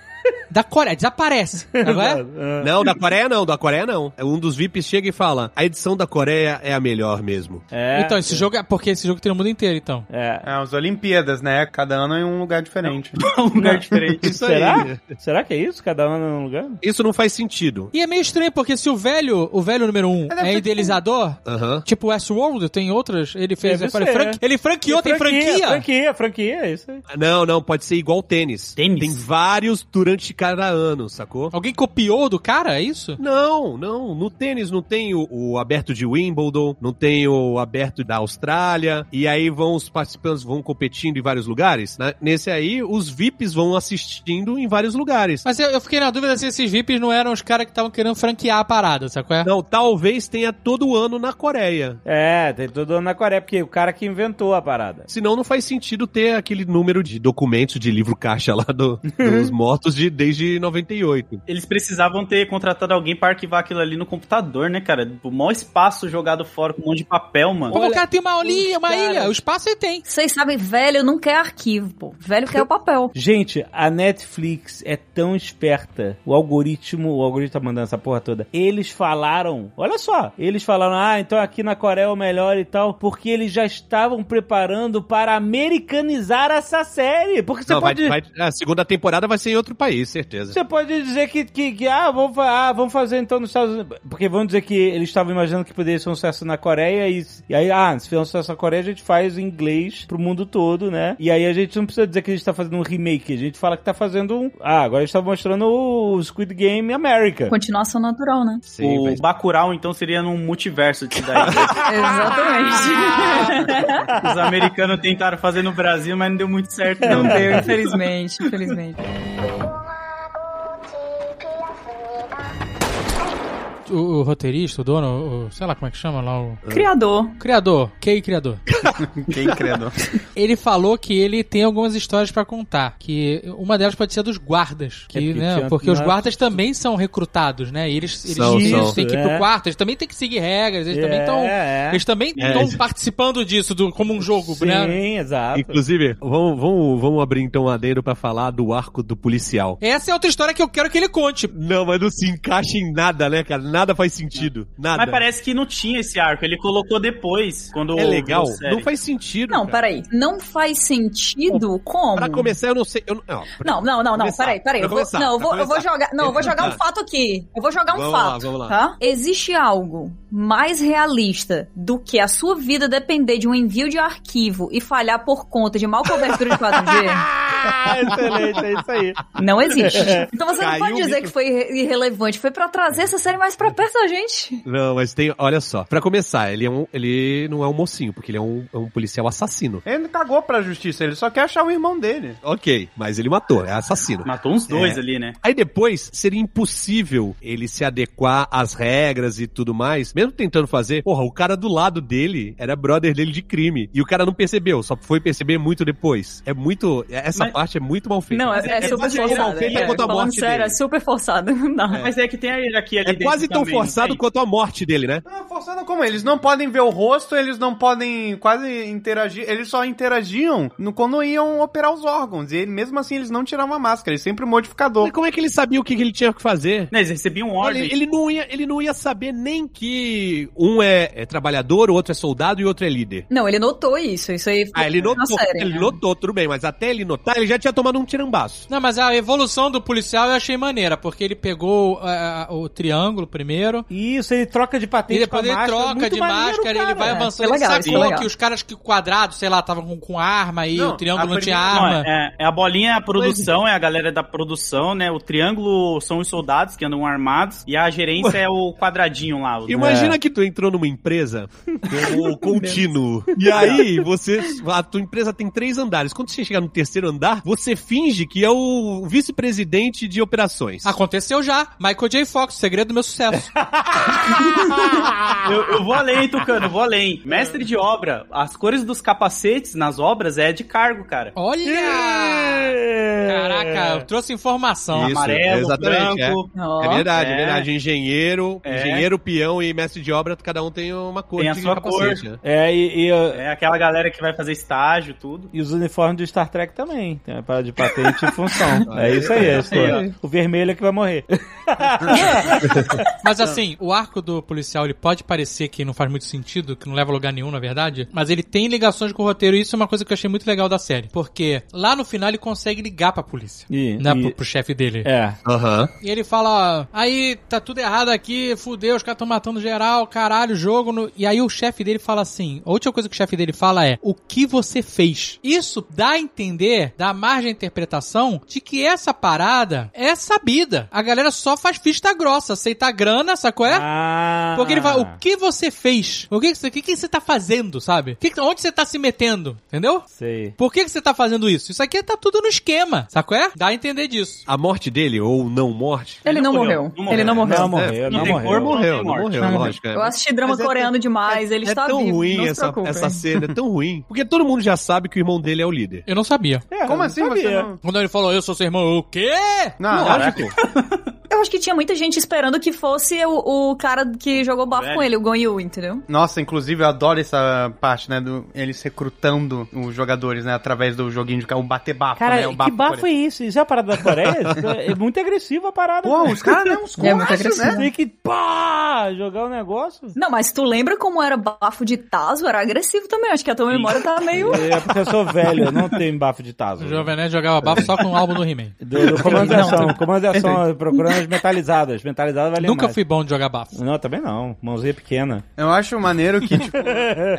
da Coreia. Desaparece. é? Agora, Não, da Coreia não, da Coreia não. Um dos VIPs chega e fala: a edição da Coreia é a melhor mesmo. É. então, esse jogo é. Porque esse jogo tem no mundo inteiro, então. É. É, as Olimpíadas, né? Cada ano em um lugar diferente. é um lugar diferente. Isso Será? aí. Será que é isso? Cada um num lugar? Isso não faz sentido. E é meio estranho, porque se o velho, o velho número um é idealizador, Aham. tipo Westworld, tem outras, ele fez. Deve Ele, fran- ser. né? ele franqueou, tem franquia. Franquia, franquia, é isso aí. Não, não, pode ser igual tênis. Tênis? Tem vários durante cada ano, sacou? Alguém copiou do cara, é isso? Não, não. No tênis não tem o, o aberto de Wimbledon, não tem o aberto da Austrália. E aí vão os participantes vão competindo em vários lugares. né? Nesse aí, os VIPs vão assistindo em vários lugares. Mas eu, eu fiquei na dúvida se esses VIPs não eram os caras que estavam querendo franquear a parada, sabe qual é? Não, talvez tenha todo ano na Coreia. É, tem tudo na Coreia, porque o cara que inventou a parada. Senão não faz sentido ter aquele número de documentos de livro caixa lá do- dos mortos de, desde 98. Eles precisavam ter contratado alguém pra arquivar aquilo ali no computador, né, cara? O maior espaço jogado fora com um monte de papel, mano. Como o cara tem uma olhinha, uma cara. ilha, o espaço ele tem. Vocês sabem, velho não quer arquivo, pô. Velho quer o papel. Gente, a Netflix é tão esperta. O algoritmo, o algoritmo tá mandando essa porra toda. Eles falaram, olha só, eles falaram, ah, então aqui na Coreia é o melhor e tal, porque eles já estavam preparando para americanizar essa série. Porque você Não, vai- pode. vai- a segunda temporada vai ser em outro país, certeza. Você pode dizer que, que, que, ah, vamos, fa- ah, vamos fazer então nos Estados Unidos. Porque vão dizer que eles estavam imaginando que poderia ser um sucesso na Coreia e, e aí, ah, se fizer um sucesso na Coreia, a gente faz em inglês pro mundo todo, né? E aí a gente não precisa dizer que a gente tá fazendo um remake, a gente fala que tá fazendo um. Ah, agora a gente tá mostrando o Squid Game America. Continuação natural, né? Sim, vai- o Bacurau, então, seria num multiverso disso daí. Exatamente. Os americanos tentaram fazer no Brasil, mas não deu muito certo, não. Não deu, infelizmente, infelizmente. O, o roteirista, o dono, o, sei lá como é que chama lá, o Criador. criador, Kei criador. Quem credo. Ele falou que ele tem algumas histórias pra contar, que uma delas pode ser dos guardas, que, É, porque né, tinha- porque os guardas também são recrutados, né? E eles, eles São, eles são. têm que ir pro É. quarto, eles também têm que seguir regras, eles também então, É, estão é. eles também É, estão eles- participando disso do, como um jogo, né? Sim, exato. Inclusive, vamos, vamos, vamos abrir então um adendo pra falar do arco do policial. Essa é outra história que eu quero que ele conte. Não, mas não se encaixa em nada, né, cara? Nada faz sentido. Nada. Mas parece um que não tinha esse arco. Ele colocou depois, quando É legal. virou série. Não faz sentido. Não, cara. peraí. Não faz sentido como? Pra começar, eu não sei. Eu não, não, pra- Não, é não, não, não. começar, Peraí, peraí. pra Eu vou, começar, não, eu pra vou, eu vou começar. jogar. Não, eu vou jogar um Tá. fato aqui. Eu vou jogar um Vamos lá, fato. vamos lá. Tá? Existe algo mais realista do que a sua vida depender de um envio de arquivo e falhar por conta de mal cobertura de 4G? Ah, excelente, é isso aí. Não existe. Então você Caiu não o pode dizer micro. que foi irre- irrelevante. Foi pra trazer essa série mais pra perto da gente. Não, mas tem. Olha só. Pra começar, ele, é um, ele não é um mocinho, porque ele é um, é um policial assassino. Ele cagou pra justiça, ele só quer achar o irmão dele. Ok, mas ele matou, é assassino. Matou uns dois É. ali, né? Aí depois seria impossível ele se adequar às regras e tudo mais, mesmo tentando fazer. Porra, o cara do lado dele era brother dele de crime e o cara não percebeu, só foi perceber muito depois. É muito, é- essa Mas- parte é muito mal feita. Não, é, é É super quase algo mal forçada. feito É, quanto a falando morte sério, é dele. super forçada. Não. Mas é que tem a hierarquia ali É dentro quase tão também, forçado não tem? quanto a morte dele, né? Ah, forçado como? Eles não podem ver o rosto, eles não podem quase interagir. Eles só interagiam no, quando iam operar os órgãos. E mesmo assim eles não tiravam a máscara, eles sempre o modificador. Mas como é que ele sabia o que, que ele tinha que fazer? Né, Eles recebiam ordem. Ele, ele não ia, ele não ia saber nem que um é, é trabalhador, o outro é soldado e o outro é líder. Não, ele notou isso. Isso aí ficou Ah, ele notou, série, ele né? notou, tudo bem, mas até ele notar, ele já tinha tomado um tirambaço. Não, mas a evolução do policial eu achei maneira, porque ele pegou ah, o triângulo primeiro, Isso, ele troca de E patente depois com a ele máscara, troca é muito de maneiro, máscara, ele cara. É, vai avançando. Foi legal, ele foi sacou legal. que os caras que quadrados, sei lá, estavam com, com arma e Não, o triângulo a não tinha primeira- Ah, Não, arma. é, é a bolinha é a produção, é a galera da produção, né? O triângulo são os soldados que andam armados e a gerência é o quadradinho lá. o- Imagina que tu entrou numa empresa É. como contínuo. e aí, você. A tua empresa tem três andares. Quando você chegar no terceiro andar, você finge que é o vice-presidente de operações. Aconteceu já. Michael J. Fox, segredo do meu sucesso. Eu, eu vou além, Tucano, eu vou além. Mestre de obra, as cores dos capacetes nas obras é de cargo, cara. Olha! Caraca, eu trouxe informação. Ah, Amarelo, exatamente, branco. Ó. É verdade, é É. verdade. Engenheiro, É. engenheiro, peão e mestre de obra, cada um tem uma cor Tem a de sua capacete, né? É, e, e, uh, É aquela galera que vai fazer estágio, tudo. e os uniformes do Star Trek também. Tem uma parada de patente e função. É isso aí, é isso aí. O vermelho é que vai morrer. Mas assim, o arco do policial, ele pode parecer que não faz muito sentido, que não leva a lugar nenhum, na verdade, mas ele tem ligações com o roteiro e isso é uma coisa que eu achei muito legal da série. Porque lá no final ele consegue ligar pra polícia. E- né, e- pro, pro chefe dele. É. Aham. E ele fala, ó, aí tá tudo errado aqui, fudeu, os caras tão matando geral, caralho, jogo. no-" E aí o chefe dele fala assim, a última coisa que o chefe dele fala é, o que você fez? Isso dá a entender, dá margem à interpretação, de que essa parada é sabida. A galera só faz vista grossa, aceita a grana, sacou? É? Ah. Porque ele fala, o que você fez? O que, que, você- o que, que você tá fazendo, sabe? O que que- onde você tá se metendo, entendeu? Sei. Por que, que você tá fazendo isso? Isso aqui tá tudo no esquema, sacou? É? Dá a entender disso. A morte dele, ou não morte, Ele não morreu. Ele não morreu. Não é, morreu, não tem morreu. cor, não morreu, não morte. morreu, lógico. é. Eu assisti drama Mas é coreano tão- demais, ele é está tão vivo. ruim não se essa, preocupem. essa cena, é tão ruim. Porque todo mundo já sabe que o irmão dele é o líder. Eu não sabia. É, Como eu assim sabia. você não... Quando ele falou, eu sou seu irmão, o quê? Não, lógico. Eu acho que tinha muita gente esperando que fosse o, o cara que jogou bafo Velho. com ele, o Gonyu, entendeu? Nossa, inclusive eu adoro essa parte, né, do eles recrutando os jogadores, né, através do joguinho de ca- o bater bafo, Cara, né, o que bafo é isso? Isso é a parada da Coreia? é muito agressiva a parada. Pô, os caras, né, uns É muito corachos, né? agressivo. Tem que pá, jogar o negócio. Não, mas tu lembra como era bafo de Tazo? Era agressivo também, acho que a tua memória tá meio... É porque eu sou velho, eu não tenho bafo de taso. O Jovem Nerd jogava bafo só com o álbum do He-Man. Do, do comando de ação, comando de ação, procurando as metalizadas. Metalizadas vale Nunca mais. fui bom de jogar bafo. Não, também não. Mãozinha pequena. Eu acho maneiro que, tipo,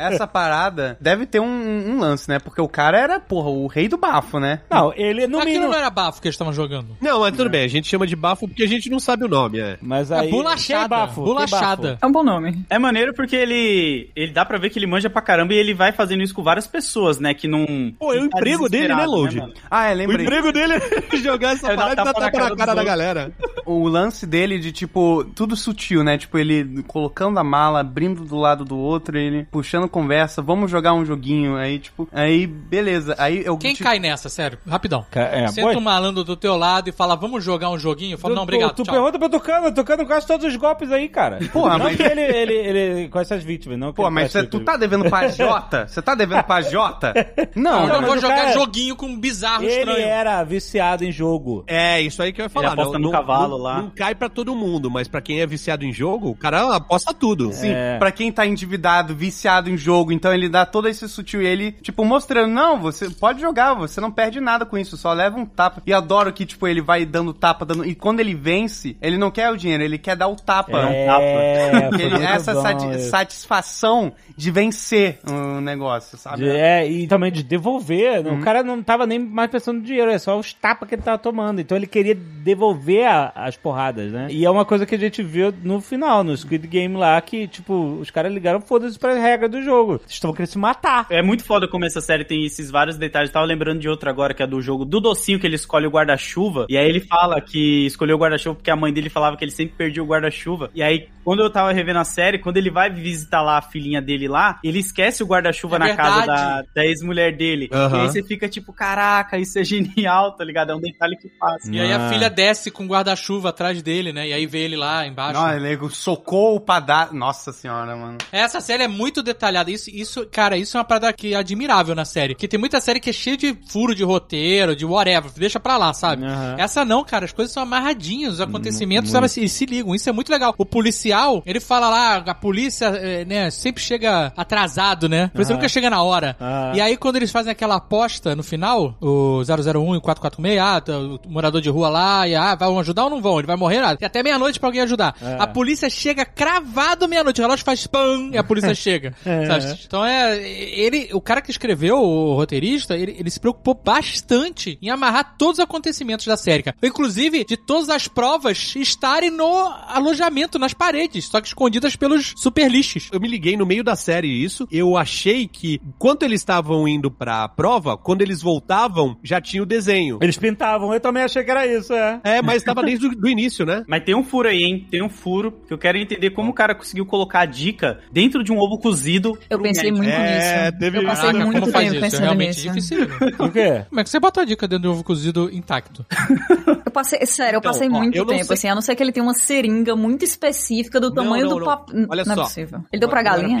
essa parada deve ter um, um lance, né? Porque o cara era, porra, o rei do bafo, né? Não, ele é no Aquilo mínimo. não é- era bafo que eles estavam jogando. Não, mas tudo bem, a gente chama de bafo porque a gente não sabe o nome, é. Mas É Tá aí. bolachada. Que bafo, que bolachada. bafo. É um bom nome. É maneiro porque ele, ele dá pra ver que ele manja pra caramba e ele vai fazendo isso com várias pessoas, né? Que não. Pô, é o não tá emprego dele, né, desesperado, Load? mano? Ah, é, O lembrei. emprego dele é jogar essa É dar parada e dar tapa na tapa cara na dos cara da outros. galera. O lance dele de, tipo, tudo sutil, né? Tipo, ele colocando a mala, abrindo do lado do outro, ele puxando conversa, vamos jogar um joguinho, aí, tipo, aí, beleza. Aí eu. Quem tipo, cai nessa, sério? Rapidão. Ca- É, Senta boi. um malandro do teu lado e fala, vamos jogar um joguinho? Eu falo, não, Tu- obrigado, Tu, tu tchau. pergunta pra Tucano, Tucano quase todos os golpes aí, cara. Porra, não mas- que ele, ele, ele. Com essas vítimas, não. que Pô, ele mas com cê- essas tu vítimas. tá devendo pra Jota? Você tá devendo pra Jota? Eu Não, não né? mas vou o jogar cara- é- joguinho com um bizarro Ele é- estranho. era viciado em jogo. É, isso aí que eu ia falar. Ele aposta no cavalo lá. Não cai pra todo mundo, mas pra quem é viciado em jogo, o cara aposta tudo. Sim, é. pra quem tá endividado, viciado em jogo, então ele dá todo esse sutil e ele, tipo, mostrando, não, você pode jogar, você não perde nada com isso, só leva um tapa. E adoro que, tipo, ele vai dando tapa, dando. E quando ele vence, ele não quer o dinheiro, ele quer dar o tapa. É, Porque foi ele- muito essa bom sati- isso. satisfação de vencer o negócio, sabe? De- é, e também de devolver. Uhum. O cara não tava nem mais pensando no dinheiro, é só os tapas que ele tava tomando. Então ele queria devolver a- as porradas, né? E é uma coisa que a gente viu no final, no Squid Game lá, que, tipo, os caras ligaram foda-se pra regra do jogo. Vocês estão querendo se matar. É muito foda como essa série tem esses vários detalhes. Tava lembrando de outra agora, que é do jogo do docinho, que ele escolhe o guarda-chuva. E aí ele fala que escolheu o guarda-chuva porque a mãe dele falava que ele sempre perdia o guarda-chuva. E aí, quando eu tava revendo a série, quando ele vai visitar lá a filhinha dele lá, ele esquece o guarda-chuva É na casa da, verdade. da ex-mulher dele. Aham. E aí você fica tipo, caraca, isso é genial, tá ligado? É um detalhe que passa. E aí a filha desce com um guarda-chuva corvo atrás dele, né? E aí vê ele lá embaixo. Não, ele socou o padar. Nossa senhora, mano. Essa série é muito detalhada. Isso, isso, cara, isso é uma parada que é admirável na série. Porque tem muita série que é cheia de furo de roteiro, de whatever. Deixa pra lá, sabe? Aham. Essa não, cara. As coisas são amarradinhas. Os acontecimentos, elas se, eles se ligam. Isso é muito legal. O policial, ele fala lá, a polícia, eh, né, sempre chega atrasado, né? Por isso Aham. nunca chega na hora. Aham. E aí, quando eles fazem aquela aposta no final, o 001 e o 446, ah, tá o morador de rua lá, e ah, vão ajudar ou não vão? Ele vai morrer, ah, tem até meia-noite pra alguém ajudar. É. A polícia chega cravado meia-noite, o relógio faz pam e a polícia chega. É. sabe? Então é. Ele, o cara que escreveu, o roteirista, ele, ele se preocupou bastante em amarrar todos os acontecimentos da série, cara. Inclusive, de todas as provas estarem no alojamento, nas paredes, só que escondidas pelos super lixos. Eu me liguei no meio da série isso. Eu achei que, enquanto eles estavam indo pra prova, quando eles voltavam, já tinha o desenho. Eles pintavam, eu também achei que era isso, é. É, mas tava desde o do início, né? Mas tem um furo aí, hein? Tem um furo que eu quero entender como o cara conseguiu colocar a dica dentro de um ovo cozido. Eu pro pensei médico. muito É, nisso. teve- Eu passei Caraca, muito como faz tempo isso? É pensando realmente nisso. difícil. O quê? Como é que você bota a dica dentro do ovo cozido intacto? Eu passei, sério, eu Então, passei ó, muito eu não tempo, sei- assim, a não ser que ele tenha uma seringa muito específica do Não, tamanho não, do não. papo. Olha não só. é possível. Ele deu pra galinha?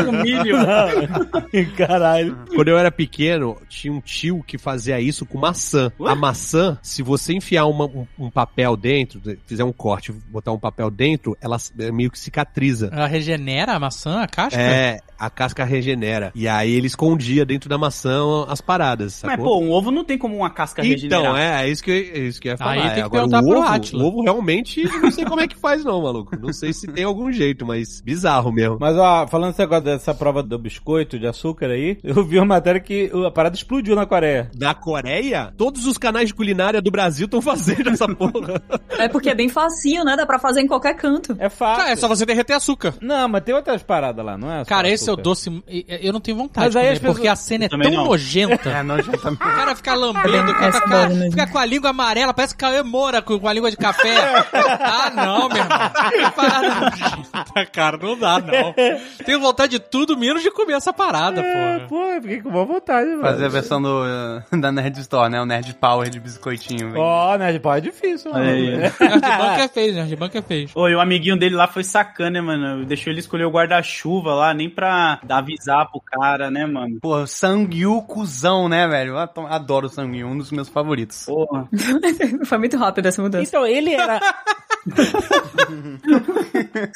Um Com milho. Caralho. Quando eu era pequeno, tinha um tio que fazia isso com maçã. A maçã, se você enfiar uma- um, um papel dentro, de- fizer um corte, botar um papel dentro, ela s- é, meio que cicatriza. Ela regenera a maçã, a casca? É, a casca regenera. E aí ele escondia dentro da maçã as paradas, Mas, sacou? pô, um ovo não tem como uma casca regenerar. então, é, é isso que, eu- é isso que eu ia falar. Aí tem que É, Agora, o perguntar pro ovo, Átila. o ovo realmente, eu não sei como é que faz não, maluco. Não sei se tem algum jeito, mas bizarro mesmo. Mas ó, falando esse negócio dessa prova do biscoito de açúcar aí, eu vi uma matéria que a parada explodiu na Coreia. Na Coreia, todos os canais de culinária do Brasil estão fazendo essa porra. É porque é bem facinho, né? Dá pra fazer em qualquer canto. É fácil. Cara, é só você derreter açúcar. Não, mas tem outras paradas lá, não é? só Cara, esse é o açúcar. doce. Eu não tenho vontade Mas de aí comer, as pessoas- porque a cena é tão também não. nojenta. não, já tá... O cara fica lambendo, o cara Essa fica, bola, né? fica com a língua amarela, parece que Cauê Moura com, com a língua de café. ah, não, meu irmão. Que parada nojenta, cara, não dá, não. Tenho vontade de tudo, menos de comer essa parada, É, porra. pô, eu fiquei com boa vontade, mano. Fazer a versão do, eh, da Nerd Store, né? O Nerd Power de biscoitinho, velho. Ó, Nerd Power é difícil, mano. Aí. Nerdbank é feio, Nerdbank é feio. Oi, o amiguinho dele lá foi sacana, né, mano? Deixou ele escolher o guarda-chuva lá, nem pra dar avisar pro cara, né, mano? Pô, Sangyu cuzão, né, velho? Eu ato- adoro Sangyu, um dos meus favoritos. Porra. É. Foi muito rápido essa mudança. Então, ele era.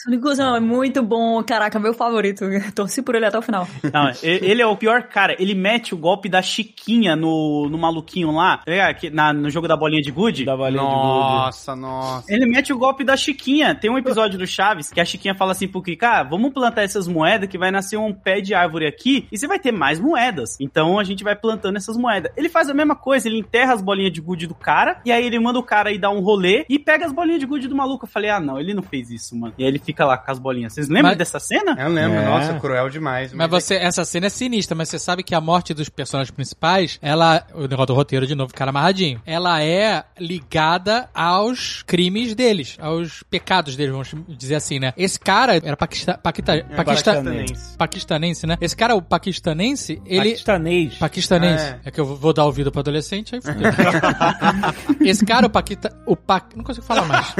Inclusão, é muito bom. Caraca, meu favorito. Torci por ele até o final. Não, e- ele é o pior cara. Ele mete o golpe da Chiquinha no, no maluquinho lá, tá ligado? Que- na, no jogo da bolinha de gude. da valinha Nossa, nossa. Ele mete o golpe da Chiquinha. Tem um episódio do Chaves que a Chiquinha fala assim pro Kika, ah, vamos plantar essas moedas que vai nascer um pé de árvore aqui e você vai ter mais moedas. Então a gente vai plantando essas moedas. Ele faz a mesma coisa, ele enterra as bolinhas de gude do cara e aí ele manda o cara ir dar um rolê e pega as bolinhas de gude do maluco. Eu falei, ah não, ele não fez isso, mano. E aí ele fica lá com as bolinhas. Vocês lembram Mas- dessa cena? Eu lembro, É. nossa, cruel demais. Mas você, essa cena é sinistra, mas você sabe que a morte dos personagens principais, ela, o negócio do roteiro de novo, cara amarradinho, ela é ligada aos crimes deles, aos pecados deles, vamos dizer assim, né? Esse cara era paquista, paquita, paquista, paquistanense. É, paquistanense, né? Esse cara, o paquistanense, Ele... ele... Paquistanês. Paquistanense. Ah, É. que eu vou- vou dar ouvido pra adolescente, aí fudeu. Esse cara, o Paquita... O pa... Não consigo falar mais.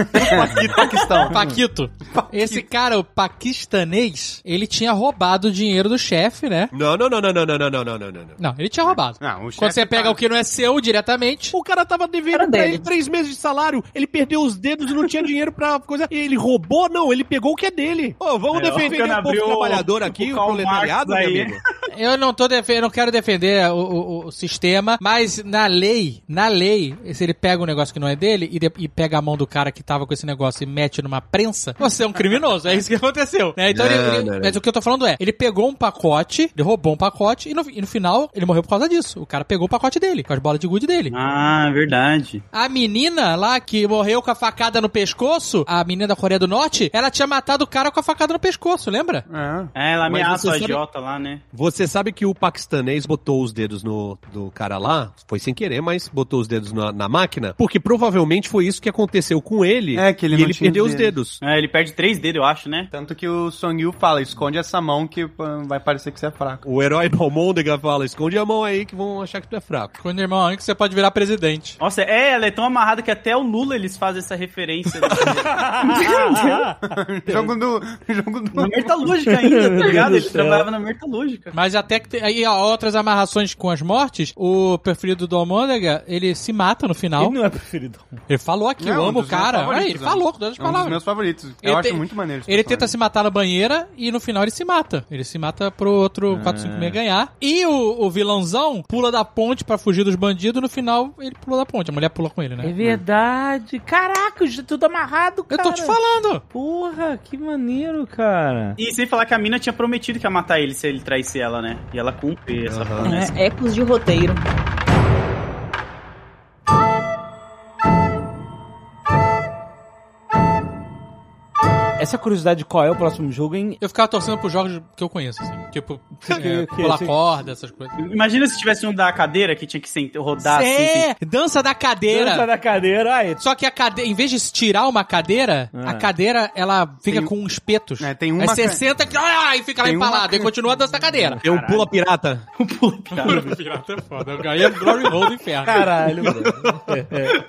Paquistão. Paquito. Esse cara, o paquistanês, ele tinha roubado o dinheiro do chefe, né? Não, não, não, não, não, não, não, não, não, não, não. Não, ele tinha roubado. Não, o Quando chefe você pega tá- o que não é seu diretamente, O cara tava devendo Era pra dele. ele três meses de salário, ele perdeu os dedos e não tinha dinheiro pra coisa. Ele roubou, não, ele pegou o que é dele. Ô, vamos É, defender um o cara o povo abriu trabalhador aqui, o o, Karl proletariado, Marx meu aí. amigo. eu não tô defe- eu não quero defender o, o- o sistema, mas na lei, na lei, se ele pega um negócio que não é dele e, de- e pega a mão do cara que tava com esse negócio e mete numa prensa, você é um criminoso, é isso que aconteceu. né? Então ele- Não, ele- não, não. mas o que eu tô falando é, ele pegou um pacote, ele roubou um pacote e no, e no final ele morreu por causa disso. O cara pegou o pacote dele, com as bolas de gude dele. Ah, verdade. A menina lá que morreu com a facada no pescoço, a menina da Coreia do Norte, ela tinha matado o cara com a facada no pescoço, lembra? É. É, ela Mas ameaça você o sabe- agiota lá, né? Você Você sabe que o paquistanês botou os dedos no do cara lá? Foi sem querer, mas botou os dedos na, na máquina? Porque provavelmente foi isso que aconteceu com ele. É, que ele e não ele tinha perdeu os os dedos. É, ele perde três dedos, eu acho, né? Tanto que o Song Yu fala, esconde essa mão que pô, vai parecer que você é fraco. O herói Balmôndega fala: esconde a mão aí que vão achar que tu é fraco. Quando irmão, aí que você pode virar presidente. Nossa, é, ela é tão amarrada que até o Lula eles fazem essa referência. jogo do... Jogo do... na metalúrgica ainda, tá Meu Deus ligado? Ele do céu. trabalhava na metalúrgica. Mas até que tem, aí ó, outras amarrações com as mortes, o preferido do Almôndega, ele se mata no final. Ele Ele, não é preferido. falou aqui, É eu um amo o dos meus cara. favoritos, Aí, ele né? falou com todas as É um dos palavos. meus favoritos. Ele Eu acho tem- muito maneiro. esse Ele tenta personagem. se matar na banheira e no final ele se mata. Ele se mata pro outro É. 456 ganhar. E o, o vilãozão pula da ponte pra fugir dos bandidos e no final ele pula da ponte. A mulher pula com ele, É né? verdade. Caraca, já tudo amarrado, Eu cara. tô te falando! Porra, que maneiro, cara. E sem falar que a mina tinha prometido que ia matar ele se ele traísse ela, né? E ela cumpre essa promessa. É, ecos de roteiro. Essa curiosidade de qual é o próximo jogo, hein? Eu ficava torcendo pros jogos que eu conheço, assim. Tipo, é, que- que- pular que- corda, essas coisas. Imagina se tivesse um da cadeira que tinha que sent- rodar assim, assim. É, dança da cadeira! Dança da cadeira. Ai, Só que a cadeira, em vez de tirar uma cadeira, Ah. a cadeira ela fica Tem- com uns petos. É, tem uma Aí você ca- senta que- ah, e fica lá Tem uma empalado. E ca- continua a dança da cadeira. Tem um pula pirata. Pirata é foda. Eu ganhei Glory Hole do inferno. caralho.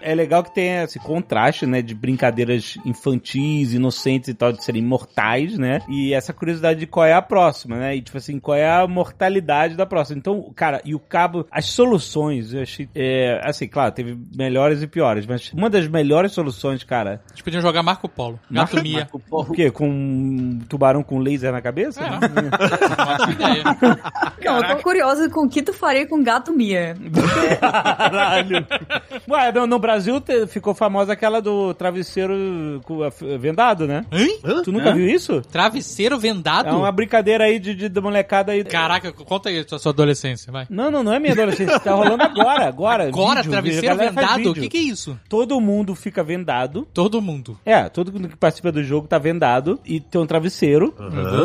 É, é legal que tem esse contraste, né, de brincadeiras infantis, inocentes e tal, de serem mortais, né? E essa curiosidade de qual é a próxima, né? E tipo assim, qual é a mortalidade da próxima. Então, cara, e o cabo, as soluções, eu achei, é, assim, claro, teve melhores e piores, mas uma das melhores soluções, cara, Eles podiam jogar Marco Polo. Gato Mia. o quê? Com um tubarão com laser na cabeça? Né? Ótima ideia. Não, eu tô curiosa com o que tu faria com gato Mia. Caralho. Ué, no, no Brasil te- ficou famosa aquela do travesseiro com a- vendado, né? Hein? Tu nunca viu isso? Travesseiro vendado? É uma brincadeira aí de, de, da molecada aí. Caraca, conta aí a sua adolescência, vai. Não, não, não é minha adolescência. Tá rolando agora, agora. Agora, vídeo, travesseiro a galera faz vendado? O vídeo. que, que é isso? Todo mundo fica vendado. Todo mundo. É, todo mundo que participa do jogo tá vendado e tem um travesseiro.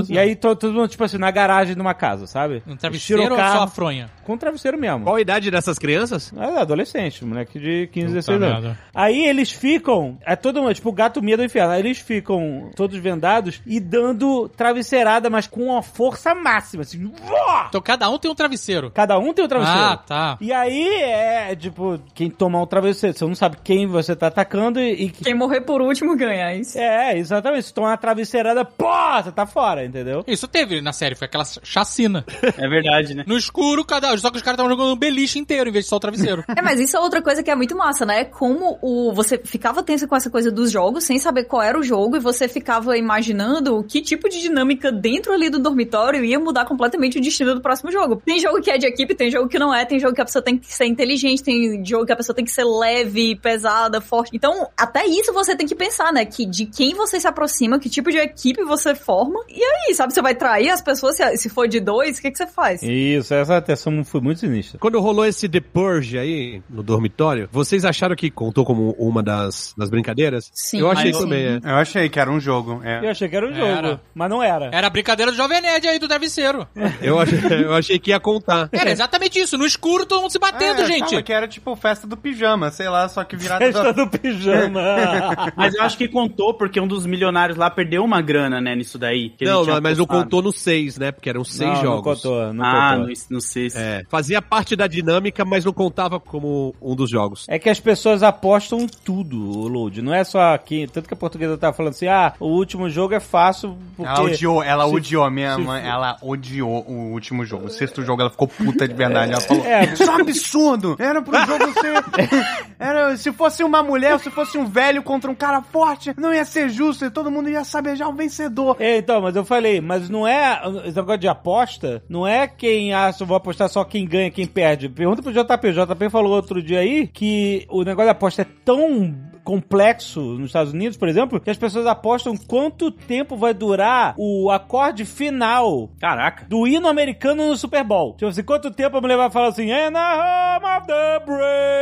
E aí to- todo mundo, tipo assim, na garagem de uma casa, sabe? Um travesseiro Tira ou o só a carro, fronha? Com travesseiro mesmo. Qual a idade dessas crianças? É, adolescente, moleque de 15, 16 Puta anos. merda. Aí eles ficam, é todo mundo, tipo, o gato medo do inferno. Aí eles ficam todos vendados e dando travesseirada, mas com uma força máxima, assim. uó! Então cada um tem um travesseiro. Cada um tem um travesseiro. Ah, tá. E aí é, tipo, quem tomar um travesseiro, você não sabe quem você tá atacando e, e que- Quem morrer por último ganha, é isso. É, exatamente. Se tomar uma travesseirada, pô, você tá fora, entendeu? Isso teve na série, foi aquela chacina. É verdade, né? No escuro, cada só que os caras estavam jogando um beliche inteiro em vez de só o travesseiro. É, mas isso é outra coisa que é muito massa, né? É Como o você ficava tenso com essa coisa dos jogos, sem saber qual era o jogo, e você ficava imaginando que tipo de dinâmica dentro ali do dormitório ia mudar completamente o destino do próximo jogo. Tem jogo que é de equipe, tem jogo que não é, tem jogo que a pessoa tem que ser inteligente, tem jogo que a pessoa tem que ser leve, pesada, forte. Então, até isso você tem que pensar, né? Que de quem você se aproxima, que tipo de equipe você forma. E aí, sabe, você vai trair as pessoas se, se for de dois, o que, que você faz? Isso, essa atenção foi muito sinistra. Quando rolou esse The Purge aí no dormitório, vocês acharam que contou como uma das, das brincadeiras? Sim, Eu achei sim. também. é. Eu achei que era um jogo. É. Eu achei que era um jogo, Era. mas não era. Era a brincadeira do Jovem Nerd aí do travesseiro. Eu, achei, eu achei que ia contar. É. Era exatamente isso. No escuro, todo mundo se batendo, É, Ah, eu achava gente. que era tipo festa do pijama, sei lá, só que virada Festa da... do pijama. Mas eu acho que contou porque um dos milionários lá perdeu uma grana, né, nisso daí. que ele Não, tinha mas, mas não apostado. contou no seis, né? Porque eram seis não, Não jogos. contou, não Ah, contou. não, não sei se... É, fazia parte da dinâmica, mas não contava como um dos jogos. É que as pessoas apostam em tudo, o load. Não é só aqui. Tanto que a portuguesa tá falando assim, ah, o último jogo é fácil porque... Ela odiou, ela se- odiou, minha se- mãe, ela odiou o último jogo. O sexto jogo ela ficou puta de verdade, ela falou, É. isso é um absurdo, era pro jogo ser, era, se fosse uma mulher, se fosse um velho contra um cara forte, não ia ser justo e todo mundo ia saber já o vencedor. É, então, mas eu falei, mas não é. Esse negócio de aposta, não é quem acha, eu vou apostar só quem ganha, quem perde. Pergunta pro JP. O JP falou outro dia aí que o negócio da aposta é tão complexo nos Estados Unidos, por exemplo, que as pessoas apostam quanto tempo vai durar o acorde final Caraca. do hino americano no Super Bowl. Tipo assim, quanto tempo a mulher vai falar assim, And I home of the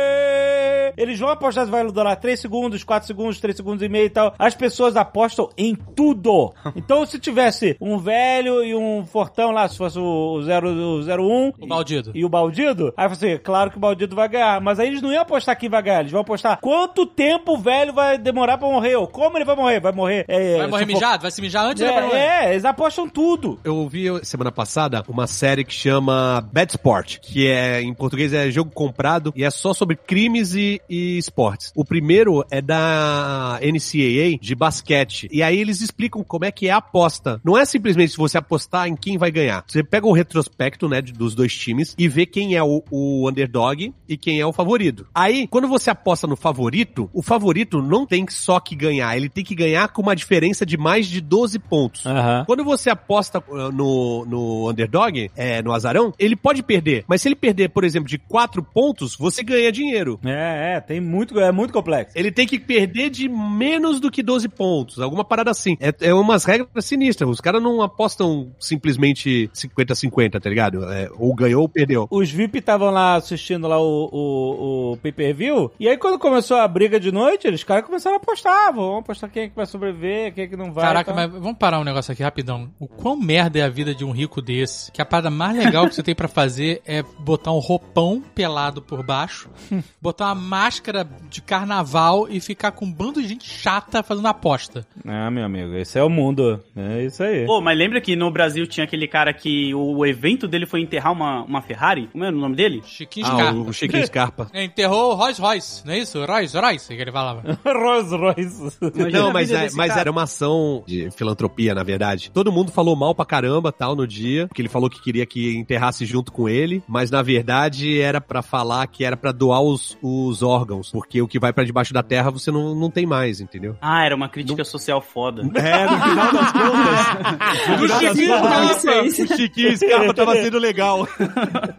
brave. Eles vão apostar se vai durar 3 segundos, 4 segundos, 3 segundos e meio e tal. As pessoas apostam em tudo. Então, se tivesse um velho e um fortão lá, se fosse o 001 O baldido. e o Baldido, aí você, claro que o Baldido vai ganhar, mas aí eles não iam apostar quem vai ganhar, eles vão apostar quanto tempo o velho vai demorar pra morrer, ou como ele vai morrer, vai morrer... É, Vai morrer Tipo, se for- mijado? Vai se mijar antes ou depois? É, é, eles apostam tudo. Eu ouvi semana passada uma série que chama Bad Sport, que é em português é jogo comprado e é só sobre crimes e, e esportes. O primeiro é da NCAA de basquete. E aí eles explicam como é que é a aposta. Não é simplesmente você apostar em quem vai ganhar. Você pega o retrospecto, né, de- dos dois times e vê quem é o, o underdog e quem é o favorito. Aí, quando você aposta no favorito, o favorito não tem só que ganhar, ele tem que ganhar com uma diferença de mais de 12 pontos. Ah. Quando você aposta uh, no, no underdog, é, no azarão, ele pode perder. Mas se ele perder, por exemplo, de 4 pontos, você ganha dinheiro. É, é, tem muito, é muito complexo. Ele tem que perder de menos do que 12 pontos, alguma parada assim. É, é umas regras sinistras. Os caras não apostam simplesmente 50-50, tá ligado? É, ou ganhou ou perdeu. Os VIP estavam lá assistindo lá o, o, o pay-per-view, e aí quando começou a briga de noite, eles caras começaram a apostar, vão apostar quem é que vai sobreviver, quem é que não vai. Caraca, tá. e tal. mas vamos parar um negócio aqui rapidão. O quão merda é a vida de um rico desse? Que a parada mais legal que você tem pra fazer é botar um roupão pelado por baixo, botar uma máscara de carnaval e ficar com um bando de gente chata fazendo aposta. Ah, meu amigo, esse é o mundo. É isso aí. Pô, mas lembra que no Brasil tinha aquele cara que o evento dele foi enterrar uma, uma Ferrari? Como era o nome dele? Chiquinho Ah, Scarpa. o Chiquinho Scarpa. É, Enterrou o Rolls Royce, não é isso? Rolls Royce, que ele falava. Rolls Royce. Imagina Não, a mas, vida é- desse mas cara. era uma ação de filantropia, na verdade. Todo mundo falou mal pra caramba, tal, no dia, porque ele falou que queria que enterrasse junto com ele, mas na verdade era pra falar que era pra doar os, os órgãos, porque o que vai pra debaixo da terra você não, não tem mais, entendeu? Ah, era uma crítica social foda. É, no final das contas. Do Chiquinho Scarpa! o Ah, tá. Chiquinho Scarpa tava sendo legal.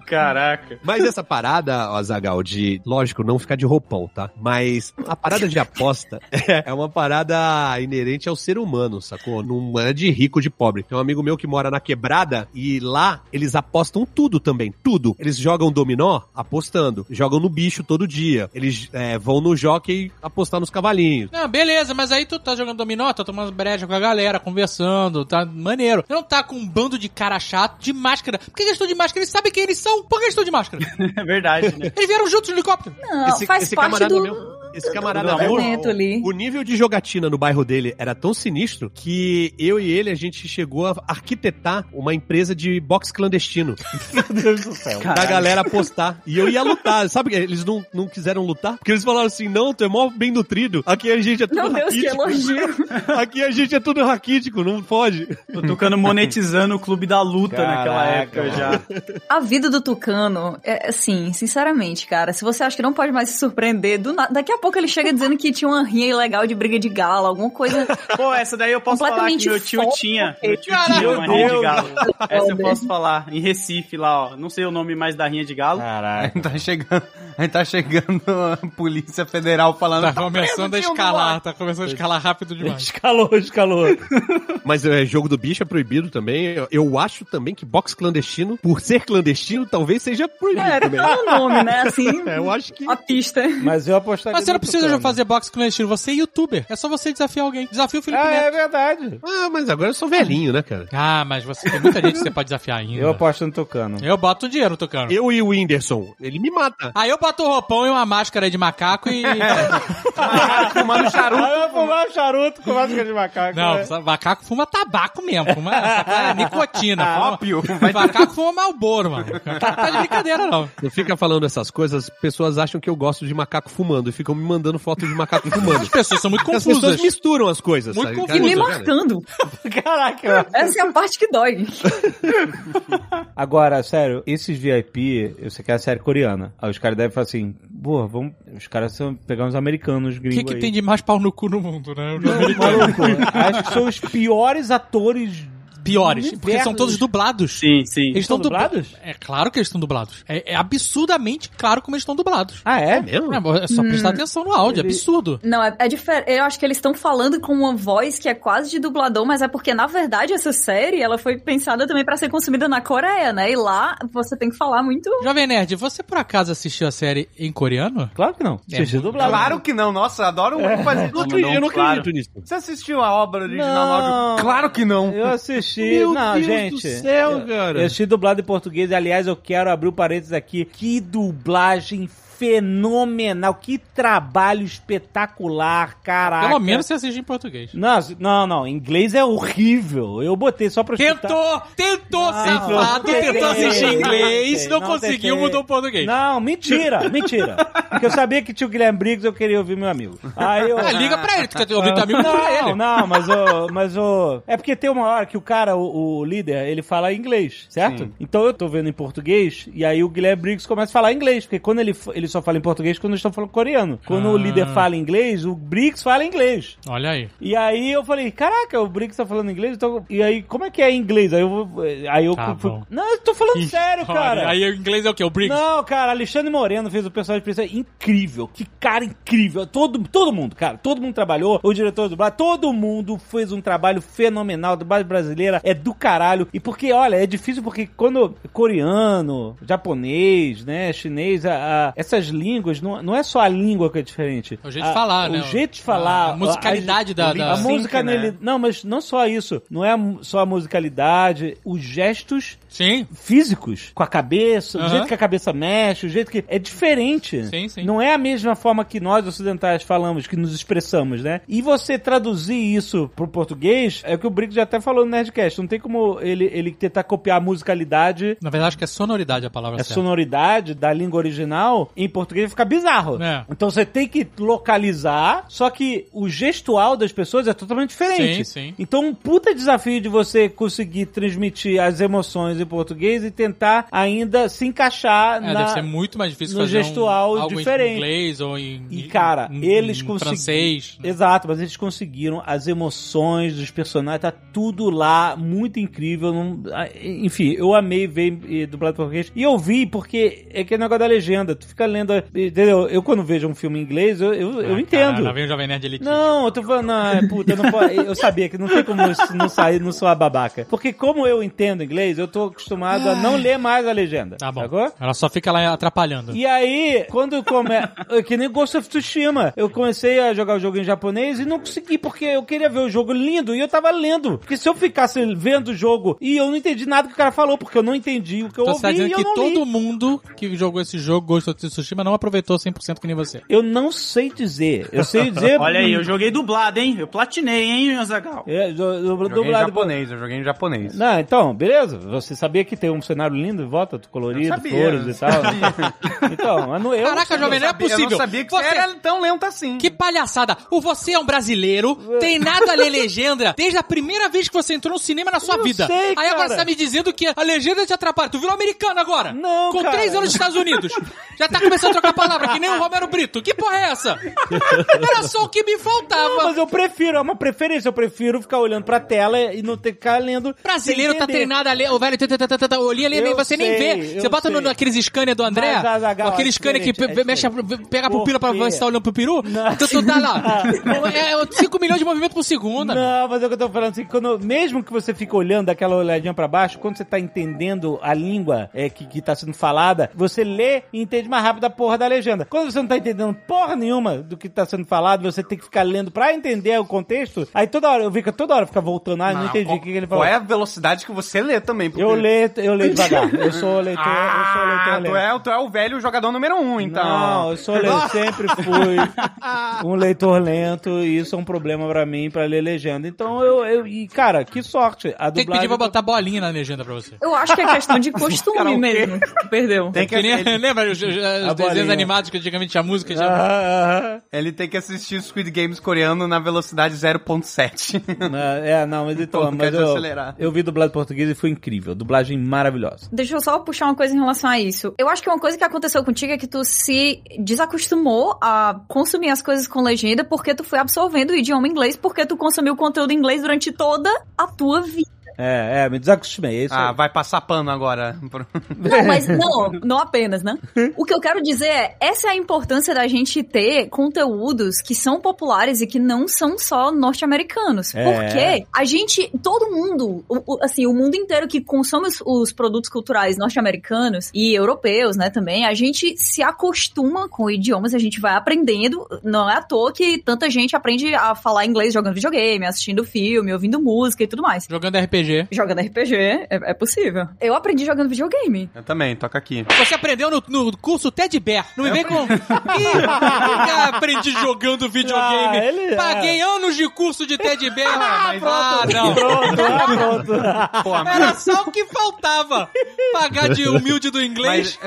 Caraca. Mas essa parada, ó, Zagal, de, lógico, não ficar de roupão, tá? Mas a parada de aposta é uma parada inerente ao ser humano, sacou? Não é de rico, de pobre. Tem um amigo meu que mora na quebrada e lá eles apostam tudo também, tudo. Eles jogam dominó apostando, jogam no bicho todo dia, eles é, vão no jockey apostar nos cavalinhos. Não, beleza, mas aí tu tá jogando dominó, tá tomando breja com a galera, conversando, tá maneiro. Não tá com um bando de cara chato, de máscara. Por que eles estão de máscara? Eles sabem quem eles são. Por que eles estão de máscara? É verdade, né? Eles vieram juntos no helicóptero. Não, faz parte do... esse camarada do meu, momento ali. o nível de jogatina no bairro dele era tão sinistro que eu e ele a gente chegou a arquitetar uma empresa de boxe clandestino Meu Deus do céu. da galera apostar. E eu ia lutar, sabe? que Eles não, não quiseram lutar porque eles falaram assim: não, tu é mó bem nutrido. Aqui a gente é tudo Meu Deus, que raquítico. elogio. Aqui a gente é tudo raquítico, não pode. O Tucano monetizando o clube da luta naquela Caraca, época já. A vida do Tucano, é assim, sinceramente, cara, se você acha que não pode mais se surpreender, do na- daqui a pouco ele chega dizendo que tinha uma rinha ilegal de briga de galo, alguma coisa. Pô, essa daí eu posso falar que Completamente meu tio foda, tinha. ok. Meu tio tinha Caralho, uma rinha de Deus. galo. Essa eu Foda. posso falar. Em Recife, lá, ó. Não sei o nome mais da rinha de galo. Ah. A Caraca. gente tá chegando, a gente tá chegando a Polícia Federal falando. Tá começando a escalar, tá começando a escalar rápido demais. Escalou, escalou. Mas é, jogo do bicho é proibido também. Eu, eu acho também que boxe clandestino, por ser clandestino, talvez seja proibido Era também. é o nome, né? Assim, É, eu acho que. a pista. Mas eu apostaria. Mas você não no precisa Tucano. fazer boxe clandestino, você é youtuber. É só você desafiar alguém. Desafia o Felipe Ah, é Neto. verdade. Ah, mas agora eu sou velhinho, né, cara? Ah, mas você tem muita gente que você pode desafiar ainda. Eu Eu, aposto no Tucano. boto dinheiro, Tucano. Eu e o Whindersson, ele me mata. Aí eu boto um roupão e uma máscara de macaco e. tá. Fumando charuto. eu fumar um charuto com máscara de macaco. Não, né? sa- macaco fuma tabaco mesmo, fuma sacanagem, nicotina. fuma- Ópio. Macaco fuma malboro, mano. Macaco tá de brincadeira, não. Eu fico falando essas coisas, as pessoas acham que eu gosto de macaco fumando e ficam me mandando foto de macaco fumando. As pessoas são muito As pessoas confusas. misturam as coisas. Muito sabe? confuso. E me Cara, marcando. Caraca. Essa é a parte que dói. Agora, sério, esses VIP, eu sei que é a série coreana. Aí os caras devem falar assim, boa, vamos. Os caras são pegar uns americanos O gringos. que, que aí. tem de mais pau no cu no mundo, né? O americano. Maluco, acho que são os piores atores piores. Universo porque são todos dos- dublados. Sim, sim. Eles estão São dublados? dublados? É claro que eles estão dublados. É, é absurdamente claro como eles estão dublados. Ah, é? mesmo? É, é só prestar atenção no áudio, é absurdo. Não, é, é diferente. Eu acho que eles estão falando com uma voz que é quase de dublador, mas é porque, na verdade, essa série ela foi pensada também pra ser consumida na Coreia, né? E lá você tem que falar muito. Jovem Nerd, você por acaso assistiu a série em coreano? Claro que não. É. Assisti dublado. Claro que não, nossa, adoro Eu fazer não tudo. acredito, eu não claro. acredito nisso. Você assistiu a obra original no Não. áudio? Claro que não. Eu assisti. Meu não, Deus gente. é. do céu, eu, cara. Eu assisti dublado em português. Aliás, eu quero abrir o parênteses aqui. Que dublagem fenomenal. Que trabalho espetacular, caraca. Pelo menos você assiste em português. Não, não, não. Inglês é horrível. Eu botei só pra escutar. Tentou, tentou, Não, safado, não tentei, tentou assistir não em inglês, tentei, não, não conseguiu, tentei. mudou o português. Não, mentira, mentira. Porque eu sabia que tinha o Guilherme Briggs, eu queria ouvir meu amigo. Aí eu... Ah, liga pra ele, tu quer ouvir teu amigo, liga pra Não, ele. não, mas o, mas o. É porque tem uma hora que o cara, o, o líder, ele fala inglês, certo? Então eu tô vendo em português, e aí o Guilherme Briggs começa a falar inglês, porque quando ele, fa- ele só fala em português quando eles estão falando coreano. Quando o Ah. líder fala inglês, o Briggs fala inglês. Olha aí. E aí eu falei, caraca, o Briggs tá falando inglês, então. E aí, como é que é em inglês? Aí eu. vou- Aí eu Tá fui- bom. Não, eu tô falando sério, Olha, cara. Aí o inglês é o quê? O Briggs? Não, cara, Alexandre Moreno fez o personagem principal. É Incrível, que cara incrível. Todo, todo mundo, cara, todo mundo trabalhou. O diretor do dublagem, todo mundo fez um trabalho fenomenal. A dublagem brasileira é do caralho. E porque, olha, é difícil porque quando coreano, japonês, né, chinês, a- a- essas línguas, não, não é só a língua que é diferente. É o jeito de A- falar, né? O jeito de falar. A musicalidade da- da- né? A Sim, musicalidade. Não, mas não só isso. Não é só a musicalidade, os gestos Sim. físicos, com a cabeça, o Aham. jeito que a cabeça mexe, o jeito que. É diferente. Sim, sim. Não é a mesma forma que nós ocidentais falamos, que nos expressamos, né? E você traduzir isso pro português é o que o Brick já até falou no Nerdcast. Não tem como ele, ele tentar copiar a musicalidade. Na verdade, acho que é sonoridade a palavra A certa. sonoridade da língua original em português fica bizarro. É. Então você tem que localizar, só que o gestual das pessoas é totalmente diferente. Sim, sim. Então, um puta desafio de você conseguir transmitir as emoções em português e tentar ainda se encaixar É, na. deve ser muito mais difícil no fazer um- gestual algo diferente. em inglês ou em, E, cara, em- eles em conseguiram. francês. né? Exato, mas eles conseguiram as emoções dos personagens, tá tudo lá, muito incrível. não- ah, Enfim, eu amei ver eh, dublado em português. E eu vi porque é aquele negócio da legenda. Tu fica lendo. eh, Entendeu? Eu, quando vejo um filme em inglês, eu, eu, eu Ah, entendo. Caralho, lá vem o Jovem Nerd elitista. Não, eu tô falando, não, é, puta, não pode, eu sabia que não tem como isso não sair, não soar babaca. Porque como eu entendo inglês, eu tô acostumado a não ler mais a legenda. Tá bom. sacou? Ela só fica lá atrapalhando. E aí, quando come... é que nem Ghost of Tsushima, eu comecei a jogar o jogo em japonês e não consegui, porque eu queria ver o jogo lindo e eu tava lendo. Porque se eu ficasse vendo o jogo e eu não entendi nada que o cara falou, porque eu não entendi o que eu Então você tá ouvi e dizendo eu que não li. todo mundo que jogou esse jogo, Ghost of Tsushima, não aproveitou 100% que nem você. Eu não sei dizer. Eu sei dizer... Olha aí, eu joguei dublado, hein? Eu platinei, hein, Azagal? É, do, do, Eu joguei em dublado- japonês, eu joguei em japonês. Não, então, beleza. Você sabia que tem um cenário lindo em volta, colorido, Eu sabia, flores eu e tal. Então, mas não eu. Caraca, Jovem, não é Sabia- Eu possível. não sabia que Você- você era tão lento assim. Que palhaçada! O você é um brasileiro, tem nada a ler legenda desde a primeira vez que você entrou no cinema na sua Eu vida. sei, Aí agora cara. você tá me dizendo que a legenda te atrapalha. Tu virou americano agora! Não, Com cara. três anos nos Estados Unidos! Já tá começando a trocar palavra, que nem o Romero Brito. Que porra é essa? Era só o que me faltava. Não, mas eu prefiro, é uma preferência. Eu prefiro ficar olhando pra tela e não ter que ficar lendo. Brasileiro sem tá entender. treinado a ler. O velho tê, tê, tê, tê, tê, tê, olhinha, lê, Eu nem- você nem sei, vê. eu Você bota no, sei. naqueles scanner do André, Mas, Azaghal, com aquele é scanner que diferente, pe- é mexe a- pega a pupila pra Porque- você tá olhando pro peru. Não. Então tu tá lá. É 5 milhões de movimentos por segundo. amigo. Não, mas é o que eu tô falando assim, quando, mesmo que você fique olhando aquela olhadinha pra baixo, quando você tá entendendo a língua é, que, que tá sendo falada, você lê e entende mais rápido a porra da legenda. Quando você não tá entendendo porra nenhuma do que tá sendo falado, você tem que ficar lendo pra entender o contexto, aí toda hora, eu fico toda hora fica voltando, ah, não, entendi o que, que ele falou. Qual é a velocidade que você lê também? porque- Eu leio, eu leio devagar. Eu sou leitor, eu sou leitor Ah, tu lento. é, tu é o velho jogador número um, então. Não, eu sou le- eu sempre fui um leitor lento e isso é um problema pra mim pra ler legenda. Então eu, eu e cara, que sorte. A Tem que dublagem pedir pra botar bolinha na legenda pra você. Eu acho que é questão de costume mesmo. Perdeu. Tem que- Que nem, ele, lembra os, os desenhos É bolinha. animados que antigamente tinha música? Tinha... Ah, ele tem que assistir Squid Games coreano na velocidade 0.7. ah, ah. é, não, mas então, Todo mas quer eu, desacelerar. eu vi dublado em português e foi incrível. Dublagem maravilhosa. Deixa eu só puxar uma coisa em relação a isso. Eu acho que uma coisa que aconteceu contigo é que tu se desacostumou a consumir as coisas com legenda porque tu foi absorvendo o idioma inglês, porque tu consumiu conteúdo em inglês durante toda a tua vida. É, é, me desacostumei. é Isso Ah, aí. vai passar pano agora. Não, mas não, não apenas, né? O que eu quero dizer é, essa é a importância da gente ter conteúdos que são populares e que não são só norte-americanos. É. Porque a gente, todo mundo, o- o- assim, o mundo inteiro que consome os, os produtos culturais norte-americanos e europeus, né, também, a gente se acostuma com idiomas, a gente vai aprendendo, não é à toa que tanta gente aprende a falar inglês jogando videogame, assistindo filme, ouvindo música e tudo mais. Jogando RPG. Jogando RPG, é, é possível. Eu aprendi jogando videogame. Eu também, toca aqui. Você aprendeu no, no curso Ted Bear. Não me vem com. Ih, aprendi jogando videogame. Ah, ele é. Paguei anos de curso de Ted Bear. Ah, não. Pronto, ah, pronto. Era só o que faltava. Pagar de humilde do inglês,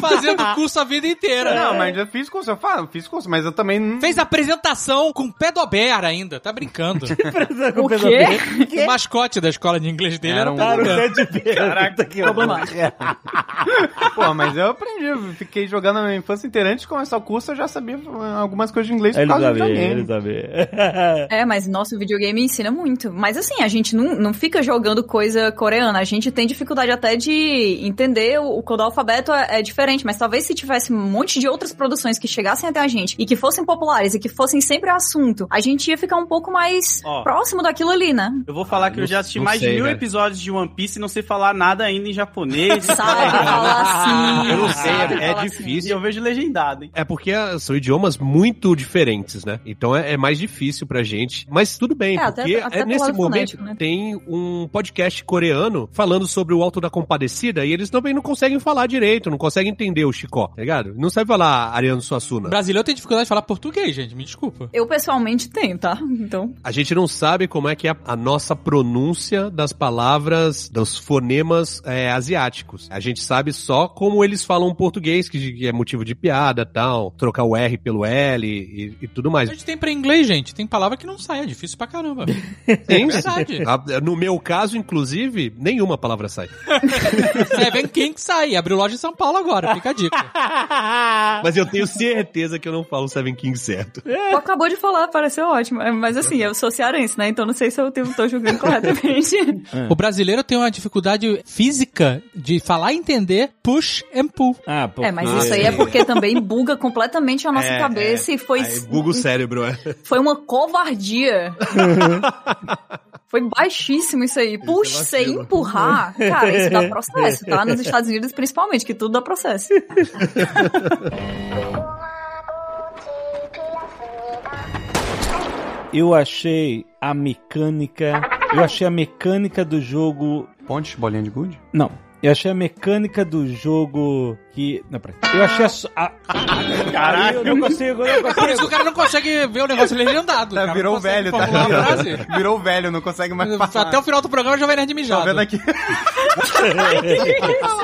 fazendo curso a vida inteira. Não, mas eu fiz curso, eu falo, fiz curso, mas eu também. não- Fez apresentação com o Pedober ainda, tá brincando. Com O peso quê? dele. o mascote da escola de inglês dele era, Era um- Cara, o Pedober. Ted Bear. Puta que Problemático. Pô, mas eu aprendi, eu fiquei jogando a minha infância inteira. Antes de começar o curso, eu já sabia eh, algumas coisas de inglês por Ele causa do sabia, ele videogame. sabia. É, mas nosso videogame ensina muito. Mas assim, a gente não, não fica jogando coisa coreana. A gente tem dificuldade até de entender o, o quando o alfabeto é, é diferente. Mas talvez se tivesse um monte de outras produções que chegassem até a gente e que fossem populares e que fossem sempre assunto, a gente ia ficar um pouco mais Ó. próximo daquilo ali, né? Eu vou falar que eu já assisti Ah, não mais de sei, mil velho. episódios de One Piece e não sei falar nada ainda em japonês. Sabe falar assim. Eu não sei, sabe é, falar assim. E difícil. eu vejo legendado, hein? É porque ah, são idiomas muito diferentes, né? Então é, é mais difícil pra gente. Mas tudo bem, É, até- porque até é pelo nesse lado momento fonético, né? tem um podcast coreano falando sobre o Alto da Compadecida e eles também não conseguem falar direito, não conseguem entender o Chicó, tá ligado? Não sabe falar Ariano Suassuna. Brasileiro tem dificuldade de falar português, gente, me desculpa. Eu pessoalmente tenho, tá? Então. A gente não sabe como é que é a nossa pronúncia das palavras, dos fonemas é, asiáticos. A gente sabe só como eles falam português, que que é motivo de piada tal, trocar o R pelo L e, e A tudo É mais. gente tem pra inglês, gente, tem palavra que não sai, é difícil pra caramba. Tem, verdade. A- no meu caso, inclusive, nenhuma palavra sai. Seven King sai, abriu loja em São Paulo agora, fica a dica. Ah. Mas eu tenho certeza que eu não falo Seven King certo. Tu acabou de falar, pareceu ótimo. É, Mas assim, eu sou cearense, né? Então não sei se eu tenho- tô julgando corretamente. O brasileiro tem uma dificuldade física de falar e entender push and pull. Ah, pô. É, mas isso aí é porque também buga completamente a nossa cabeça e foi, É, Aí buga o cérebro, é. foi uma covardia. foi baixíssimo isso é aí. Puxa, você empurrar, cara, isso dá processo, tá? Nos Estados Unidos, principalmente, que tudo dá processo. Eu achei a mecânica. Eu achei a mecânica do jogo. Ponte, bolinha de gude? Não. Eu achei a mecânica do jogo que. Não, peraí. Eu achei a. so- a... Caralho! Eu não consigo, eu não Por isso que o consigo. cara não consegue ver o negócio legendado. Tá, cara virou não consegue velho, tá? formular a frase. Virou, virou velho, não consegue mais passar. Até o final do programa já vai nerd Tô Tá vendo mijado. aqui.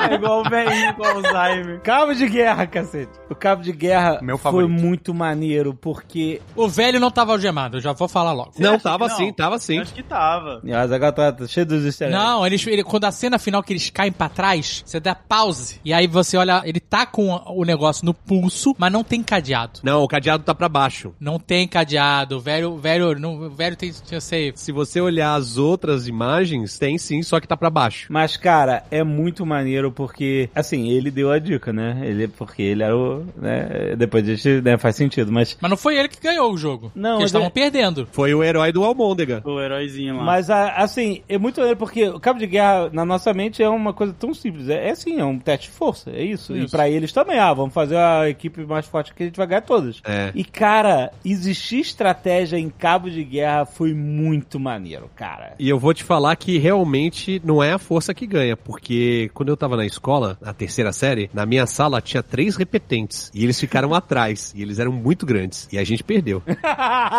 É igual o velhinho com Alzheimer. Cabo de guerra, cacete. O cabo de guerra Meu foi favorito. muito maneiro, porque. O velho não tava algemado, eu já vou falar logo. Não, acha tava que não? assim, tava assim. Eu Acho que tava. Mas agora tá tá cheio dos easter eggs. Não, eles, ele- quando a cena final que eles caem pra trás, você dá pause. E aí você olha, ele tá com o negócio no pulso, mas não tem cadeado. Não, o cadeado tá pra baixo. Não tem cadeado. O velho, o velho, não, o velho tem, tinha safe. Se você olhar as outras imagens, tem sim, só que tá pra baixo. Mas, cara, é muito maneiro porque, assim, ele deu a dica, né? Ele, porque ele era o. Né? Depois disso, né, faz sentido, mas. Mas não foi ele que ganhou o jogo. Não, Porque mas eles estavam é- perdendo. Foi o herói do Almôndega. O heróizinho lá. Mas, a- assim, é muito maneiro porque o cabo de guerra, na nossa mente, é uma coisa tão simples. É, é assim, é um teste de força, é isso. E Isso. pra eles também, ah, vamos fazer a equipe mais forte que a gente vai ganhar todas. É. E, cara, existir estratégia em cabo de guerra foi muito maneiro, cara. E eu vou te falar que realmente não é a força que ganha, porque quando eu tava na escola, na terceira série, na minha sala tinha três repetentes. E eles ficaram atrás. E eles eram muito grandes. E a gente perdeu.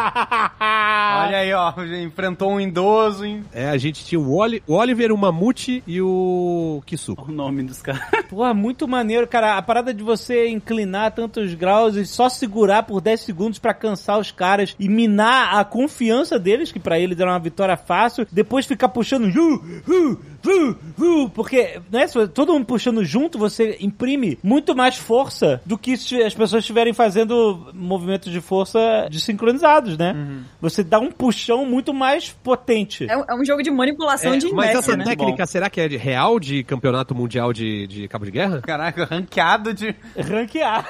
Ah. Olha aí, ó. Enfrentou um idoso, hein? É, a gente tinha o, Oli- o Oliver, o Mamute e o Kisuko. O nome dos caras. Porra, muito maneiro, cara. A parada de você inclinar tantos graus e só segurar por 10 segundos pra cansar os caras e minar a confiança deles, que pra eles era uma vitória fácil, depois ficar puxando uh, uh, vu, vu, porque né, se todo mundo puxando junto, você imprime muito mais força do que se as pessoas estiverem fazendo movimentos de força desincronizados, né? Uhum. Você dá um puxão muito mais potente. É, um- é um jogo de manipulação de mas inércia, essa né? técnica, será que é de real de campeonato mundial de, de cabo de guerra? Caraca, ranqueado de. Ranquear.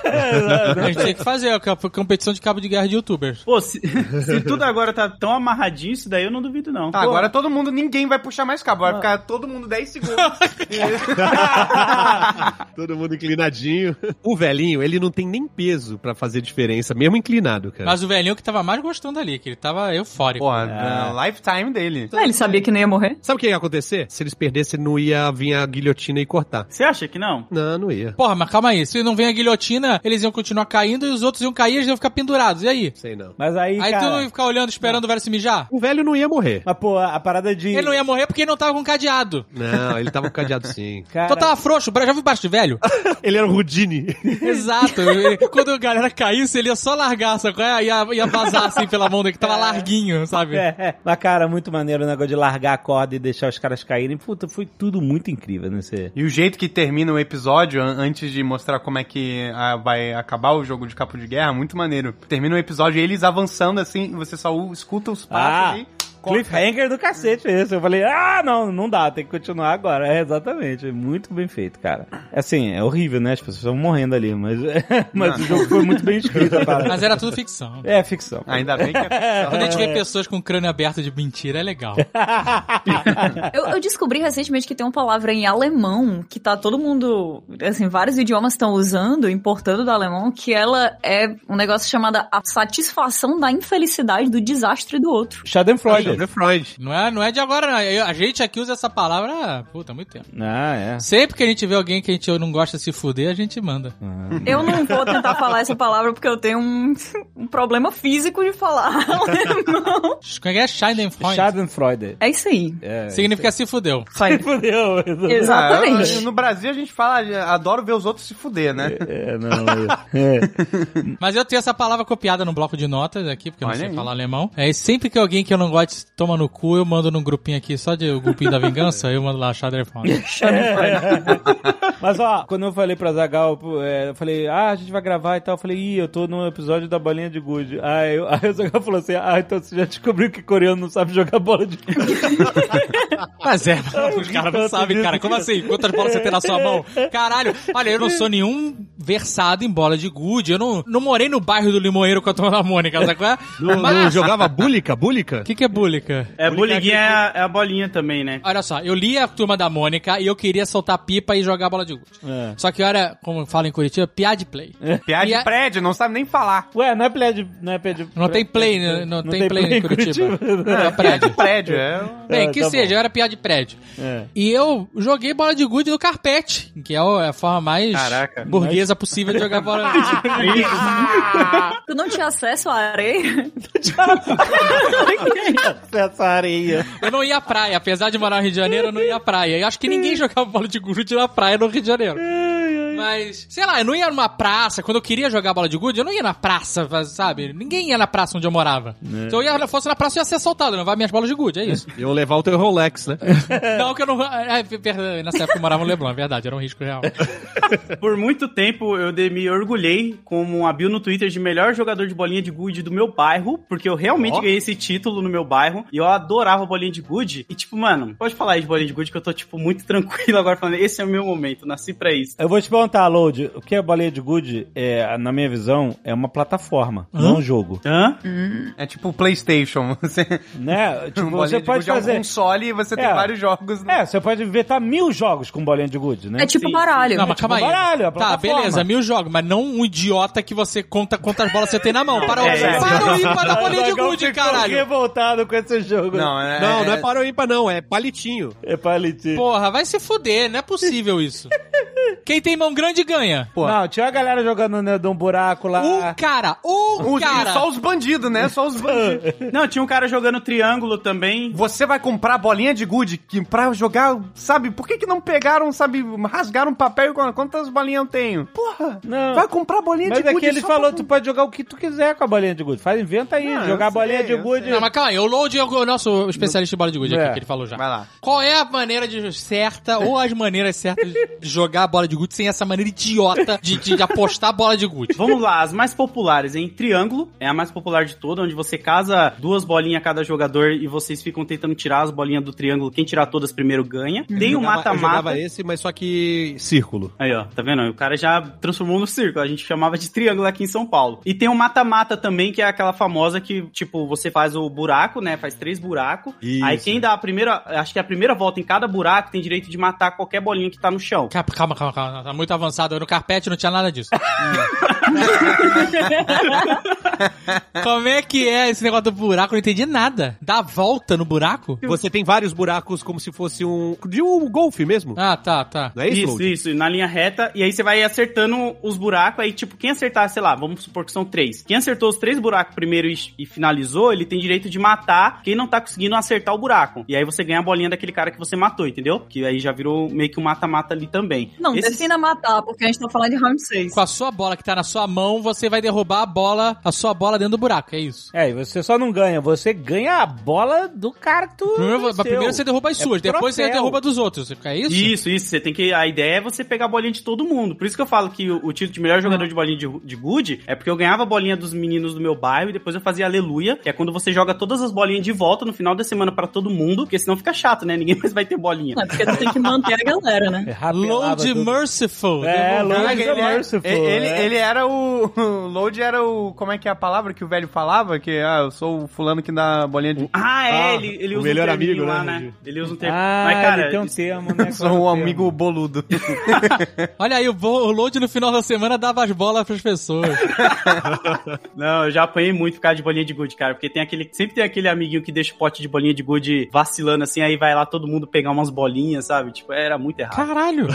A gente tem que fazer a cap- competição de cabo de guerra de youtubers. Pô, se, se tudo agora tá tão amarradinho, isso daí eu não duvido, não. Tá, agora todo mundo, ninguém vai puxar mais cabo. Vai ficar todo mundo 10 segundos. Todo mundo inclinadinho. O velhinho, ele não tem nem peso pra fazer diferença, mesmo inclinado, cara. Mas o velhinho que tava mais gostando ali, que ele tava eufórico. Pô, é. lifetime dele. Ah, ele sabia que não ia morrer. Sabe o que ia acontecer? Se eles perdessem, não ia vir a guilhotina e cortar. Você acha que não? Não, não ia. Porra, mas calma aí. Se não vem a guilhotina, eles iam continuar caindo e os outros iam cair e eles iam ficar pendurados. E aí? Sei não. Mas aí, aí tu cara... não ia ficar olhando, esperando o velho se mijar? O velho não ia morrer. Mas, pô, a parada de... Ele não ia morrer porque ele não tava com cadeado. Não, ele tava cadeado sim. Cara, Então tava frouxo, já viu baixo de velho? Ele era o Rudini. Exato. ele- quando a galera caísse, ele ia só largar, sabe? qual é? Ia, ia vazar assim pela mão dele, que tava larguinho, sabe? É, é. Mas, cara, muito maneiro o negócio de largar a corda e deixar os caras caírem. Puta, foi tudo muito incrível nesse. E o jeito que termina o episódio, an- antes de mostrar como é que ah, vai acabar o jogo de capo de guerra, muito maneiro. Termina o episódio eles avançando assim, você só o- escuta os Ah, passos assim. e corta. Cliffhanger do cacete esse. Eu falei, ah, não, não dá, tem que continuar agora. É, exatamente. Muito bem feito, cara. Assim, é horrível, né? As pessoas estão morrendo ali, mas, mas o jogo foi muito bem escrito, a parada. Mas era tudo ficção. É ficção. Ainda bem que é Quando a gente vê pessoas com o crânio aberto de mentira, é legal. Eu, eu descobri recentemente que tem uma palavra em alemão que tá todo mundo, assim, vários idiomas estão usando, importando do alemão, que ela é um negócio chamado a satisfação da infelicidade do desastre do outro. Schadenfreude. Freud. Não é, não é de agora, não. Eu- a gente aqui usa essa palavra, puta, há muito tempo. Ah, é. Sempre que a gente vê alguém que a gente não gosta de se fuder, a gente manda. Eu não vou tentar falar essa palavra porque eu tenho um, um problema físico de falar alemão. Como é que é? Scheidenfreund. Schadenfreude. É isso aí. É. Significa se fudeu. Fudeu. Exatamente. Ah, eu- eu- no Brasil a gente fala, ah, adoro ver os outros se fuder, né? É, não. é. Mas eu tenho essa palavra copiada no bloco de notas aqui, porque eu não Olha sei aí. falar alemão. É, e sempre que alguém que eu não gosto toma no cu, eu mando num grupinho aqui, só de o grupinho da vingança, eu mando lá Schadenfreund. Mas ó, quando eu falei pra Zagal, pô, é, eu falei, ah, a gente vai gravar e tal. Eu falei, ih, eu tô num episódio da bolinha de gude. Aí, eu- aí o Zagal falou assim: ah, então você já descobriu que coreano não sabe jogar bola de gude. Mas é, os caras não sabem, cara. Como assim? Quantas bolas você tem na sua mão? Caralho, olha, eu não sou nenhum versado em bola de gude. Eu não, não morei no bairro do Limoeiro com a turma da Mônica, sabe qual é? Não, não Mas- jogava búlica, búlica? O que, que é búlica? É, bullying é, a- é a bolinha também, né? Olha só, eu li a turma da Mônica e eu queria soltar pipa e jogar bola de gude. É. Só que era, como fala em Curitiba, piá de play. Piada E É. é- de a- prédio, não sabe nem falar. Ué, não é play de. Não, é play de Não tem play, né? não, tem, play, em Curitiba. É Prédio, prédio. prédio, é. Bem, É, que tá seja, bom. eu era piá de prédio. É. E eu joguei bola de gude no carpete, que é o- é a forma mais Caraca. burguesa possível de jogar bola de gude. Tu não tinha acesso à areia? Essa areia. Eu não ia à praia, apesar de morar no Rio de Janeiro, eu não ia à praia. Eu acho que ninguém jogava bola de gude na praia no Rio de Janeiro. Mas, sei lá, eu não ia numa praça. Quando eu queria jogar bola de gude, eu não ia na praça, sabe? Ninguém ia na praça onde eu morava. Se eu ia, fosse na praça, eu ia ser assaltado, eu ia levar minhas bolas de gude, é isso. Iam levar o teu Rolex, né? não que eu não... É, per- nessa época eu morava no Leblon, é verdade, era um risco real. Por muito tempo eu de- me orgulhei como um abil no Twitter de melhor jogador de bolinha de gude do meu bairro, porque eu realmente Ó. ganhei esse título no meu bairro e eu adorava bolinha de gude. E tipo, mano, pode falar aí de bolinha de gude que eu tô tipo muito tranquilo agora falando, esse é o meu momento, nasci pra isso. tá? Eu vou te perguntar, Load, o que é bolinha de gude, é, na minha visão, é uma plataforma, não um jogo. Hã? É tipo o PlayStation. Você, Né? Tipo, você de pode gude é um fazer. console e você É. tem vários jogos. né? É, você pode inventar mil jogos com bolinha de gude, né? É tipo Sim, baralho. Não, mas calma aí. baralho, a tá, plataforma. beleza, mil jogos, mas não um idiota que você conta quantas bolas você tem na então. mão. Para, o é, é. para o ímpar da bolinha de um Zagal gude, ficou caralho. revoltado com esse jogo. Não, é. Não, não é para o ímpar, não, é palitinho. É palitinho. Porra, vai se fuder, não é possível isso. Quem tem mão grande ganha. Pô. Não, tinha a galera jogando né, de um buraco lá. Um cara, um Os- cara. Só os bandidos, né? Só os bandidos. Não, tinha um cara jogando triângulo também. Você vai comprar bolinha de gude que pra jogar, sabe? Por que, que não pegaram, sabe? Rasgaram papel e qu- quantas bolinhas eu tenho? Porra! Não. Vai comprar bolinha Mas de gude. aqui ele só falou, pra- tu pode jogar o que tu quiser com a bolinha de gude. Faz, inventa aí, Não, jogar eu a bolinha sei, de eu gude. Não, mas calma aí, o Load é o nosso especialista em bola de gude É. aqui, que ele falou já. Vai lá. Qual é a maneira de- certa, ou as maneiras certas de jogar a bola de gude sem essa maneira idiota de, de apostar a bola de gude? Vamos lá, as mais populares, hein? Triângulo é a mais popular de toda, onde você casa duas bolinhas a cada jogador e vocês ficam tentando tirar as bolinhas do triângulo. Quem tirar todas primeiro ganha. Tem o Jogava- Uhum. Eu jogava mata-mata. esse, mas só que círculo. Aí, ó, tá vendo? O cara já transformou no círculo. A gente chamava de triângulo aqui em São Paulo. E tem o mata-mata também, que é aquela famosa que, tipo, você faz o buraco, né? Faz três buracos. Isso. Aí quem dá a primeira, acho que é a primeira volta em cada buraco tem direito de matar qualquer bolinha que tá no chão. Calma, calma, calma, calma. Tá muito avançado. No carpete não tinha nada disso. Como é que é esse negócio do buraco? Eu não entendi nada. Dá a volta no buraco? Você tem vários buracos como se fosse um. de um golfe mesmo. Ah, tá, tá. Não é isso? Isso, Load? isso, na linha reta, e aí você vai acertando os buracos, aí tipo, quem acertar, sei lá, vamos supor que são três. Quem acertou os três buracos primeiro e, e finalizou, ele tem direito de matar quem não tá conseguindo acertar o buraco. E aí você ganha a bolinha daquele cara que você matou, entendeu? Que aí já virou meio que um mata-mata ali também. Não, Esses- defina matar, porque a gente tá falando de round 6. Com a sua bola que tá na sua mão, você vai derrubar a bola, a sua bola dentro do buraco. É isso. É, e você só não ganha, você ganha a bola do cara que tu. Primeiro, venceu. primeiro você derruba as suas, depois você troféu. derruba dos outros. É isso? Isso, isso. Você tem que. A ideia é você pegar a bolinha de todo mundo. Por isso que eu falo que o, o título de melhor jogador de bolinha de, de good é porque eu ganhava a bolinha dos meninos do meu bairro e depois eu fazia aleluia, que é quando você joga todas as bolinhas de volta no final da semana pra todo mundo, porque senão fica chato, né? Ninguém mais vai ter bolinha. Não, é porque tu tem que manter a galera, né? É, rapelava Load tudo. Merciful. É, Derrubar- Load Ele, é- Merciful. ele, é. ele era o. O Load era o. Como é que é a palavra que o velho falava? Que, ah, eu sou o fulano que dá bolinha de. Ah, é, Ah, ele, ele o usa melhor um terminho amigo, lá, né, né? Gigi? Ele usa um termo. Ah, Mas, ele cara, tem um isso- termo, né? Sou Qual é o o termo? amigo boludo. Olha aí, o, vo- o Load no final da semana dava as bolas pras pessoas. não, eu já apanhei muito por causa de bolinha de good, cara. Porque tem aquele. Sempre tem aquele amiguinho que deixa o pote de bolinha de good vacilando assim, aí vai lá todo mundo pegar umas bolinhas, sabe? Tipo, era muito errado. Caralho.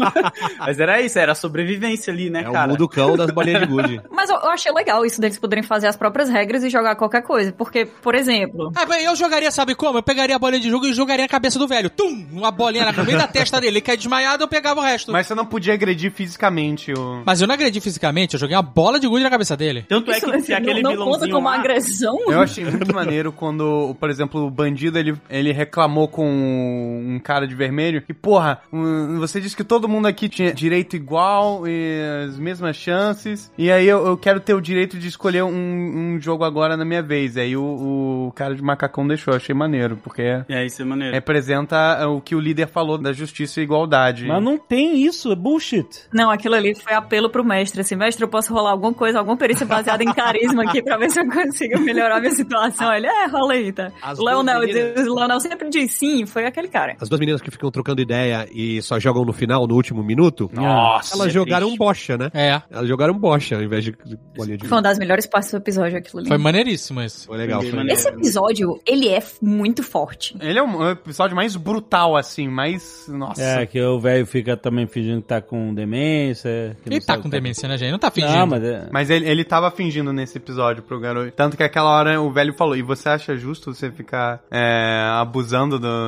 Mas era isso, era a sobrevivência ali, né, É o cara? mundo cão das bolinhas de gude. Mas eu, eu achei legal isso deles poderem fazer as próprias regras e jogar qualquer coisa. Porque, por exemplo, Ah, bem, eu jogaria, sabe como? Eu pegaria a bolinha de jogo e jogaria a cabeça do velho. Tum! Uma bolinha na no meio da testa dele. Ele cai desmaiado, eu pegava o resto. Mas, Mas você não podia agredir fisicamente o. eu não agredi fisicamente, eu joguei uma bola de gude na cabeça dele. Tanto é isso que se aquele não, não conta vilãozinho como lá, agressão. Eu achei muito maneiro quando, por exemplo, o bandido ele, ele reclamou com um cara de vermelho que, porra, hum, você disse que todo mundo aqui tinha direito igual e as mesmas chances. E aí eu, eu quero ter o direito de escolher um, um jogo agora na minha vez. Aí o, o cara de macacão deixou, eu achei maneiro, porque É, isso é maneiro. representa o que o líder falou da justiça e igualdade. Mas não tem isso, é bullshit. Não, aquilo ali foi apelo pro mestre. Assim, mestre, eu posso rolar alguma coisa, alguma perícia baseada em carisma aqui pra ver se eu consigo melhorar minha situação. Ele, é, rola aí, tá? As Leonel, duas meninas- diz- Leonel sempre diz sim, foi aquele cara. As duas meninas que ficam trocando ideia e só jogam no final, no último minuto, Nossa, elas é jogaram triste. bocha, né? É. Elas jogaram bocha ao invés de bolinha de Foi uma gude. das melhores partes do episódio, aquilo ali. Foi maneiríssimo isso. Foi legal. Foi Esse legal. Esse episódio, ele é f- muito forte. Ele é um episódio mais brutal, assim, mais. Nossa. É, que o velho fica também fingindo que tá com demência. que não Ele tá sabe com o que demência, né, gente? Não tá fingindo. Não, mas é. Mas ele, ele tava fingindo nesse episódio pro garoto. Tanto que aquela hora o velho falou: E você acha justo você ficar é, abusando do.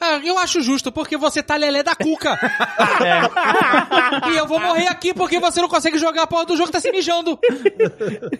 Ah, eu acho justo, porque você tá lelé da cuca. um É, E eu vou morrer aqui porque você não consegue jogar a porra do jogo, tá se mijando.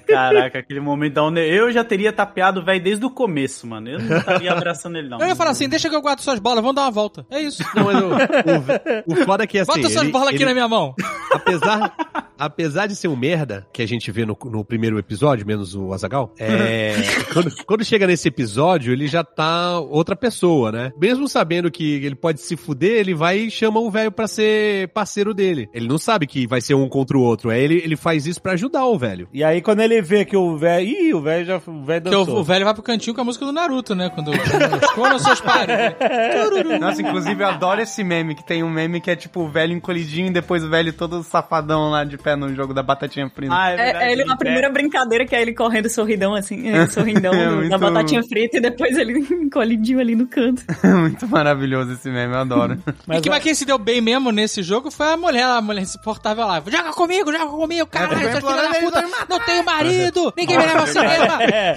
Caraca, aquele momento da onde eu já teria tapeado o velho desde o começo, mano. Eu não estaria abraçando ele, não. Eu ia falar assim, deixa que eu guardo suas bolas, vamos dar uma volta. É isso. Não, mas o, o, o foda é que assim. Bota suas ele- bolas aqui ele- na minha mão. Apesar, apesar de ser um merda, que a gente vê no, no primeiro episódio, menos o Azagal, é, quando, quando chega nesse episódio, ele já tá outra pessoa, né? Mesmo sabendo que ele pode se fuder, ele vai e chama o velho pra ser parceiro dele. Ele não sabe que vai ser um contra o outro. É ele, ele faz isso pra ajudar o velho. E aí quando ele vê que o velho. Ih, o velho já. O velho Porque o, dançou. o velho vai pro cantinho com a música do Naruto, né? Quando escolham seus pares. né? Nossa, inclusive eu adoro esse meme, que tem um meme que é tipo o velho encolhidinho e depois o velho todo safadão lá de pé no jogo da batatinha frita. Ah, é verdade. É, é ele na pé. primeira brincadeira, que é ele correndo sorridão, assim, é, sorridão É no- na muito- batatinha frita, e depois ele encolhidinho ali no canto. Muito maravilhoso esse meme, eu adoro. e que, mas é- quem se deu bem mesmo nesse jogo foi a mulher, a mulher insuportável lá. Joga comigo, joga comigo, caralho, essas filhas da puta, não tenho marido, ninguém me leva ao cinema. É.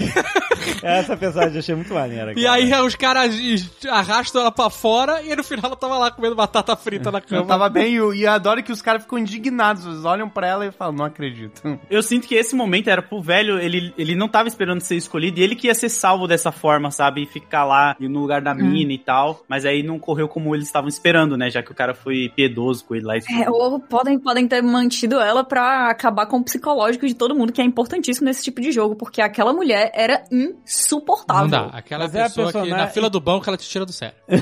Essa personagem eu achei muito maneira. E cara. aí os caras arrastam ela pra fora e no final ela tava lá comendo batata frita na Eu cama. tava bem e eu, e eu adoro que os caras ficam indignados. Eles olham pra ela e falam, não acredito. Eu sinto que esse momento era pro velho, ele, ele não tava esperando ser escolhido e ele que ia ser salvo dessa forma, sabe? E ficar lá e no lugar da mina e tal. Mas aí não correu como eles estavam esperando, né? Já que o cara foi piedoso com ele lá. e tudo. É, ou podem, podem ter mantido ela pra acabar com o psicológico de todo mundo, que é importantíssimo nesse tipo de jogo, porque aquela mulher era insuportável. Não dá, aquela Mas é a pessoa que na personagem- fila do banco ela te tira do sério. né?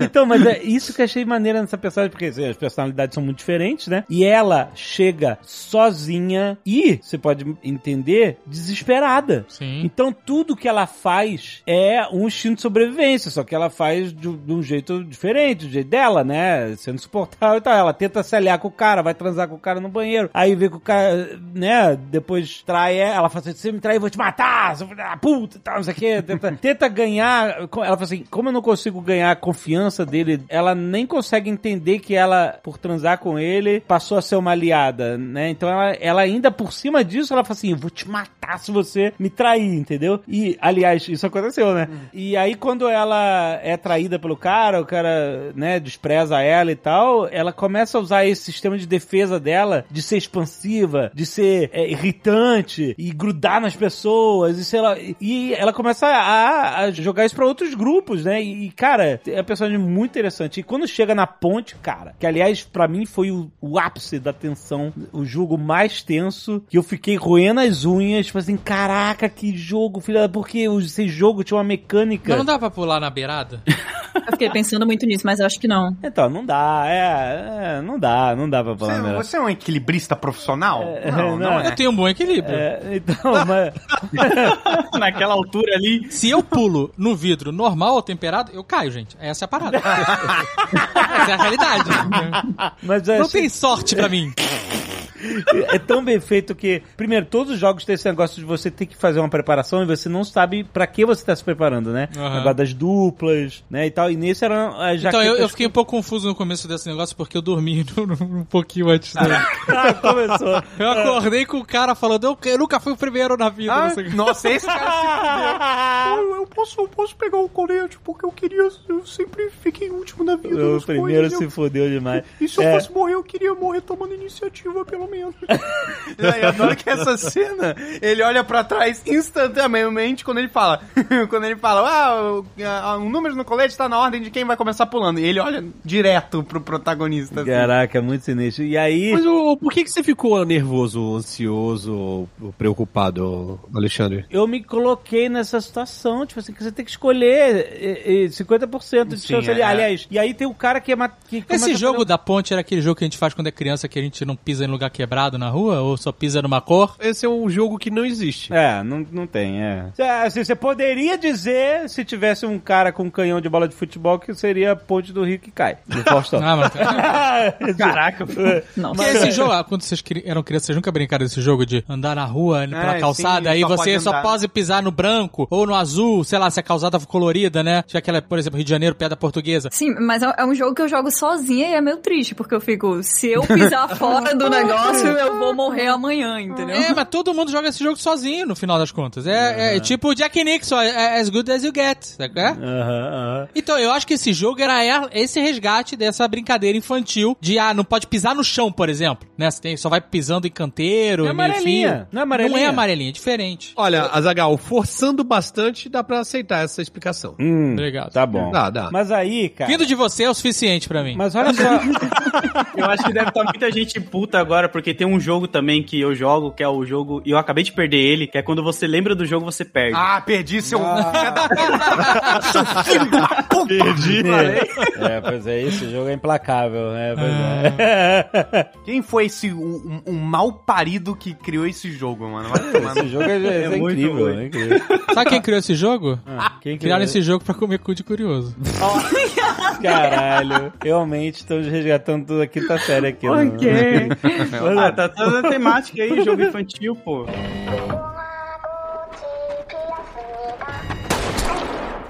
Então, mas é isso que eu achei maneira nessa personagem, porque assim, as personalidades são muito diferentes, né? E ela chega sozinha e, você pode entender, desesperada. Sim. Então tudo que ela faz é um instinto de sobrevivência, só que ela faz de, de um jeito diferente, do jeito dela, né? Sendo suportável e tal. Ela tenta se aliar com o cara, vai transar com o cara no banheiro, aí vê que o cara, né? Depois trai ela, ela fala assim: se você me trair, eu vou te matar, seu filho da puta e tal, não sei o quê. Tenta, tenta ganhar. Ela fala assim: como eu não consigo ganhar a confiança dele, ela nem consegue entender que ela, por transar com ele, passou a ser uma aliada, né? Então ela, ela ainda por cima disso, ela fala assim: eu vou te matar se você me trair, entendeu? E, aliás, isso aconteceu, né? E aí, quando ela é traída pelo cara, o cara, né, despreza ela e tal, ela começa a usar esse sistema de defesa dela, de ser expansiva, de ser é, irritante e grudar nas pessoas e sei lá. E ela começa a, a jogar isso pra outros grupos, né? E, e, cara, é uma personagem muito interessante. E quando chega na ponte, cara, que aliás, pra mim foi o, o ápice da tensão, o jogo mais tenso, que eu fiquei roendo as unhas, tipo assim, caraca, que jogo, filha, da- porque esse jogo tinha uma mecânica. Mas não dá pra pular na beirada? Eu fiquei pensando muito nisso, mas eu acho que não. Então, não dá, é, é, não dá, não dá pra falar Você, melhor. você é um equilibrista profissional? não, não, não é. Eu tenho um bom equilíbrio. É, então, mas... Naquela altura ali. Se eu pulo no vidro normal ou temperado, eu caio, gente. Essa é a parada. Essa é a realidade. Mas eu Não achei- tem sorte pra mim. é tão bem feito que, primeiro, todos os jogos têm esse negócio de você ter que fazer uma preparação e você não sabe pra que você tá se preparando, né? Aham. Agora das duplas, né, e tal. E nesse ah, eram as Então, jaquetas... eu, eu fiquei um pouco confuso no começo desse negócio porque eu dormi um pouquinho antes dele. Ah, começou. Eu acordei com o cara falando, eu, eu nunca fui o primeiro na vida. Ah, não sei o quê. nossa, esse cara se fudeu. Eu, eu posso, eu posso pegar o colete porque eu queria. Eu sempre fiquei em último na vida. O nas primeiro coisas, se eu- fodeu demais. E se eu É. fosse morrer, eu queria morrer tomando iniciativa, pelo menos. eu adoro que essa cena, ele olha pra trás instantaneamente quando ele fala. quando ele fala, ah, o, a- um número no colete tá na ordem de quem vai começar pulando. E ele olha direto pro protagonista. assim. Caraca, é muito sinistro. E aí... Mas o, por que, que você ficou nervoso, ansioso, preocupado, Alexandre? Eu me coloquei nessa situação, tipo assim, que você tem que escolher eh, eh, 50% de chance ali. é. Aliás, e aí tem o cara que é. ma- Que começa Esse a jogo fazer da ponte era aquele jogo que a gente faz quando é criança, que a gente não pisa em lugar quebrado na rua, ou só pisa numa cor. Esse é um jogo que não existe. um- É, não, não tem, é. Cê- assim, você poderia dizer, se tivesse um cara com um canhão de bola de futebol, que seria a ponte do Rio que cai. Do Faustão. Ah, mas... Caraca, Não. Porque esse jogo, ah, quando vocês cri- eram crianças, vocês nunca brincaram desse jogo de andar na rua, indo pela É, calçada, sim, aí só você pode só andar. pode pisar no branco ou no azul, sei lá, se a calçada for colorida, né? Tinha aquela, por exemplo, Rio de Janeiro, pedra portuguesa. Sim, mas é é um jogo que eu jogo sozinha e é meio triste, porque eu fico, se eu pisar fora do negócio, eu vou morrer amanhã, entendeu? É, mas todo mundo joga esse jogo sozinho, no final das contas. É, é tipo Jack Nixon, é, é as good as you get, sabe? qual é? Aham, aham. Então, eu acho que esse jogo era er- esse resgate dessa brincadeira infantil de, ah, não pode pisar no chão, por exemplo. Né? Você tem, só vai pisando em canteiro, É em meio amarelinha. fio. Não é amarelinha? Não é amarelinha, é diferente. Olha, Azagal, forçando bastante, dá pra aceitar essa explicação. Hum, Obrigado. tá bom. Dá, dá. Mas aí, cara. Vindo de você é o suficiente pra mim. Mas olha só. Eu acho que deve estar muita gente puta agora, porque tem um jogo também que eu jogo, que é o jogo. E eu acabei de perder ele, que é quando você lembra do jogo, você perde. Ah, perdi seu. perdi. é, pois é, esse jogo é implacável. É, pois é. Quem foi esse um, um- um mal parido que criou esse jogo, mano? Vai tomar no- Esse jogo é, é muito incrível, ruim. é incrível. Ah, Sabe quem criou esse jogo? Quem que- é? Criaram esse jogo pra comer cu de curioso. Caralho, realmente estamos resgatando tudo a quinta série aqui. né? ah, tá toda a temática aí, jogo infantil, pô.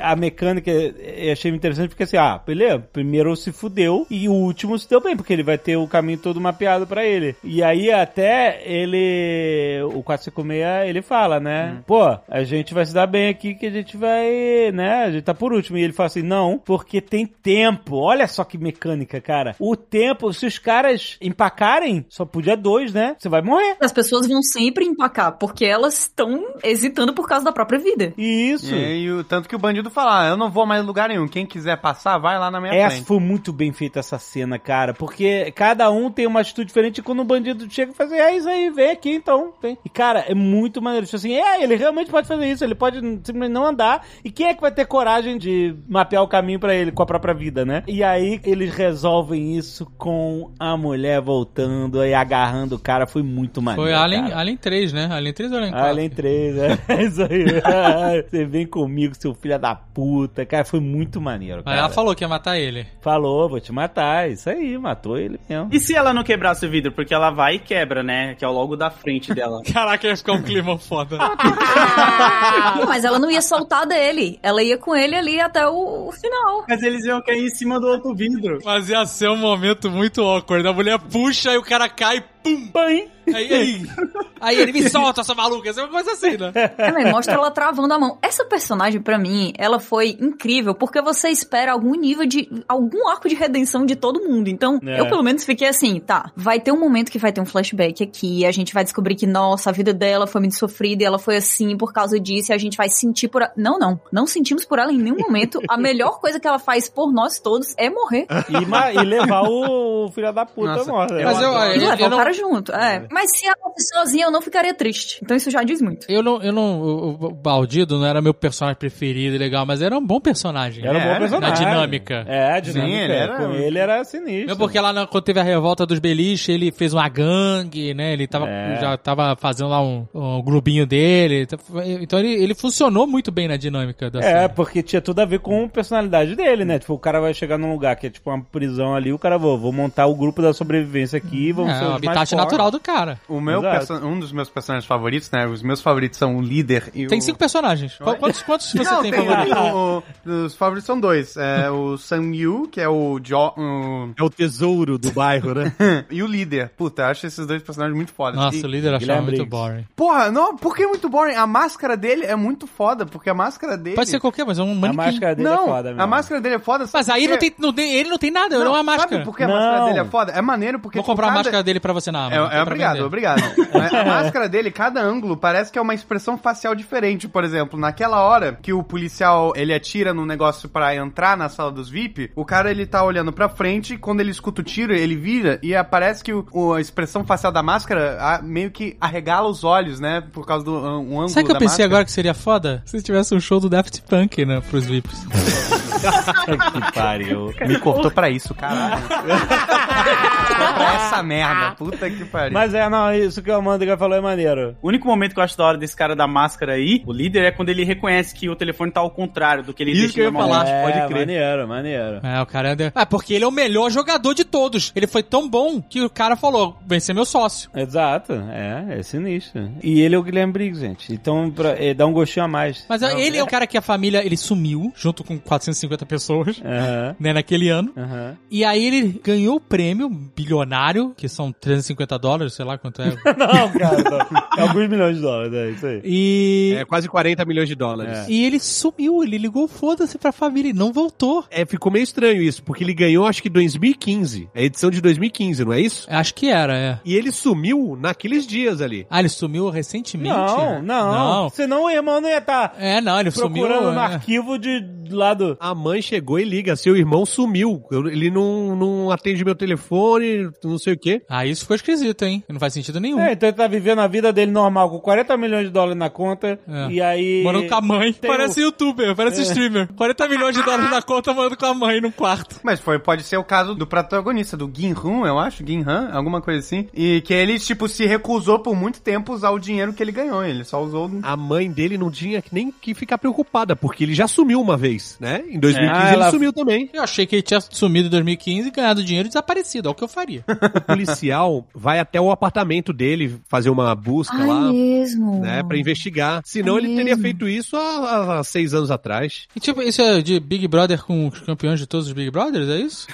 A mecânica eh, eu achei interessante porque assim, ah, beleza, primeiro se fudeu e o último se deu bem, porque ele vai ter o caminho todo mapeado pra ele. E aí até ele, o 456, ele fala, né? Pô, a gente vai se dar bem aqui que a gente vai, né? A gente tá por último. E ele fala assim, não, porque tem tempo. Olha só que mecânica, cara. O tempo, se os caras empacarem, só podia dois, né? Você vai morrer. As pessoas vão sempre empacar, porque elas estão hesitando por causa da própria vida. E isso. E, o tanto que o bandido fala, "Ah, eu não vou mais em lugar nenhum. Quem quiser passar, vai lá na minha Essa frente. foi muito bem feita essa cena, cara, porque cada um tem uma atitude diferente e quando o bandido chega e faz, é isso aí, vem aqui então, vem. E cara, é muito maneiro, tipo assim, é, ele realmente pode fazer isso, ele pode simplesmente não andar, e quem é que vai ter coragem de mapear o caminho pra ele com a própria vida, né? E aí eles resolvem isso com a mulher voltando e agarrando o cara, foi muito maneiro. Foi Alien, cara. Alien 3, né? Alien 3 ou Alien 4? Alien 3, né? É isso aí. Você vem comigo, seu filho da puta. Cara, foi muito maneiro. Aí Cara. Ela falou que ia matar ele. Falou, vou te matar. Isso aí, matou ele mesmo. E se ela não quebrasse o vidro? Porque ela vai e quebra, né? Que é logo da frente dela. Caraca, ia ficar um clima foda. Não, mas ela não ia soltar dele. Ela ia com ele ali até o, o final. Mas eles iam cair em cima do outro vidro. Mas ia ser um momento muito awkward. A mulher puxa e o cara cai, pum! Aí, aí, aí ele me solta, sua maluca. Essa é uma coisa assim, né? É, mas mostra ela travando a mão. Essa personagem, pra mim, ela foi incrível, porque você espera algum nível de. algum arco de redenção de todo mundo. Então, É. eu pelo menos fiquei assim, tá. Vai ter um momento que vai ter um flashback aqui, a gente vai descobrir que, nossa, a vida dela foi muito sofrida e ela foi assim por causa disso, e a gente vai sentir por. a- Não, não. Não sentimos por ela em nenhum momento. A melhor coisa que ela faz por nós todos é morrer. E, ma- e levar o, o filho da puta Nossa, morta. mas eu- E eu- levar o não- cara junto. É. Mas se ela fosse sozinha, eu não ficaria triste. Então isso já diz muito. Eu não, eu não. O, o Baldido não era meu personagem preferido, legal, mas era um bom personagem. Era um bom É, na personagem. dinâmica. É, a dinâmica. Sim, ele era- Com ele era sinistro. Não, porque é. lá na- quando teve a revolta dos beliches, ele fez uma gangue, né? Ele tava, É. já tava fazendo lá um, um grupinho dele. Então ele, ele funcionou muito bem na dinâmica da É, série. porque tinha tudo a ver com a personalidade dele, né? Tipo, o cara vai chegar num lugar que é tipo uma prisão ali, o cara, vou, vou montar o grupo da sobrevivência aqui, vamos É, ser o os mais habitat fortes. natural do cara. O meu Exato. perso- um dos meus personagens favoritos, né? Os meus favoritos são o líder e Tem o... cinco personagens. Qu- Quantos, quantos você Não, tem, tem favorito? o- o- Os favoritos são dois. É o Sam Yu, que é o, jo, o- É o tesouro do bairro, né? E o líder. Puta, eu acho esses dois personagens muito fodas. Nossa, E- o líder achava Guilherme muito Briggs. boring. Porra, não, porque é muito boring. A máscara dele é muito foda, porque a máscara dele. Pode ser qualquer, mas é um A manequim. máscara dele Não, é foda mesmo. a máscara dele é foda. sabe Mas aí por não quê? tem, não tem- ele não tem nada, não, é uma máscara. Sabe por que a Não. máscara dele é foda? É maneiro porque. Vou comprar cada- a máscara dele pra você na É, Amazon. é, pra obrigado, vender. obrigado. Mas a máscara dele, cada ângulo, parece que é uma expressão facial diferente. Por exemplo, naquela hora que o policial, ele atira num negócio pra entrar na sala dos VIP, o cara, ele tá olhando pra frente, quando ele escuta o tiro, ele vira e aparece que o, o- a expressão facial da máscara ah, meio que arregala os olhos, né? Por causa do ah, um ângulo Sabe o que eu da pensei máscara. agora que seria foda? Se tivesse um show do Daft Punk, né, pros VIPs. Que pariu. Me cortou pra isso, caralho. pra essa merda, puta que pariu. Mas é, não, isso que o Amanda falou é maneiro. O único momento que eu acho da hora desse cara da máscara aí, o líder, é quando ele reconhece que o telefone tá ao contrário do que ele Isso deixa que eu ia normalmente. falar. Acho, é, pode crer. maneiro, maneiro. É, o cara é... Ah, porque ele é o melhor jogador de todos. Ele foi tão bom que o cara falou, vem ser meu sócio. Exato, é, é sinistro. E ele é o Guilherme Briggs, gente. Então pra, eh, dá um gostinho a mais. Mas ele é o cara que a família, ele sumiu, junto com 450 pessoas, É. Aham, né, naquele ano. aham. E aí ele ganhou o prêmio bilionário, que são 350 dólares, sei lá quanto é. Não, cara, não. É alguns milhões de dólares, é isso aí. E... É quase 40 milhões de dólares. E ele sumiu, ele ligou foda-se pra família e não voltou. É, ficou meio estranho isso, porque ele ganhou acho que 2015. É a edição de 2015, não é isso? Acho que era, é. E ele sumiu naqueles dias ali. Ah, ele sumiu recentemente? Não, não, Não. Senão o irmão não ia estar É, não, ele procurando sumiu. no é. arquivo de lado. A mãe chegou e liga, seu irmão sumiu. Eu- ele não, não atende meu telefone, não sei o quê. Ah, isso ficou esquisito, hein? Não faz sentido nenhum. É, então ele tá vivendo a vida dele normal, com 40 milhões de dólares na conta. É. E aí. Morando com a mãe. Tem parece youtuber, parece streamer. 40 milhões de dólares na conta morando com a mãe num quarto. Mas foi, pode ser o caso do protagonista, do Ginhun, eu acho, Ginhan, alguma coisa assim. E que ele, tipo, se recusou por muito tempo usar o dinheiro que ele ganhou. Ele só usou. A mãe dele não tinha nem que ficar preocupada, porque ele já sumiu uma vez. 2016, né? Em 2015 Ah, ele ela- sumiu também. Eu achei que ele tinha sumido em 2015, ganhado dinheiro e desaparecido. É o que eu faria. O policial vai até o apartamento dele fazer uma busca lá, mesmo. né? Pra investigar. Senão É ele teria mesmo. feito isso há, há seis anos atrás. E tipo, isso é de Big Brother com os campeões de todos os Big Brothers, é isso?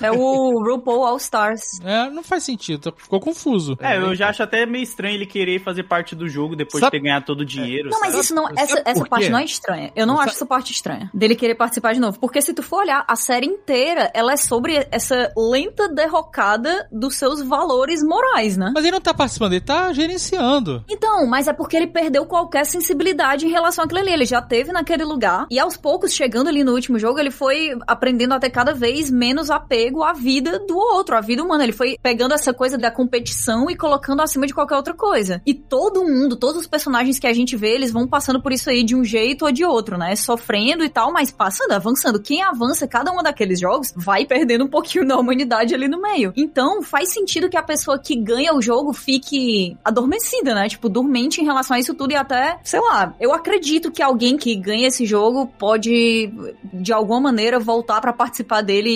É o RuPaul All Stars. É, não faz sentido. Ficou confuso. É, eu já acho até meio estranho ele querer fazer parte do jogo depois Sabe- de ter ganhado todo o dinheiro. É. Não, mas sabe? isso não. Essa, por essa quê? parte não é estranha. Eu não Sabe- acho essa parte estranha. Dele querer participar de novo. Porque se tu for olhar, a série inteira, ela é sobre essa lenta derrocada dos seus valores morais, né? Mas ele não tá participando, ele tá gerenciando. Então, mas é porque ele perdeu qualquer sensibilidade em relação àquilo ali. Ele já teve naquele lugar. E aos poucos, chegando ali no último jogo, ele foi aprendendo a ter cada vez menos apego à vida do outro, à vida humana. Ele foi pegando essa coisa da competição e colocando acima de qualquer outra coisa. E todo mundo, todos os personagens que a gente vê, eles vão passando por isso aí de um jeito ou de outro, né? Sofrendo e tal, mas passando, avançando. Quem avança cada um daqueles jogos vai perdendo um pouquinho da humanidade ali no meio. Então, faz sentido que a pessoa que ganha o jogo fique adormecida, né? Tipo, dormente em relação a isso tudo e até, sei lá, eu acredito que alguém que ganha esse jogo pode, de alguma maneira, voltar pra participar dele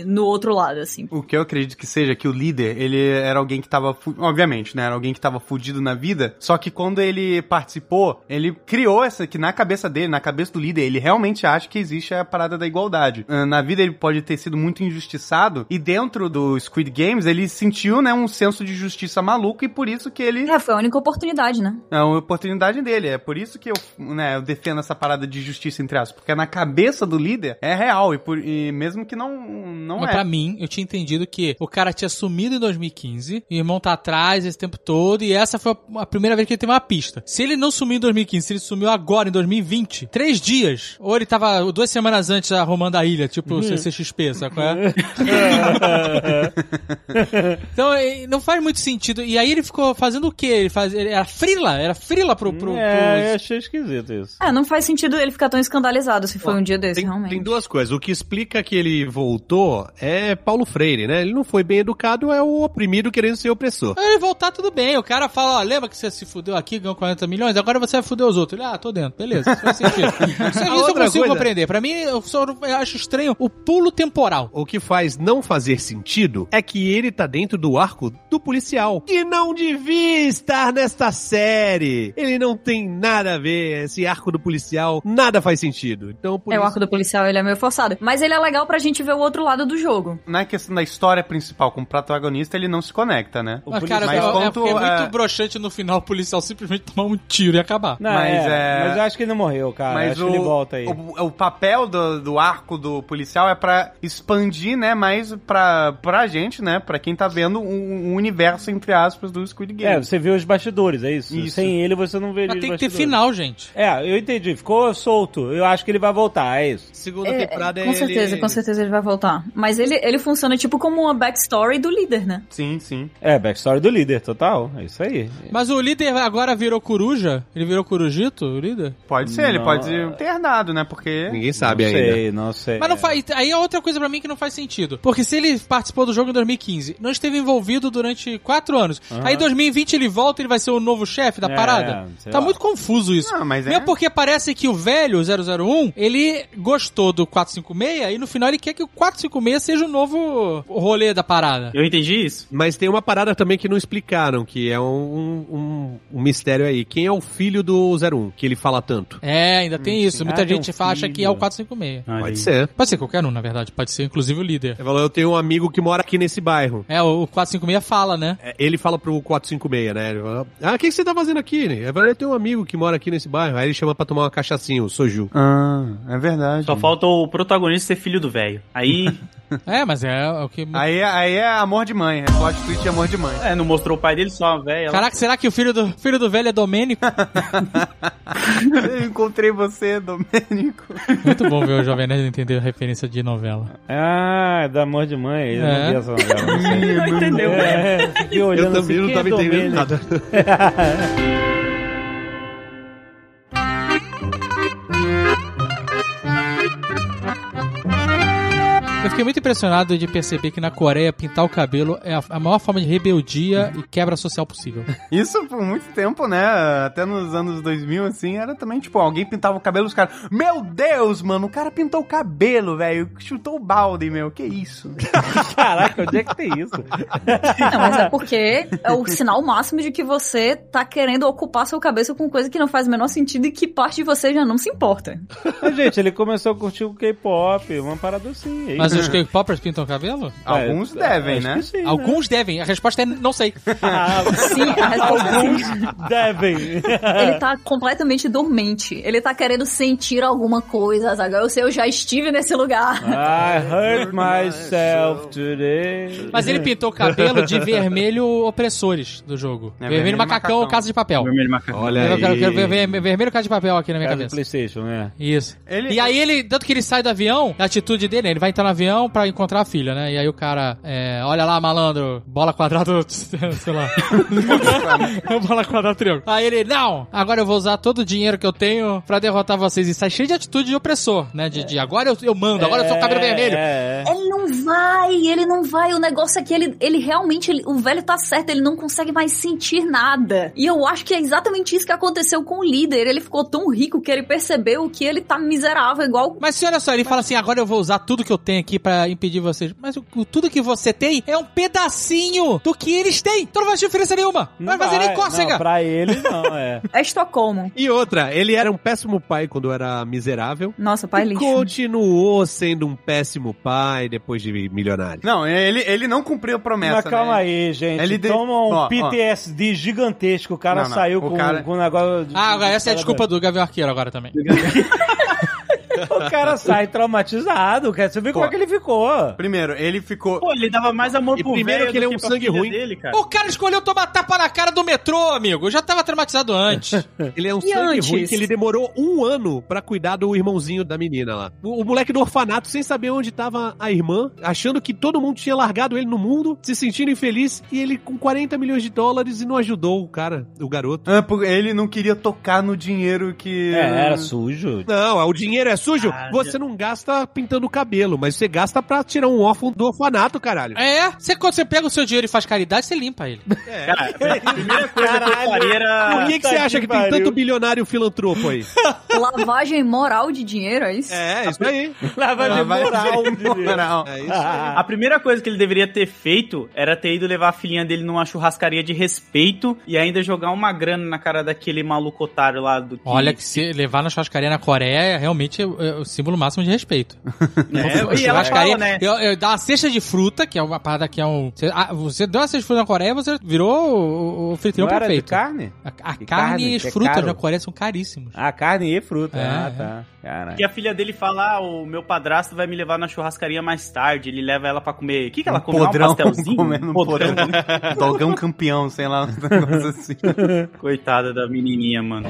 e- no outro lado, assim. O que eu acredito que seja que o líder, ele era alguém que tava, fu- obviamente, né, era alguém que tava fudido na vida, só que quando ele participou, ele criou essa que na cabeça dele, na cabeça do líder, ele realmente acha que existe a parada da igualdade. Ah, Na vida ele pode ter sido muito injustiçado e dentro do Squid Games ele sentiu, né, um senso de justiça maluco e por isso que ele É, foi a única oportunidade, né? é uma oportunidade dele. É por isso que eu, né, eu defendo essa parada de justiça entre aspas, porque é na cabeça do líder é real e, por, e mesmo que não não Mas é. pra mim, eu tinha entendido que o cara tinha sumido em 2015, e o irmão tá atrás esse tempo todo, e essa foi a primeira vez que ele teve uma pista. Se ele não sumiu em 2015, se ele sumiu agora em 2020, três dias, ou ele tava duas semanas antes arrumando a ilha, tipo o CCXP, sabe qual é? Então, eh, não faz muito sentido. E aí ele ficou fazendo o quê? Ele, faz... ele era frila, era frila pro... pro, É, eu pros- achei esquisito isso. É, não faz sentido ele ficar tão escandalizado se foi Ó, um dia desse, Tem, realmente. tem duas coisas. O que explica que ele voltou é Paulo Freire, né? Ele não foi bem educado, é o oprimido querendo ser opressor. Aí Ele voltar, tudo bem. O cara fala, ó, lembra que você se fudeu aqui, ganhou 40 milhões, agora você vai fuder os outros. Ele, ah, tô dentro, beleza. Isso faz sentido. Isso, isso eu outra consigo coisa- compreender. Pra mim, eu, só, eu acho estranho o pulo temporal. O que faz não fazer sentido é que ele tá dentro do arco do policial. Que não devia estar nesta série. Ele não tem nada a ver. Esse arco do policial, nada faz sentido. Então, por É, o isso- arco do policial, ele é meio forçado. Mas ele é legal pra gente ver o outro lado do jogo. na é questão da história principal com o protagonista, ele não se conecta, né? Mas, cara, mas é, quanto, porque é muito é- broxante no final o policial simplesmente tomar um tiro e acabar. Não, Mas, é- mas eu acho que ele não morreu, cara. acho que ele volta aí. O, o papel do, do arco do policial é pra expandir, né, mais pra, pra gente, né, pra quem tá vendo o o universo, entre aspas, do Squid É, Game. você vê os bastidores, é isso. Isso. Sem ele você não veria Mas os tem que ter bastidores. final, gente. É, eu entendi. Ficou solto. Eu acho que ele vai voltar, é isso. Segunda É, temporada é, com certeza, ele... com certeza ele vai voltar. Mas ele, ele funciona tipo como uma backstory do líder, né? Sim, sim. É, backstory do líder, total. É isso aí. Mas o líder agora virou coruja? Ele virou corujito, o líder? Pode ser, ele Não. é- pode ser internado, né, porque... Ninguém sabe não ainda. sei, não sei. Mas não faz. Aí é outra coisa pra mim que não faz sentido. Porque se ele participou do jogo em 2015, não esteve envolvido durante quatro anos. Aí em 2020 ele volta e ele vai ser o novo chefe da É, parada. sei Tá lá. muito confuso isso. Não, mas é... Mesmo porque parece que o velho 001, ele gostou do 456 e no final ele quer que o 456 seja o novo rolê da parada. Eu entendi isso. Mas tem uma parada também que não explicaram, que é um, um, um mistério aí. Quem é o filho do 01, que ele fala tanto? É, ainda tem isso. Muita Ah, tem um gente acha que é o filho. Ah. 456. Pode ser. Pode ser qualquer um, na verdade. Pode ser inclusive o líder. Ele falou, eu tenho um amigo que mora aqui nesse bairro. É, o 456 fala, né? É, Ele fala pro 456, né? Ele fala, ah, o que, que você tá fazendo aqui? Ele fala, eu tenho um amigo que mora aqui nesse bairro. Aí ele chama pra tomar uma cachaçinha, o Soju. Ah, é verdade. Hum. Só falta o protagonista ser filho do velho. Aí, É, mas é o Ah, que. Aí, aí é amor de mãe, é plot twist de amor de mãe. é, não mostrou o pai dele, só a velha. lá. Caraca, será que o filho do, filho do velho é Domênico? Eu encontrei você, Domênico. Muito bom ver o Jovem Nerd entender a referência de novela. Ah, é do amor de mãe. Eu É. não vi essa novela. não sei. Ele não entendeu. né? É, fiquei olhando Eu também assim, não quem tava é entendendo Domênico? nada. Eu fiquei muito impressionado de perceber que na Coreia pintar o cabelo é a, a maior forma de rebeldia e quebra social possível. Isso por muito tempo, né? Até nos anos 2000, assim, era também, tipo, alguém pintava o cabelo, os caras... Meu Deus, mano, o cara pintou o cabelo, velho. Chutou o balde, meu. Que isso? Caraca, onde é que tem isso? Não, mas é porque é o sinal máximo de que você tá querendo ocupar sua cabeça com coisa que não faz o menor sentido e que parte de você já não se importa. Mas, gente, ele começou a curtir o K-pop, uma parada assim. é isso. Mas os K-popers pintam o cabelo? Alguns devem, É, Acho né? que sim, Alguns devem. A resposta é não sei. Ah, Sim, a resposta é sim. devem. Ele tá completamente dormente. Ele tá querendo sentir alguma coisa, sabe? Eu sei, eu já estive nesse lugar. I hurt myself today. Mas ele pintou o cabelo de vermelho opressores do jogo. É, vermelho, vermelho macacão ou macacão. casa de papel. Vermelho macaco. Olha Eu aí. quero, quero ver ver- vermelho casa de papel aqui na minha Cara do cabeça. PlayStation, né? Isso. Ele- E aí ele, tanto que ele sai do avião, a atitude dele, né? ele vai entrar no avião pra encontrar a filha, né? E aí o cara, é, olha lá, malandro, bola quadrada, sei lá. bola quadrada triângulo. Aí ele, não, agora eu vou usar todo o dinheiro que eu tenho pra derrotar vocês. E sai cheio de atitude de opressor, né? De, de agora eu, eu mando, agora eu sou o cabelo vermelho. É, é. Ele não vai, ele não vai. O negócio é que ele, ele realmente, ele- o velho tá certo, ele não consegue mais sentir nada. E eu acho que é exatamente isso que aconteceu com o líder. Ele ficou tão rico que ele percebeu que ele tá miserável, igual. Mas se olha só, ele fala assim: agora eu vou usar tudo que eu tenho aqui pra impedir vocês. Mas o, o- tudo que você tem é um pedacinho do que eles têm. Então não vai fazer diferença nenhuma. Não vai fazer nem cócega. Não, pra ele, não, é. É Estocolmo. E outra, ele era um péssimo pai quando era miserável. Nossa, pai e lixo. continuou sendo um péssimo pai depois de milionário. Não, ele, ele não cumpriu a promessa, Mas calma né? aí, gente. Ele de- Toma um Ó, ó. PTSD gigantesco. O cara Não, não. saiu O com, cara- com um negócio. de- Ah, agora essa é a desculpa do Gavião Arqueiro agora também. O cara sai traumatizado, cara. Você viu como Pô. é que ele ficou? Primeiro, ele ficou... Pô, ele dava mais amor E pro primeiro velho que ele é do um pra sangue filha ruim. Dele, cara. O cara escolheu tomar tapa na cara do metrô, amigo. Eu já tava traumatizado antes. Ele é um sangue antes? ruim que ele demorou um ano pra cuidar do irmãozinho da menina lá. O, o moleque do orfanato, sem saber onde tava a irmã, achando que todo mundo tinha largado ele no mundo, se sentindo infeliz, e ele com 40 milhões de dólares e não ajudou o cara, o garoto. Ah, porque ele não queria tocar no dinheiro que... É, era sujo. Não, o dinheiro é sujo. você não gasta pintando o cabelo, mas você gasta pra tirar um órfão do orfanato, caralho. É, você, quando você pega o seu dinheiro e faz caridade, você limpa ele. Cara, a primeira coisa que eu faria era. Por que, Ah, tá que Puta você acha que que, tem pariu. tanto bilionário filantropo aí? Lavagem moral de dinheiro, é isso? é, isso aí. Lavagem Lavagem moral. um moral. É isso aí. Ah, A primeira coisa que ele deveria ter feito era ter ido levar a filhinha dele numa churrascaria de respeito e ainda jogar uma grana na cara daquele maluco otário lá do Olha, que se levar na churrascaria na Coreia é realmente o- é o símbolo máximo de respeito. né? É, E ela churrascaria. fala, né? eu, eu- dá uma cesta de fruta, que é uma parada que é um. Você, ah, você deu uma cesta de fruta na Coreia, você virou o, o, o fritrião não era de perfeito. carne? A, a De carne, carne, e que é as frutas caro. na Coreia são caríssimos. Ah, carne e fruta. É, ah, é. tá. Cara. E a filha dele fala: ah, o meu padrasto vai me levar na churrascaria mais tarde. Ele leva ela pra comer. O que, que ela come? lá? um pastelzinho? comendo um podrão. Dogão campeão, sei lá, um negócio assim. Coitada da menininha, mano.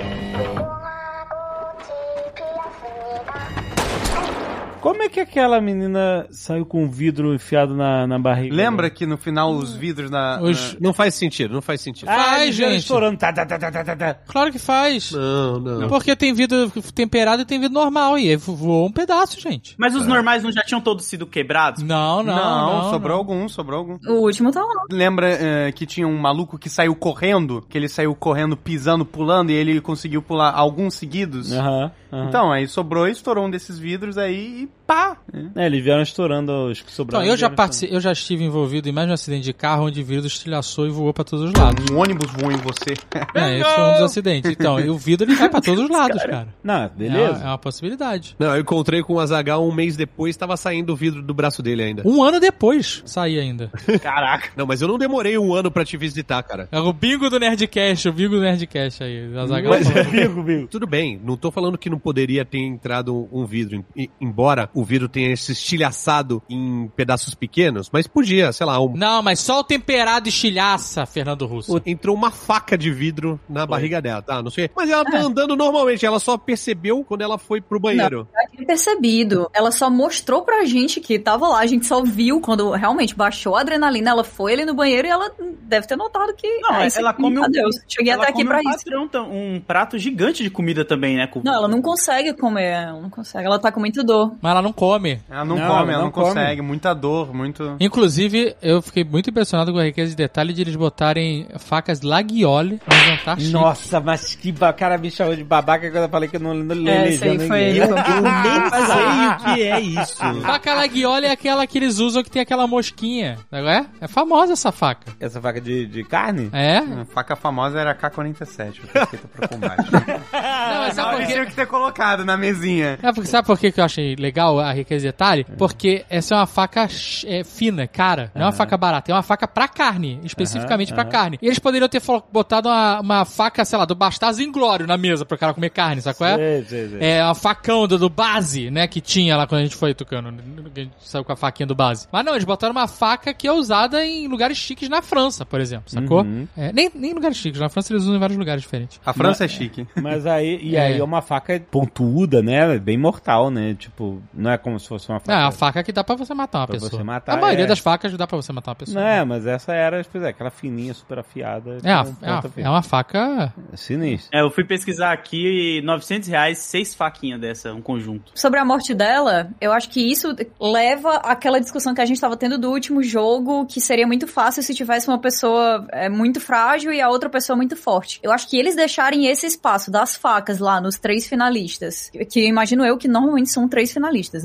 Como é que aquela menina saiu com um vidro enfiado na, na barriga? Lembra que no final os vidros na... Os- Não faz sentido, não faz sentido. Ah, Ai, eles vieram gente. estourando. Tá, tá, tá, tá, tá, tá, tá. Claro que faz. Não, não. Porque tem vidro temperado e tem vidro normal. E aí voou um pedaço, gente. Mas os normais não já tinham todos sido quebrados? Não, não. Não, Não, sobrou algum, sobrou algum. O último tá lá. Lembra eh, que tinha um maluco que saiu correndo? Que ele saiu correndo, pisando, pulando, e ele conseguiu pular alguns seguidos? Aham, aham. Então, aí sobrou, estourou um desses vidros aí e pá! É, eles vieram estourando os que Então, sobraram. eu já, vieram partici- eu já estive envolvido em mais de um acidente de carro onde o vidro estilhaçou e voou pra todos os lados. Um ônibus voou em você. É, esse foi um dos acidentes. Então, e o vidro ele vai pra todos os lados, cara. estourando. Não, É uma, beleza. é uma possibilidade. Não, eu encontrei com o Azagal um mês depois, tava saindo o vidro do braço dele ainda. Um ano depois saí ainda. Caraca. Não, mas eu não demorei um ano pra te visitar, cara. É o bingo do Nerdcast, o bingo do Nerdcast aí. Azaghal Mas- falou. Bigo, bigo. Tudo bem, não tô falando que não poderia ter entrado um vidro, em- em- embora o vidro tenha se estilhaçado em pedaços pequenos, mas podia, sei lá, um- Não, mas só o temperado estilhaça, Fernando Russo. entrou uma faca de vidro na barriga dela, tá? Não sei. Mas ela tá andando normalmente, ela só percebeu quando ela foi pro banheiro. Eu tinha Tá percebido. Ela só mostrou pra gente que tava lá. A gente só viu quando realmente baixou a adrenalina. Ela foi ali no banheiro e ela deve ter notado que. Não, Ah, isso ela aqui, come um- Adeus. Cheguei ela até aqui come pra um, isso. patrão, tam- um prato gigante de comida também, né? Com... Não, ela não consegue comer. Ela não consegue. Ela tá com muito dor. Mas Mas ela não come. Ela não, Não, come, ela ela não, não come. consegue. Muita dor, muito. Inclusive, eu fiquei muito impressionado com a riqueza de detalhe de eles botarem facas Laguiole no jantar chique. Nossa, mas que ba... o cara me chamou de babaca quando eu falei que eu não, não É, isso Ah, aí leio foi ninguém. ele. sei o que é isso. Faca Laguiole é aquela que eles usam que tem aquela mosquinha. Não é? É famosa essa faca. Essa faca de, de carne? É? A faca famosa era a K-47, feita pra combate. Não, mas sabe por Eles quê? tinham que ter colocado na mesinha. É porque, sabe por que que eu achei legal a riqueza de detalhe? Porque essa é uma faca é, fina, cara. Não é uma faca barata, é uma faca pra carne, especificamente pra carne. E eles poderiam ter fo- botado uma, uma faca, sei lá, do Bastardo Inglório na mesa pro cara comer carne, sabe qual é? Sei, sei, sei. É, a facão do, do base, né? Que tinha lá quando a gente foi tocando. né, que A gente saiu com a faquinha do base. Mas não, eles botaram uma faca que é usada em lugares chiques na França, por exemplo, sacou? Uhum. É, nem, nem em lugares chiques, na França eles usam em vários lugares diferentes. A França é chique. Mas aí, e aí É. é. uma faca pontuda, né? Bem mortal, né? Tipo, não é como se fosse uma É, a faca. faca que dá pra você matar uma Pra pessoa. você matar, a maioria é. das facas dá pra você matar uma pessoa. Não é, mas essa era, tipo, é, aquela fininha, super afiada. É, a- com é, a- ponta é fina. uma faca. Sinistra. É, eu fui pesquisar aqui, R$ 900 reais, seis faquinhas dessa, um conjunto. Sobre a morte dela, eu acho que isso leva àquela discussão que a gente estava tendo do último jogo, que seria muito fácil se tivesse uma pessoa é, muito frágil e a outra pessoa muito forte. Eu acho que eles deixarem esse espaço das facas lá nos três finalistas, que imagino eu que normalmente são três finalistas,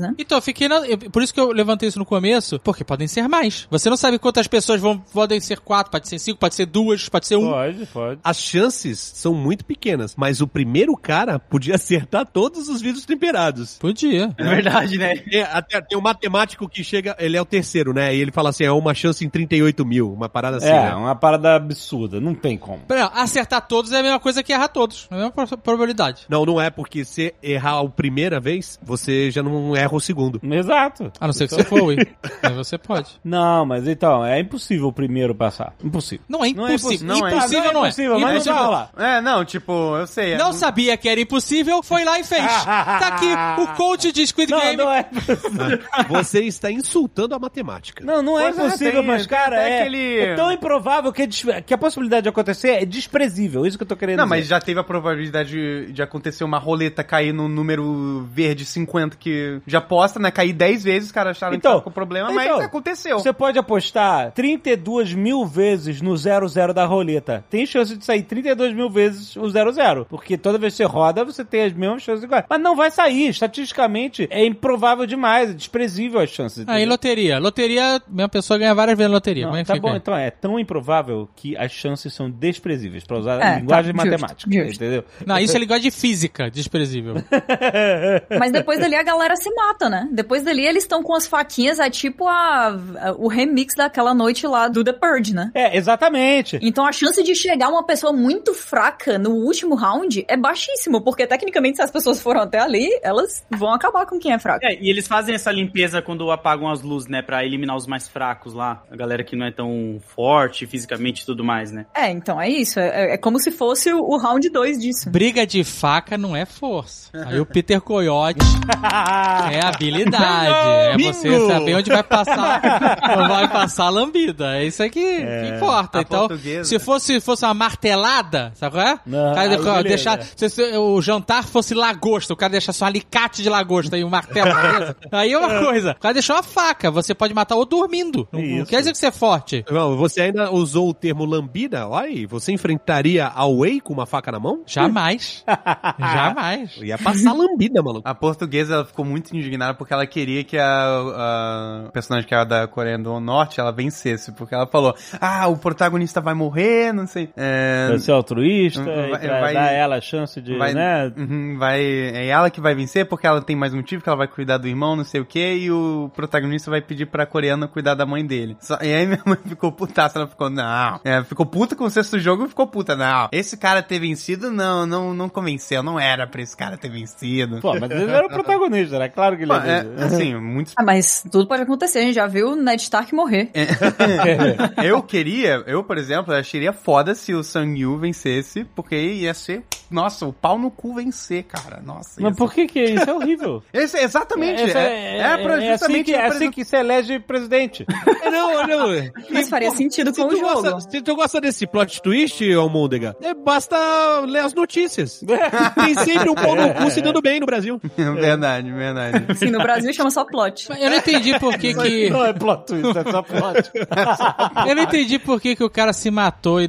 né? Então, eu fiquei na... eu- Por isso que eu levantei isso no começo, porque podem ser mais. Você não sabe quantas pessoas vão... podem ser quatro, pode ser cinco, pode ser duas, pode ser um. Pode, pode. As chances são muito pequenas, mas o primeiro cara podia acertar todos os vídeos temperados. Podia. É verdade, né? É, até tem um matemático que chega, ele é o terceiro, né? E ele fala assim: é uma chance em 38 mil, uma parada assim, é, né? uma parada absurda. Não tem como. Pera, Acertar todos é a mesma coisa que errar todos. É a mesma pro- probabilidade. Não, não é, porque se errar a primeira vez, você já não erra o segundo. Exato. A não ser que você Então- for, ui. Aí você pode. Não, mas então, é impossível o primeiro passar. Impossível. Não é Não é impossível. impossível, não é. impossível não é. Impossível, mas Impossível. fala. É, não, tipo, eu sei. é Não muito- sabia que era impossível, foi lá e fez. Tá aqui o coach de Squid Não, Game. não é. né? Você está insultando a matemática. Não, não é Pois é, impossível, tem- mas, cara, tem é, aquele- é tão improvável que, é des- que a possibilidade de acontecer é desprezível. Isso que eu tô querendo Não, dizer. mas já teve a probabilidade de, de acontecer uma roleta cair no número verde 50 que já aposta, né? Cair 10 vezes, os caras acharam que Então, tava com problema, então, mas aconteceu. Você pode apostar 32 mil vezes no 00 da roleta. Tem chance de sair 32 mil vezes o 00. Porque toda vez que você roda, você tem as mesmas chances iguais. Mas não vai sair. Estatisticamente, é improvável demais. É desprezível as chances. Aí entendeu? Ah, loteria. Loteria, mesma pessoa ganha várias vezes na loteria. Não, Como é que tá fica bom, aí? então é tão improvável que as chances são desprezíveis, pra usar É, a linguagem tá, justo, matemática, justo. entendeu? Não, isso é ligado de física, desprezível. Mas depois dali a galera se mata, né? Depois dali eles estão com as faquinhas, é tipo a, a- o remix daquela noite lá do The Purge, né? É, exatamente. Então a chance de chegar uma pessoa muito fraca no último round é baixíssima, porque tecnicamente se as pessoas foram até ali, elas vão acabar com quem é fraco. É, e eles fazem essa limpeza quando apagam as luzes, né? Pra eliminar os mais fracos lá. A galera que não é tão forte fisicamente e tudo mais, né? É, então é isso. É, é- é como se fosse o, o round 2 disso. Briga de faca não é força. Aí o Peter Coyote é habilidade. É você saber onde vai passar, não vai passar a lambida. É isso aí que, que importa. A então, portuguesa. se fosse, fosse uma martelada, sabe qual é? Não, o cara aí deixa- beleza. deixar, se, se o jantar fosse lagosta, o cara deixasse um alicate de lagosta e um martelo. na mesa, aí é uma coisa. O cara deixou uma faca, você pode matar ou dormindo. Não, não Isso. quer dizer que você é forte. Não, Você ainda usou o termo lambida? Olha aí, você enfrentaria a Wei com uma faca na mão? Jamais. Jamais. Ia passar lambida, maluco. A portuguesa ela ficou muito indignada porque ela queria que a, a personagem que era da Coreia do Norte ela vencesse, porque ela falou: Ah, o protagonista vai morrer, não sei. É, Vai ser altruísta, Vai- e pra vai- dar a ela a chance de, vai, né? uhum, vai- é ela que vai vencer porque ela tem mais motivo, que ela vai cuidar do irmão, não sei o que, e o protagonista vai pedir pra coreana cuidar da mãe dele. Só- e aí minha mãe ficou putaça, ela ficou, não. É, ficou puta com o sexto jogo e ficou puta, não. Esse cara ter vencido, não, não, não convenceu, não era pra esse cara ter vencido. Pô, mas ele era o protagonista, né? Claro que ele Pô, era. é, assim, muitos Ah, mas tudo pode acontecer, a gente já viu o Ned Stark morrer. É. Eu queria, eu, por exemplo, acharia foda se o Sang Yu vencesse, porque ia ser. Nossa, o pau no cu vencer, cara. Nossa. ia Mas por que que isso é horrível? ser- Esse- exatamente. Essa- é, é, pra é assim justamente. que, é assim representar- que se elege presidente. Não, não. Mas faria sentido Se com o tu, jogo. gosta, se tu gosta desse plot twist, Almôndega, é, basta ler as notícias. Tem sempre um pau no cu se dando bem no Brasil. Verdade, verdade. verdade. Assim, no Brasil chama só plot. Eu não entendi por que que... Não é plot twist, é só plot. Eu não entendi por que que o cara se matou e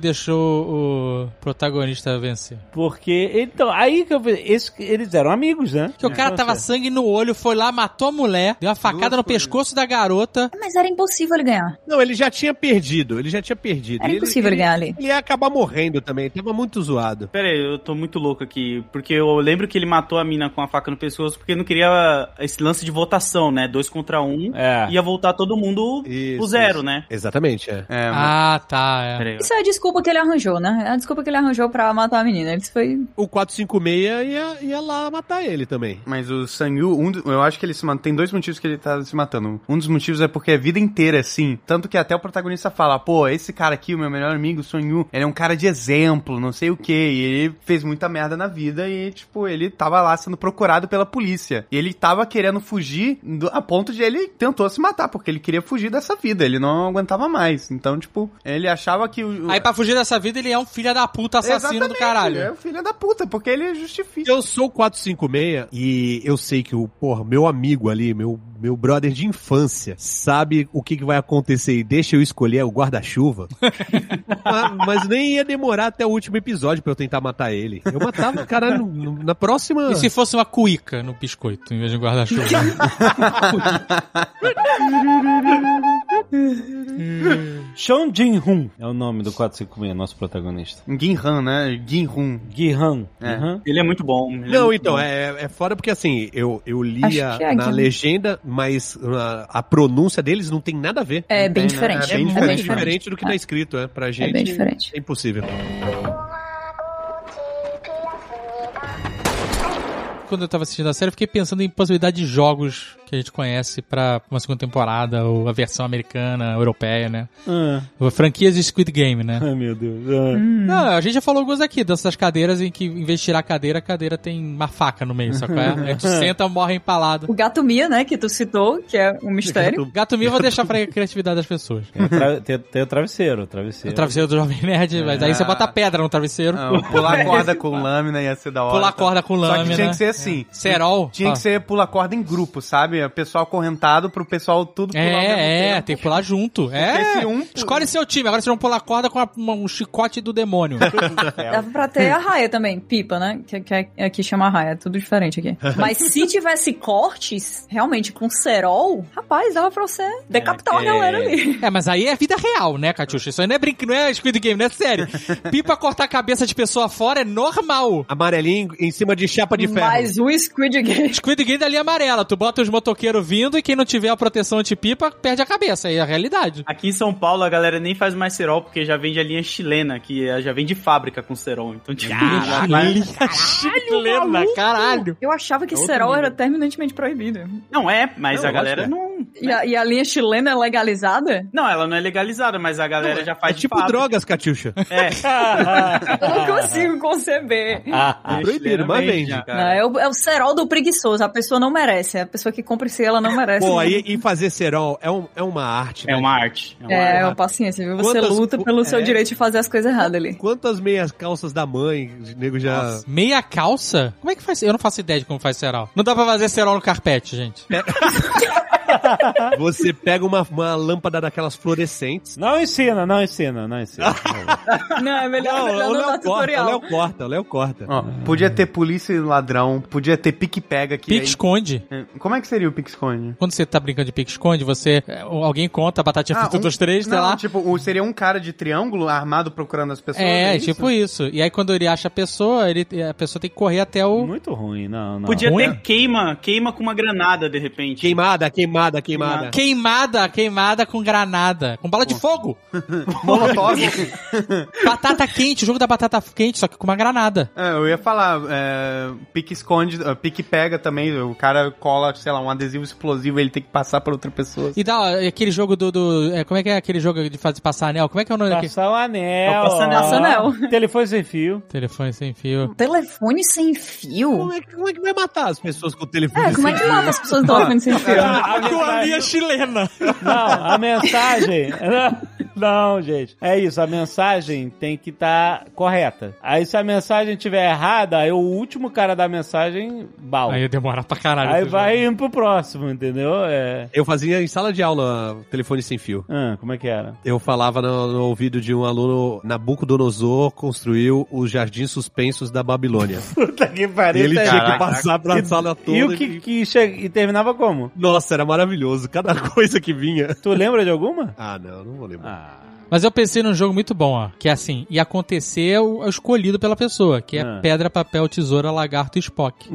deixou o protagonista vencer. Porque, então, aí que eu vi, esse- eles eram amigos, né? É, Porque o cara tava sangue no olho, foi lá, matou a mulher, deu uma facada no pescoço da garota. Mas era impossível ele ganhar. Não, ele já tinha perdido, ele já tinha perdido. Era Ele- impossível ele ele, ganhar ali. ele ia acabar morrendo também, tava muito zoado. Pera aí, eu tô muito louco aqui, porque eu lembro que ele matou a mina com a faca no pescoço porque não queria esse lance de votação, né? Dois contra um, É. ia voltar todo mundo Isso, pro zero, isso. né? Exatamente, é. É, Ah, tá, é. Pera aí, Isso é a desculpa que ele arranjou, né? É a desculpa que ele arranjou pra matar a menina. Ele foi. O 456 ia, ia lá matar ele também. Mas o Sangyu, um, do- eu acho que ele se mantém. Tem dois motivos que ele tá se matando. Um dos motivos é porque a vida inteira, é assim. Tanto que até o protagonista fala: pô, esse cara aqui, o meu melhor amigo, o Sangyu, ele é um cara de exemplo, não sei o que. E ele fez muita merda na vida e, tipo, ele tava lá sendo procurado pela polícia. E ele tava querendo fugir do- a ponto de ele tentou se matar, porque ele queria fugir dessa vida. Ele não aguentava mais. Então, tipo, ele achava que o. o- Aí pra fugir dessa vida, ele é um filho da puta assassino do Exatamente, caralho. É o filho da puta, porque ele justifica. Eu sou o 456 e eu sei que o, porra, meu amigo ali, meu, meu brother de infância, sabe o que, que vai acontecer e deixa eu escolher o guarda-chuva. Ma- mas, nem ia demorar até o último episódio pra eu tentar matar ele. Eu matava o cara no- no- na próxima. E se fosse uma cuíca no biscoito, em vez de um guarda-chuva? Sean Jin-hun é o nome do 456, nosso protagonista. Ginhan, né? Ginhun. Gihan. É. Gihan. Ele é muito bom. ele é Não, muito então, bom. é, é foda porque assim, eu, eu Acho lia que é na aqui. legenda, mas na- a pronúncia deles não tem nada a ver. É bem né? diferente. Ah. É bem muito diferente. diferente do que tá escrito, é. Pra gente. bem diferente. É impossível. Quando eu tava assistindo a série, eu fiquei pensando em possibilidade de jogos que a gente conhece pra uma segunda temporada, ou a versão americana, europeia, né? Ah, Franquias de Squid Game, né? ai, meu Deus. é. Ah. Não, a gente já falou algumas aqui, dessas cadeiras em que, em vez de tirar a cadeira, a cadeira tem uma faca no meio, só que é, tu senta, morre empalado. O gato Mia, né? Que tu citou, que é um mistério. Gato Mil, eu vou deixar pra criatividade das pessoas. Tem, o tra- tem- tem o travesseiro, o travesseiro. O travesseiro do Jovem Nerd, mas aí você bota pedra no travesseiro, Não, pular corda com lâmina ia ser da hora. tá? pular corda com Ah, Só que lâmina. É. Ah. tinha que ser assim. Serol. Tinha ó. que ser pular corda em grupo, sabe? O pessoal acorrentado pro pessoal tudo pular ao mesmo É, é, tempo. tem que pular junto. É. se um- Escolhe seu time, agora vocês vão pular corda com a- uma- um chicote do demônio. Dava pra ter a raia também, pipa, né? Que, que é- aqui chama raia, tudo diferente aqui. Mas se tivesse cortes, realmente, com cerol, rapaz, dava pra você decapitar uma galera ali. é, mas aí é vida real, né, Catiuxa? Isso aí não é brinque, não é Squid Game, não é sério. Pipa cortar a cabeça de pessoa fora é normal. Amarelinho em cima de chapa de ferro. Mas o Squid Game. Squid Game da linha amarela. Tu bota os motoqueiros vindo e quem não tiver a proteção antipipa perde a cabeça. Aí é a realidade. Aqui em São Paulo a galera nem faz mais cerol porque já vende a linha chilena, que é- já vem de fábrica com cerol. Então, tipo, já vai- Chilena, caralho. Eu achava que cerol era terminantemente proibido. Não é, mas Não, a galera lógico não. E a, e a linha chilena é legalizada? Não, ela não é legalizada, mas a galera já É faz de tipo fábrica. drogas, Catiuxa. É, Eu não Ah. consigo conceber. É proibido, mas vende. Não, é, o, é o cerol do preguiçoso. A pessoa não merece. A pessoa que compra se ela não merece. Pô, aí e fazer serol é, um- é uma arte, É né? uma arte. É uma É, é arte. uma paciência, viu? Você Quantas- luta pelo seu é. direito de fazer as coisas erradas ali. Quantas meias calças da mãe, o nego Ah. já... Meia calça? Como é que faz? Eu não faço ideia de como faz cerol. Não dá pra fazer cerol no carpete, gente. É Você pega uma, uma lâmpada daquelas fluorescentes. Não ensina, não ensina, não ensina. Não, é melhor Não, o melhor não Léo dar corta, o tutorial. Léo corta, o Léo corta. Ó, podia ter polícia e ladrão, podia ter pique-pega que Pique esconde. aí- Como é que seria o pique-esconde? Quando você tá brincando de pique-esconde, você. é, Alguém conta a batatinha frita um- dos três, sei não, lá. tipo, o- seria um cara de triângulo armado procurando as pessoas. é, isso? tipo isso. E aí quando ele acha a pessoa, ele, a pessoa tem que correr até o. Muito ruim, não, não. Podia Ruim. ter queima, queima com uma granada, de repente. Queimada, queimada, queimada. Queimada, queimada com granada. Com bala de fogo. Molotov. Batata quente, o jogo da batata quente, só que com uma granada. É, eu ia falar, é, pique esconde, é, pique pega também, o cara cola, sei lá, um adesivo explosivo, ele tem que passar pra outra pessoa. E dá ó, aquele jogo do. do- é, como é que é aquele jogo de fazer passar anel? Como é que é o nome daquele? Passar o anel. Passar anel. Passar anel. Telefone sem fio. Telefone sem fio. Telefone sem fio? Como é, que- como é que vai matar as pessoas com o telefone? É, como é que mata as Ah, é Ah, é Ah, pessoas no telefone sem fio? A, a mensagem, chilena. não, a mensagem. Não, gente. É isso, a mensagem tem que estar correta. Aí se a mensagem tiver errada, aí o último cara da mensagem bala. Aí ia demorar pra caralho. Aí esse vai jogo. indo pro próximo, entendeu? É. Eu fazia em sala de aula telefone sem fio. Ah, como é que era? Eu falava no, no ouvido de um aluno, Nabucodonosor construiu os jardins suspensos da Babilônia. Puta que e pariu. ele tá tinha que errado. passar pra sala toda. E o que, que che- e terminava como? Nossa, era maravilhoso. Cada coisa que vinha. Tu lembra de alguma? Ah, não, não vou lembrar. Mas eu pensei num jogo muito bom, ó. Que é assim, e acontecer é o é o escolhido pela pessoa, que é Ah. pedra, papel, tesoura, lagarto e Spock.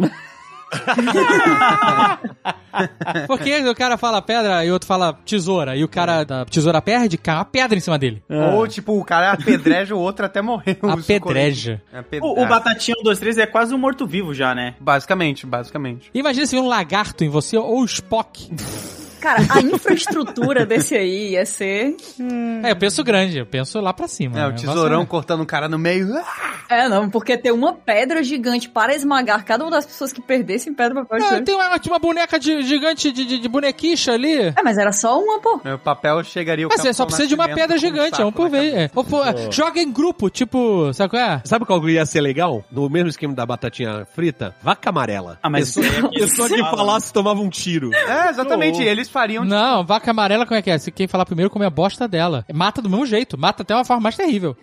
Porque o cara fala pedra e o outro fala tesoura, e o É. cara da tesoura perde, cai uma pedra em cima dele. Ou, tipo, o cara apedreja o outro até morrer. A Os pedreja. colegas- Apedre- O, o Ah, Batatinha 1, 2, 3 é quase um morto-vivo já, né? É, Basicamente, basicamente. Imagina se vê um lagarto em você ou o Spock. Cara, a infraestrutura desse aí ia ser. É, eu penso grande, eu penso lá pra cima. É, né? o Eu tesourão gosto, né? cortando o cara no meio. Ah! É, não, porque ter uma pedra gigante para esmagar cada uma das pessoas que perdessem pedra, papel e Não, tesoura. Ah, tem uma, tinha uma boneca de- gigante de, de, de bonequicha ali. É, mas era só uma, pô. É, O papel chegaria... o Mas você Assim, só Capitão precisa de uma Nascimento pedra com um gigante, é saco um por na vez. é. Ou, pô, é, joga em grupo, tipo, sabe qual é? Sabe qual ia ser legal? No mesmo esquema da batatinha frita? Vaca amarela. Ah, mas pessoa, isso aí é que pessoa que eles falam. falasse tomava um tiro. É, exatamente. Ou- Eles fariam. de- Não, vaca amarela, como é que é? Se quem falar primeiro come a bosta dela. Mata do mesmo jeito, mata até uma forma mais terrível.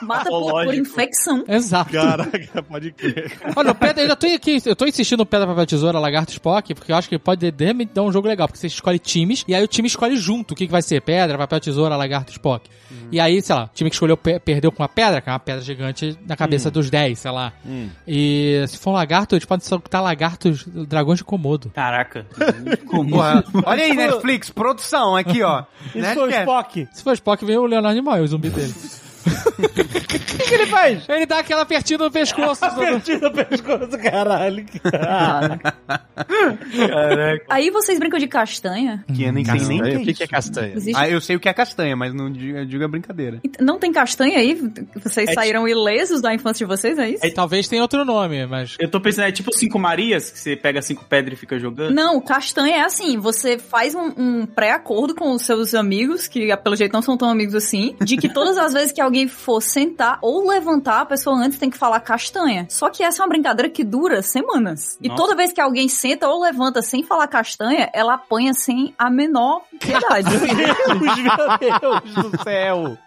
Mata por, por Lógico. infecção. Exato. Caraca, pode crer. Olha, o pedra, eu ainda tô aqui, eu tô insistindo no pedra, papel, tesoura, lagarto, Spock, porque eu acho que pode de repente dar um jogo legal, porque você escolhe times, e aí o time escolhe junto o que, que vai ser, pedra, papel, tesoura, lagarto, Spock. Uhum. E aí, sei lá, o time que escolheu pe- perdeu com uma pedra, que é uma pedra gigante na Uhum. cabeça dos 10, sei lá. E se for um lagarto, eles podem soltar lagartos, dragões de Komodo. Tá. Caraca. tipo, Porra. Olha aí, Netflix, produção, aqui, ó. Né, Isso foi o Netcast. Spock. Se for Spock, vem o Leonardo Nimoy, o zumbi dele. O que, que ele faz? Ele dá aquela apertida no pescoço. Perdi no pescoço, caralho. Aí vocês brincam de castanha? Que eu nem sei nem Castanha, o o que, que é. que é castanha? Existe? Ah, eu sei o que é castanha, mas não digo, eu digo a brincadeira. Não tem castanha aí? Vocês saíram ilesos da infância de vocês, é isso? Talvez tenha outro nome, mas. Eu tô pensando, é tipo cinco Marias, que você pega cinco pedras e fica jogando? Não, castanha é assim, você faz um, um pré-acordo com os seus amigos, que ah, pelo jeito não são tão amigos assim, de que todas as vezes que alguém for sentar ou levantar, a pessoa antes tem que falar castanha. Só que essa é uma brincadeira que dura semanas. E Nossa. toda vez que alguém senta ou levanta sem falar castanha, ela apanha sem a menor piedade. Deus do céu.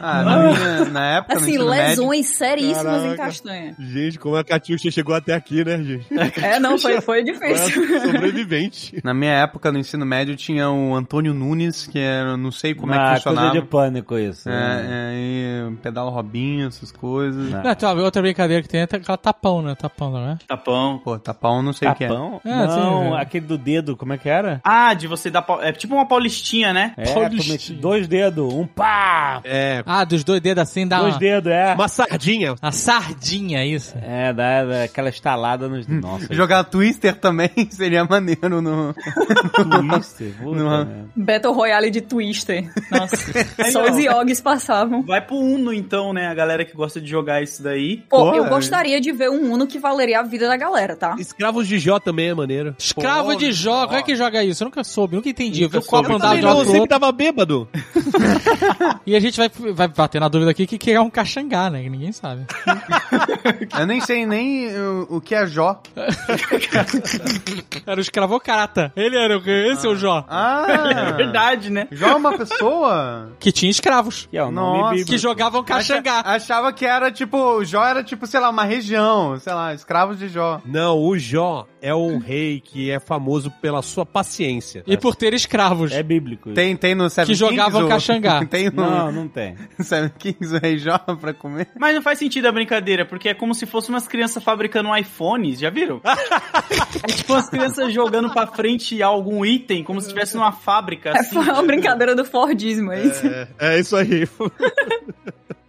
Ah, na, minha- na época, no assim, ensino médio, lesões seríssimas em Caraca. castanha. Gente, como a Catiuxa chegou até aqui, né, gente? É, não, foi, foi difícil. Sobrevivente. na minha época, no ensino médio, tinha o Antônio Nunes, que era, não sei como é Ah, que funcionava. coisa de pânico isso. né? É, é, e pedala Robinho, essas coisas. Ah. Não, tem uma outra brincadeira que tem é aquela tapão, né? Tapão, não é? tá Tapão. Pô, tapão, não sei o que é. Tapão? É, não, sim, é. aquele do dedo, como é que era? Ah, de você dar... pau- É tipo uma paulistinha, né? É, tu mete dois dedos, um pá! É, Ah, dos dois dedos assim dá dois uma, dedos, é. uma sardinha. a sardinha, isso. É, dá, dá aquela estalada nos... Nossa, Jogar Twister também seria maneiro no... twister, puta, Não. né? Battle Royale de Twister. Nossa, só os iogues passavam. Vai pro Uno, então, né? A galera que gosta de jogar isso daí. Pô, Pô, eu é. gostaria de ver um Uno que valeria a vida da galera, tá? Escravos de Jó também é maneiro. Escravo de Jó, como é que joga isso? Eu nunca soube, nunca entendi. Eu vi o copo Sobrevivente. Tá andar de um Não, eu outro, sempre tava bêbado. e a gente vai, vai bater na dúvida aqui que, que é um caxangá, né? Que ninguém sabe. Eu nem sei nem o, o que é Jó. Era o escravocrata. Ele era o Esse é o Jó. É Ah, verdade, né? Jó é uma pessoa? Que é- tinha escravos. Que é o nome Nossa. bíblico. Que jogavam caxangá. Acha- achava que era tipo, o Jó era tipo, sei lá, uma região, sei lá, escravos de Jó. Não, o Jó é um rei que é famoso pela sua paciência. E por ter escravos. É bíblico. Tem, tem no Seven Que jogavam Kings o- caxangá. Tem no Não, não tem. Seven Kings o Rei Jó pra comer. Mas não faz sentido a brincadeira, porque é como se fosse umas crianças fabricando iPhones, já viram? é tipo umas crianças jogando pra frente algum item, como se estivesse numa é fábrica, assim. Foi uma brincadeira do Fordismo, é isso? É, é isso aí.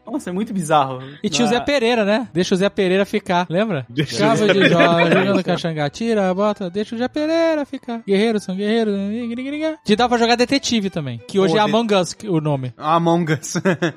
Nossa, é muito bizarro. E tinha o Zé Ah, Pereira, né? Deixa o Zé Pereira ficar, lembra? Deixa Cava de Jó, jogando caxangá, tira a bota, deixa o Zé Pereira ficar. Guerreiros são guerreiros. né? Te dá pra jogar detetive também, que hoje Pô, é de- Among Us que- o nome. Among Us.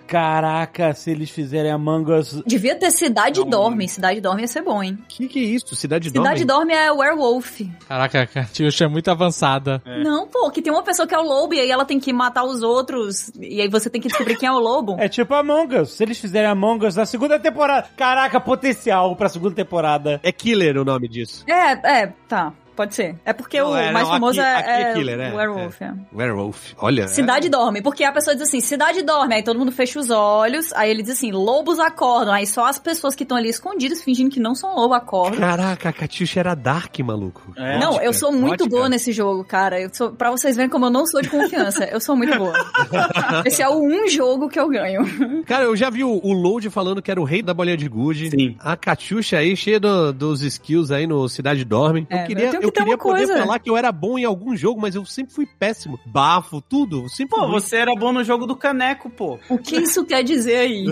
Caraca, se eles fizerem Among Us. Devia ter Cidade É um Dorme. Cidade Dorme ia ser bom, hein? Que que é isso? Cidade Nova? Cidade Dorme é Werewolf. Caraca, a Tiuxa é muito avançada. É. Não, pô, que tem uma pessoa que é o lobo e aí ela tem que matar os outros. E aí você tem que descobrir quem é o lobo. É tipo Among Us. Se eles fizerem Among Us na segunda temporada. Caraca, potencial pra segunda temporada. É Killer o nome disso. É, é, tá. Pode ser. É porque Não, o é, mais não, famoso aqui- é, aqui é é killer, é, Werewolf. é. Werewolf. Olha. é. Cidade dorme, porque a pessoa diz assim, cidade dorme, aí todo mundo fecha os olhos, aí ele diz assim, lobos acordam, aí só as pessoas que estão ali escondidas, fingindo que não são lobo, acordam. Caraca, a Catiuxa era dark, maluco. É. não, Gótica, eu sou muito gótica. boa né? nesse jogo, cara. Eu sou, pra vocês verem como eu não sou de confiança, eu sou muito boa. Esse é o um jogo que eu ganho. Cara, eu já vi o, o Load falando que era o rei da bolinha de gude. Sim. A Catiuxa aí, cheia do- dos skills aí no Cidade Dorme. É, eu queria, eu eu tenho que ter queria uma poder coisa. falar que eu era bom em algum jogo, mas eu sempre fui péssimo. Bafo, tudo. eu Sempre Pô, fui ruim. você era bom no jogo do caneco, pô. O que isso quer dizer aí?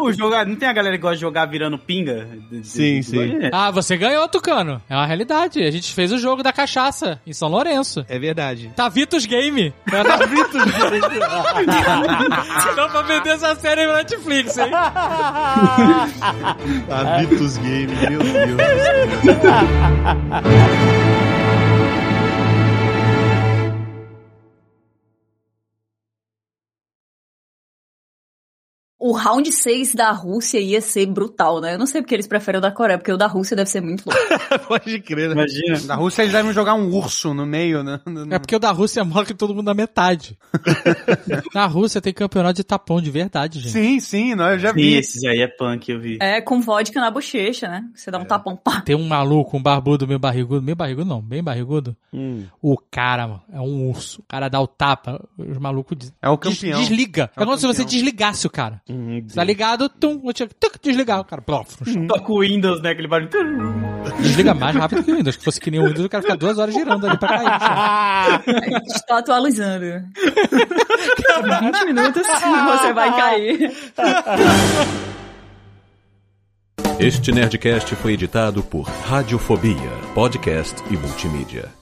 O jogo, não tem a galera que gosta de jogar virando pinga? De- de- Sim, de- sim. É. Ah, você ganhou, Tucano. É uma realidade. A gente fez o jogo da cachaça em São Lourenço. É verdade. Tavitos Game. Tavitos Game. Ah, Dá pra vender essa série no Netflix, hein? Habitus Game, meu Deus. O round 6 da Rússia ia ser brutal, né? Eu não sei porque eles preferem o da Coreia, porque o da Rússia deve ser muito louco. Pode crer, né? Imagina. Na Rússia eles devem jogar um urso no meio, né? É porque o da Rússia morre todo mundo na metade. na Rússia tem campeonato de tapão de verdade, gente. Sim, sim, não, eu já E vi. esses aí é punk, eu vi. É, com vodka na bochecha, né? Você dá um tapão, pá. Tem um maluco, um barbudo, meio barrigudo. Meio barrigudo não, bem barrigudo. Hum. O cara, mano, é um urso. O cara dá o tapa, os malucos des- É o des- campeão. desliga. É, É o como se você campeão. Uhum. desligasse o cara. tá ligado? Tum, eu tinha que tuc, desligar o cara. Plof, no chão. Toca o Windows, né? Aquele barulho. Desliga mais rápido que o Windows. Se fosse que nem o Windows, o cara fica duas horas girando ali pra cair. sabe? Estou atualizando. Em 20 minutos você vai cair. Este Nerdcast foi editado por Radiofobia, podcast e multimídia.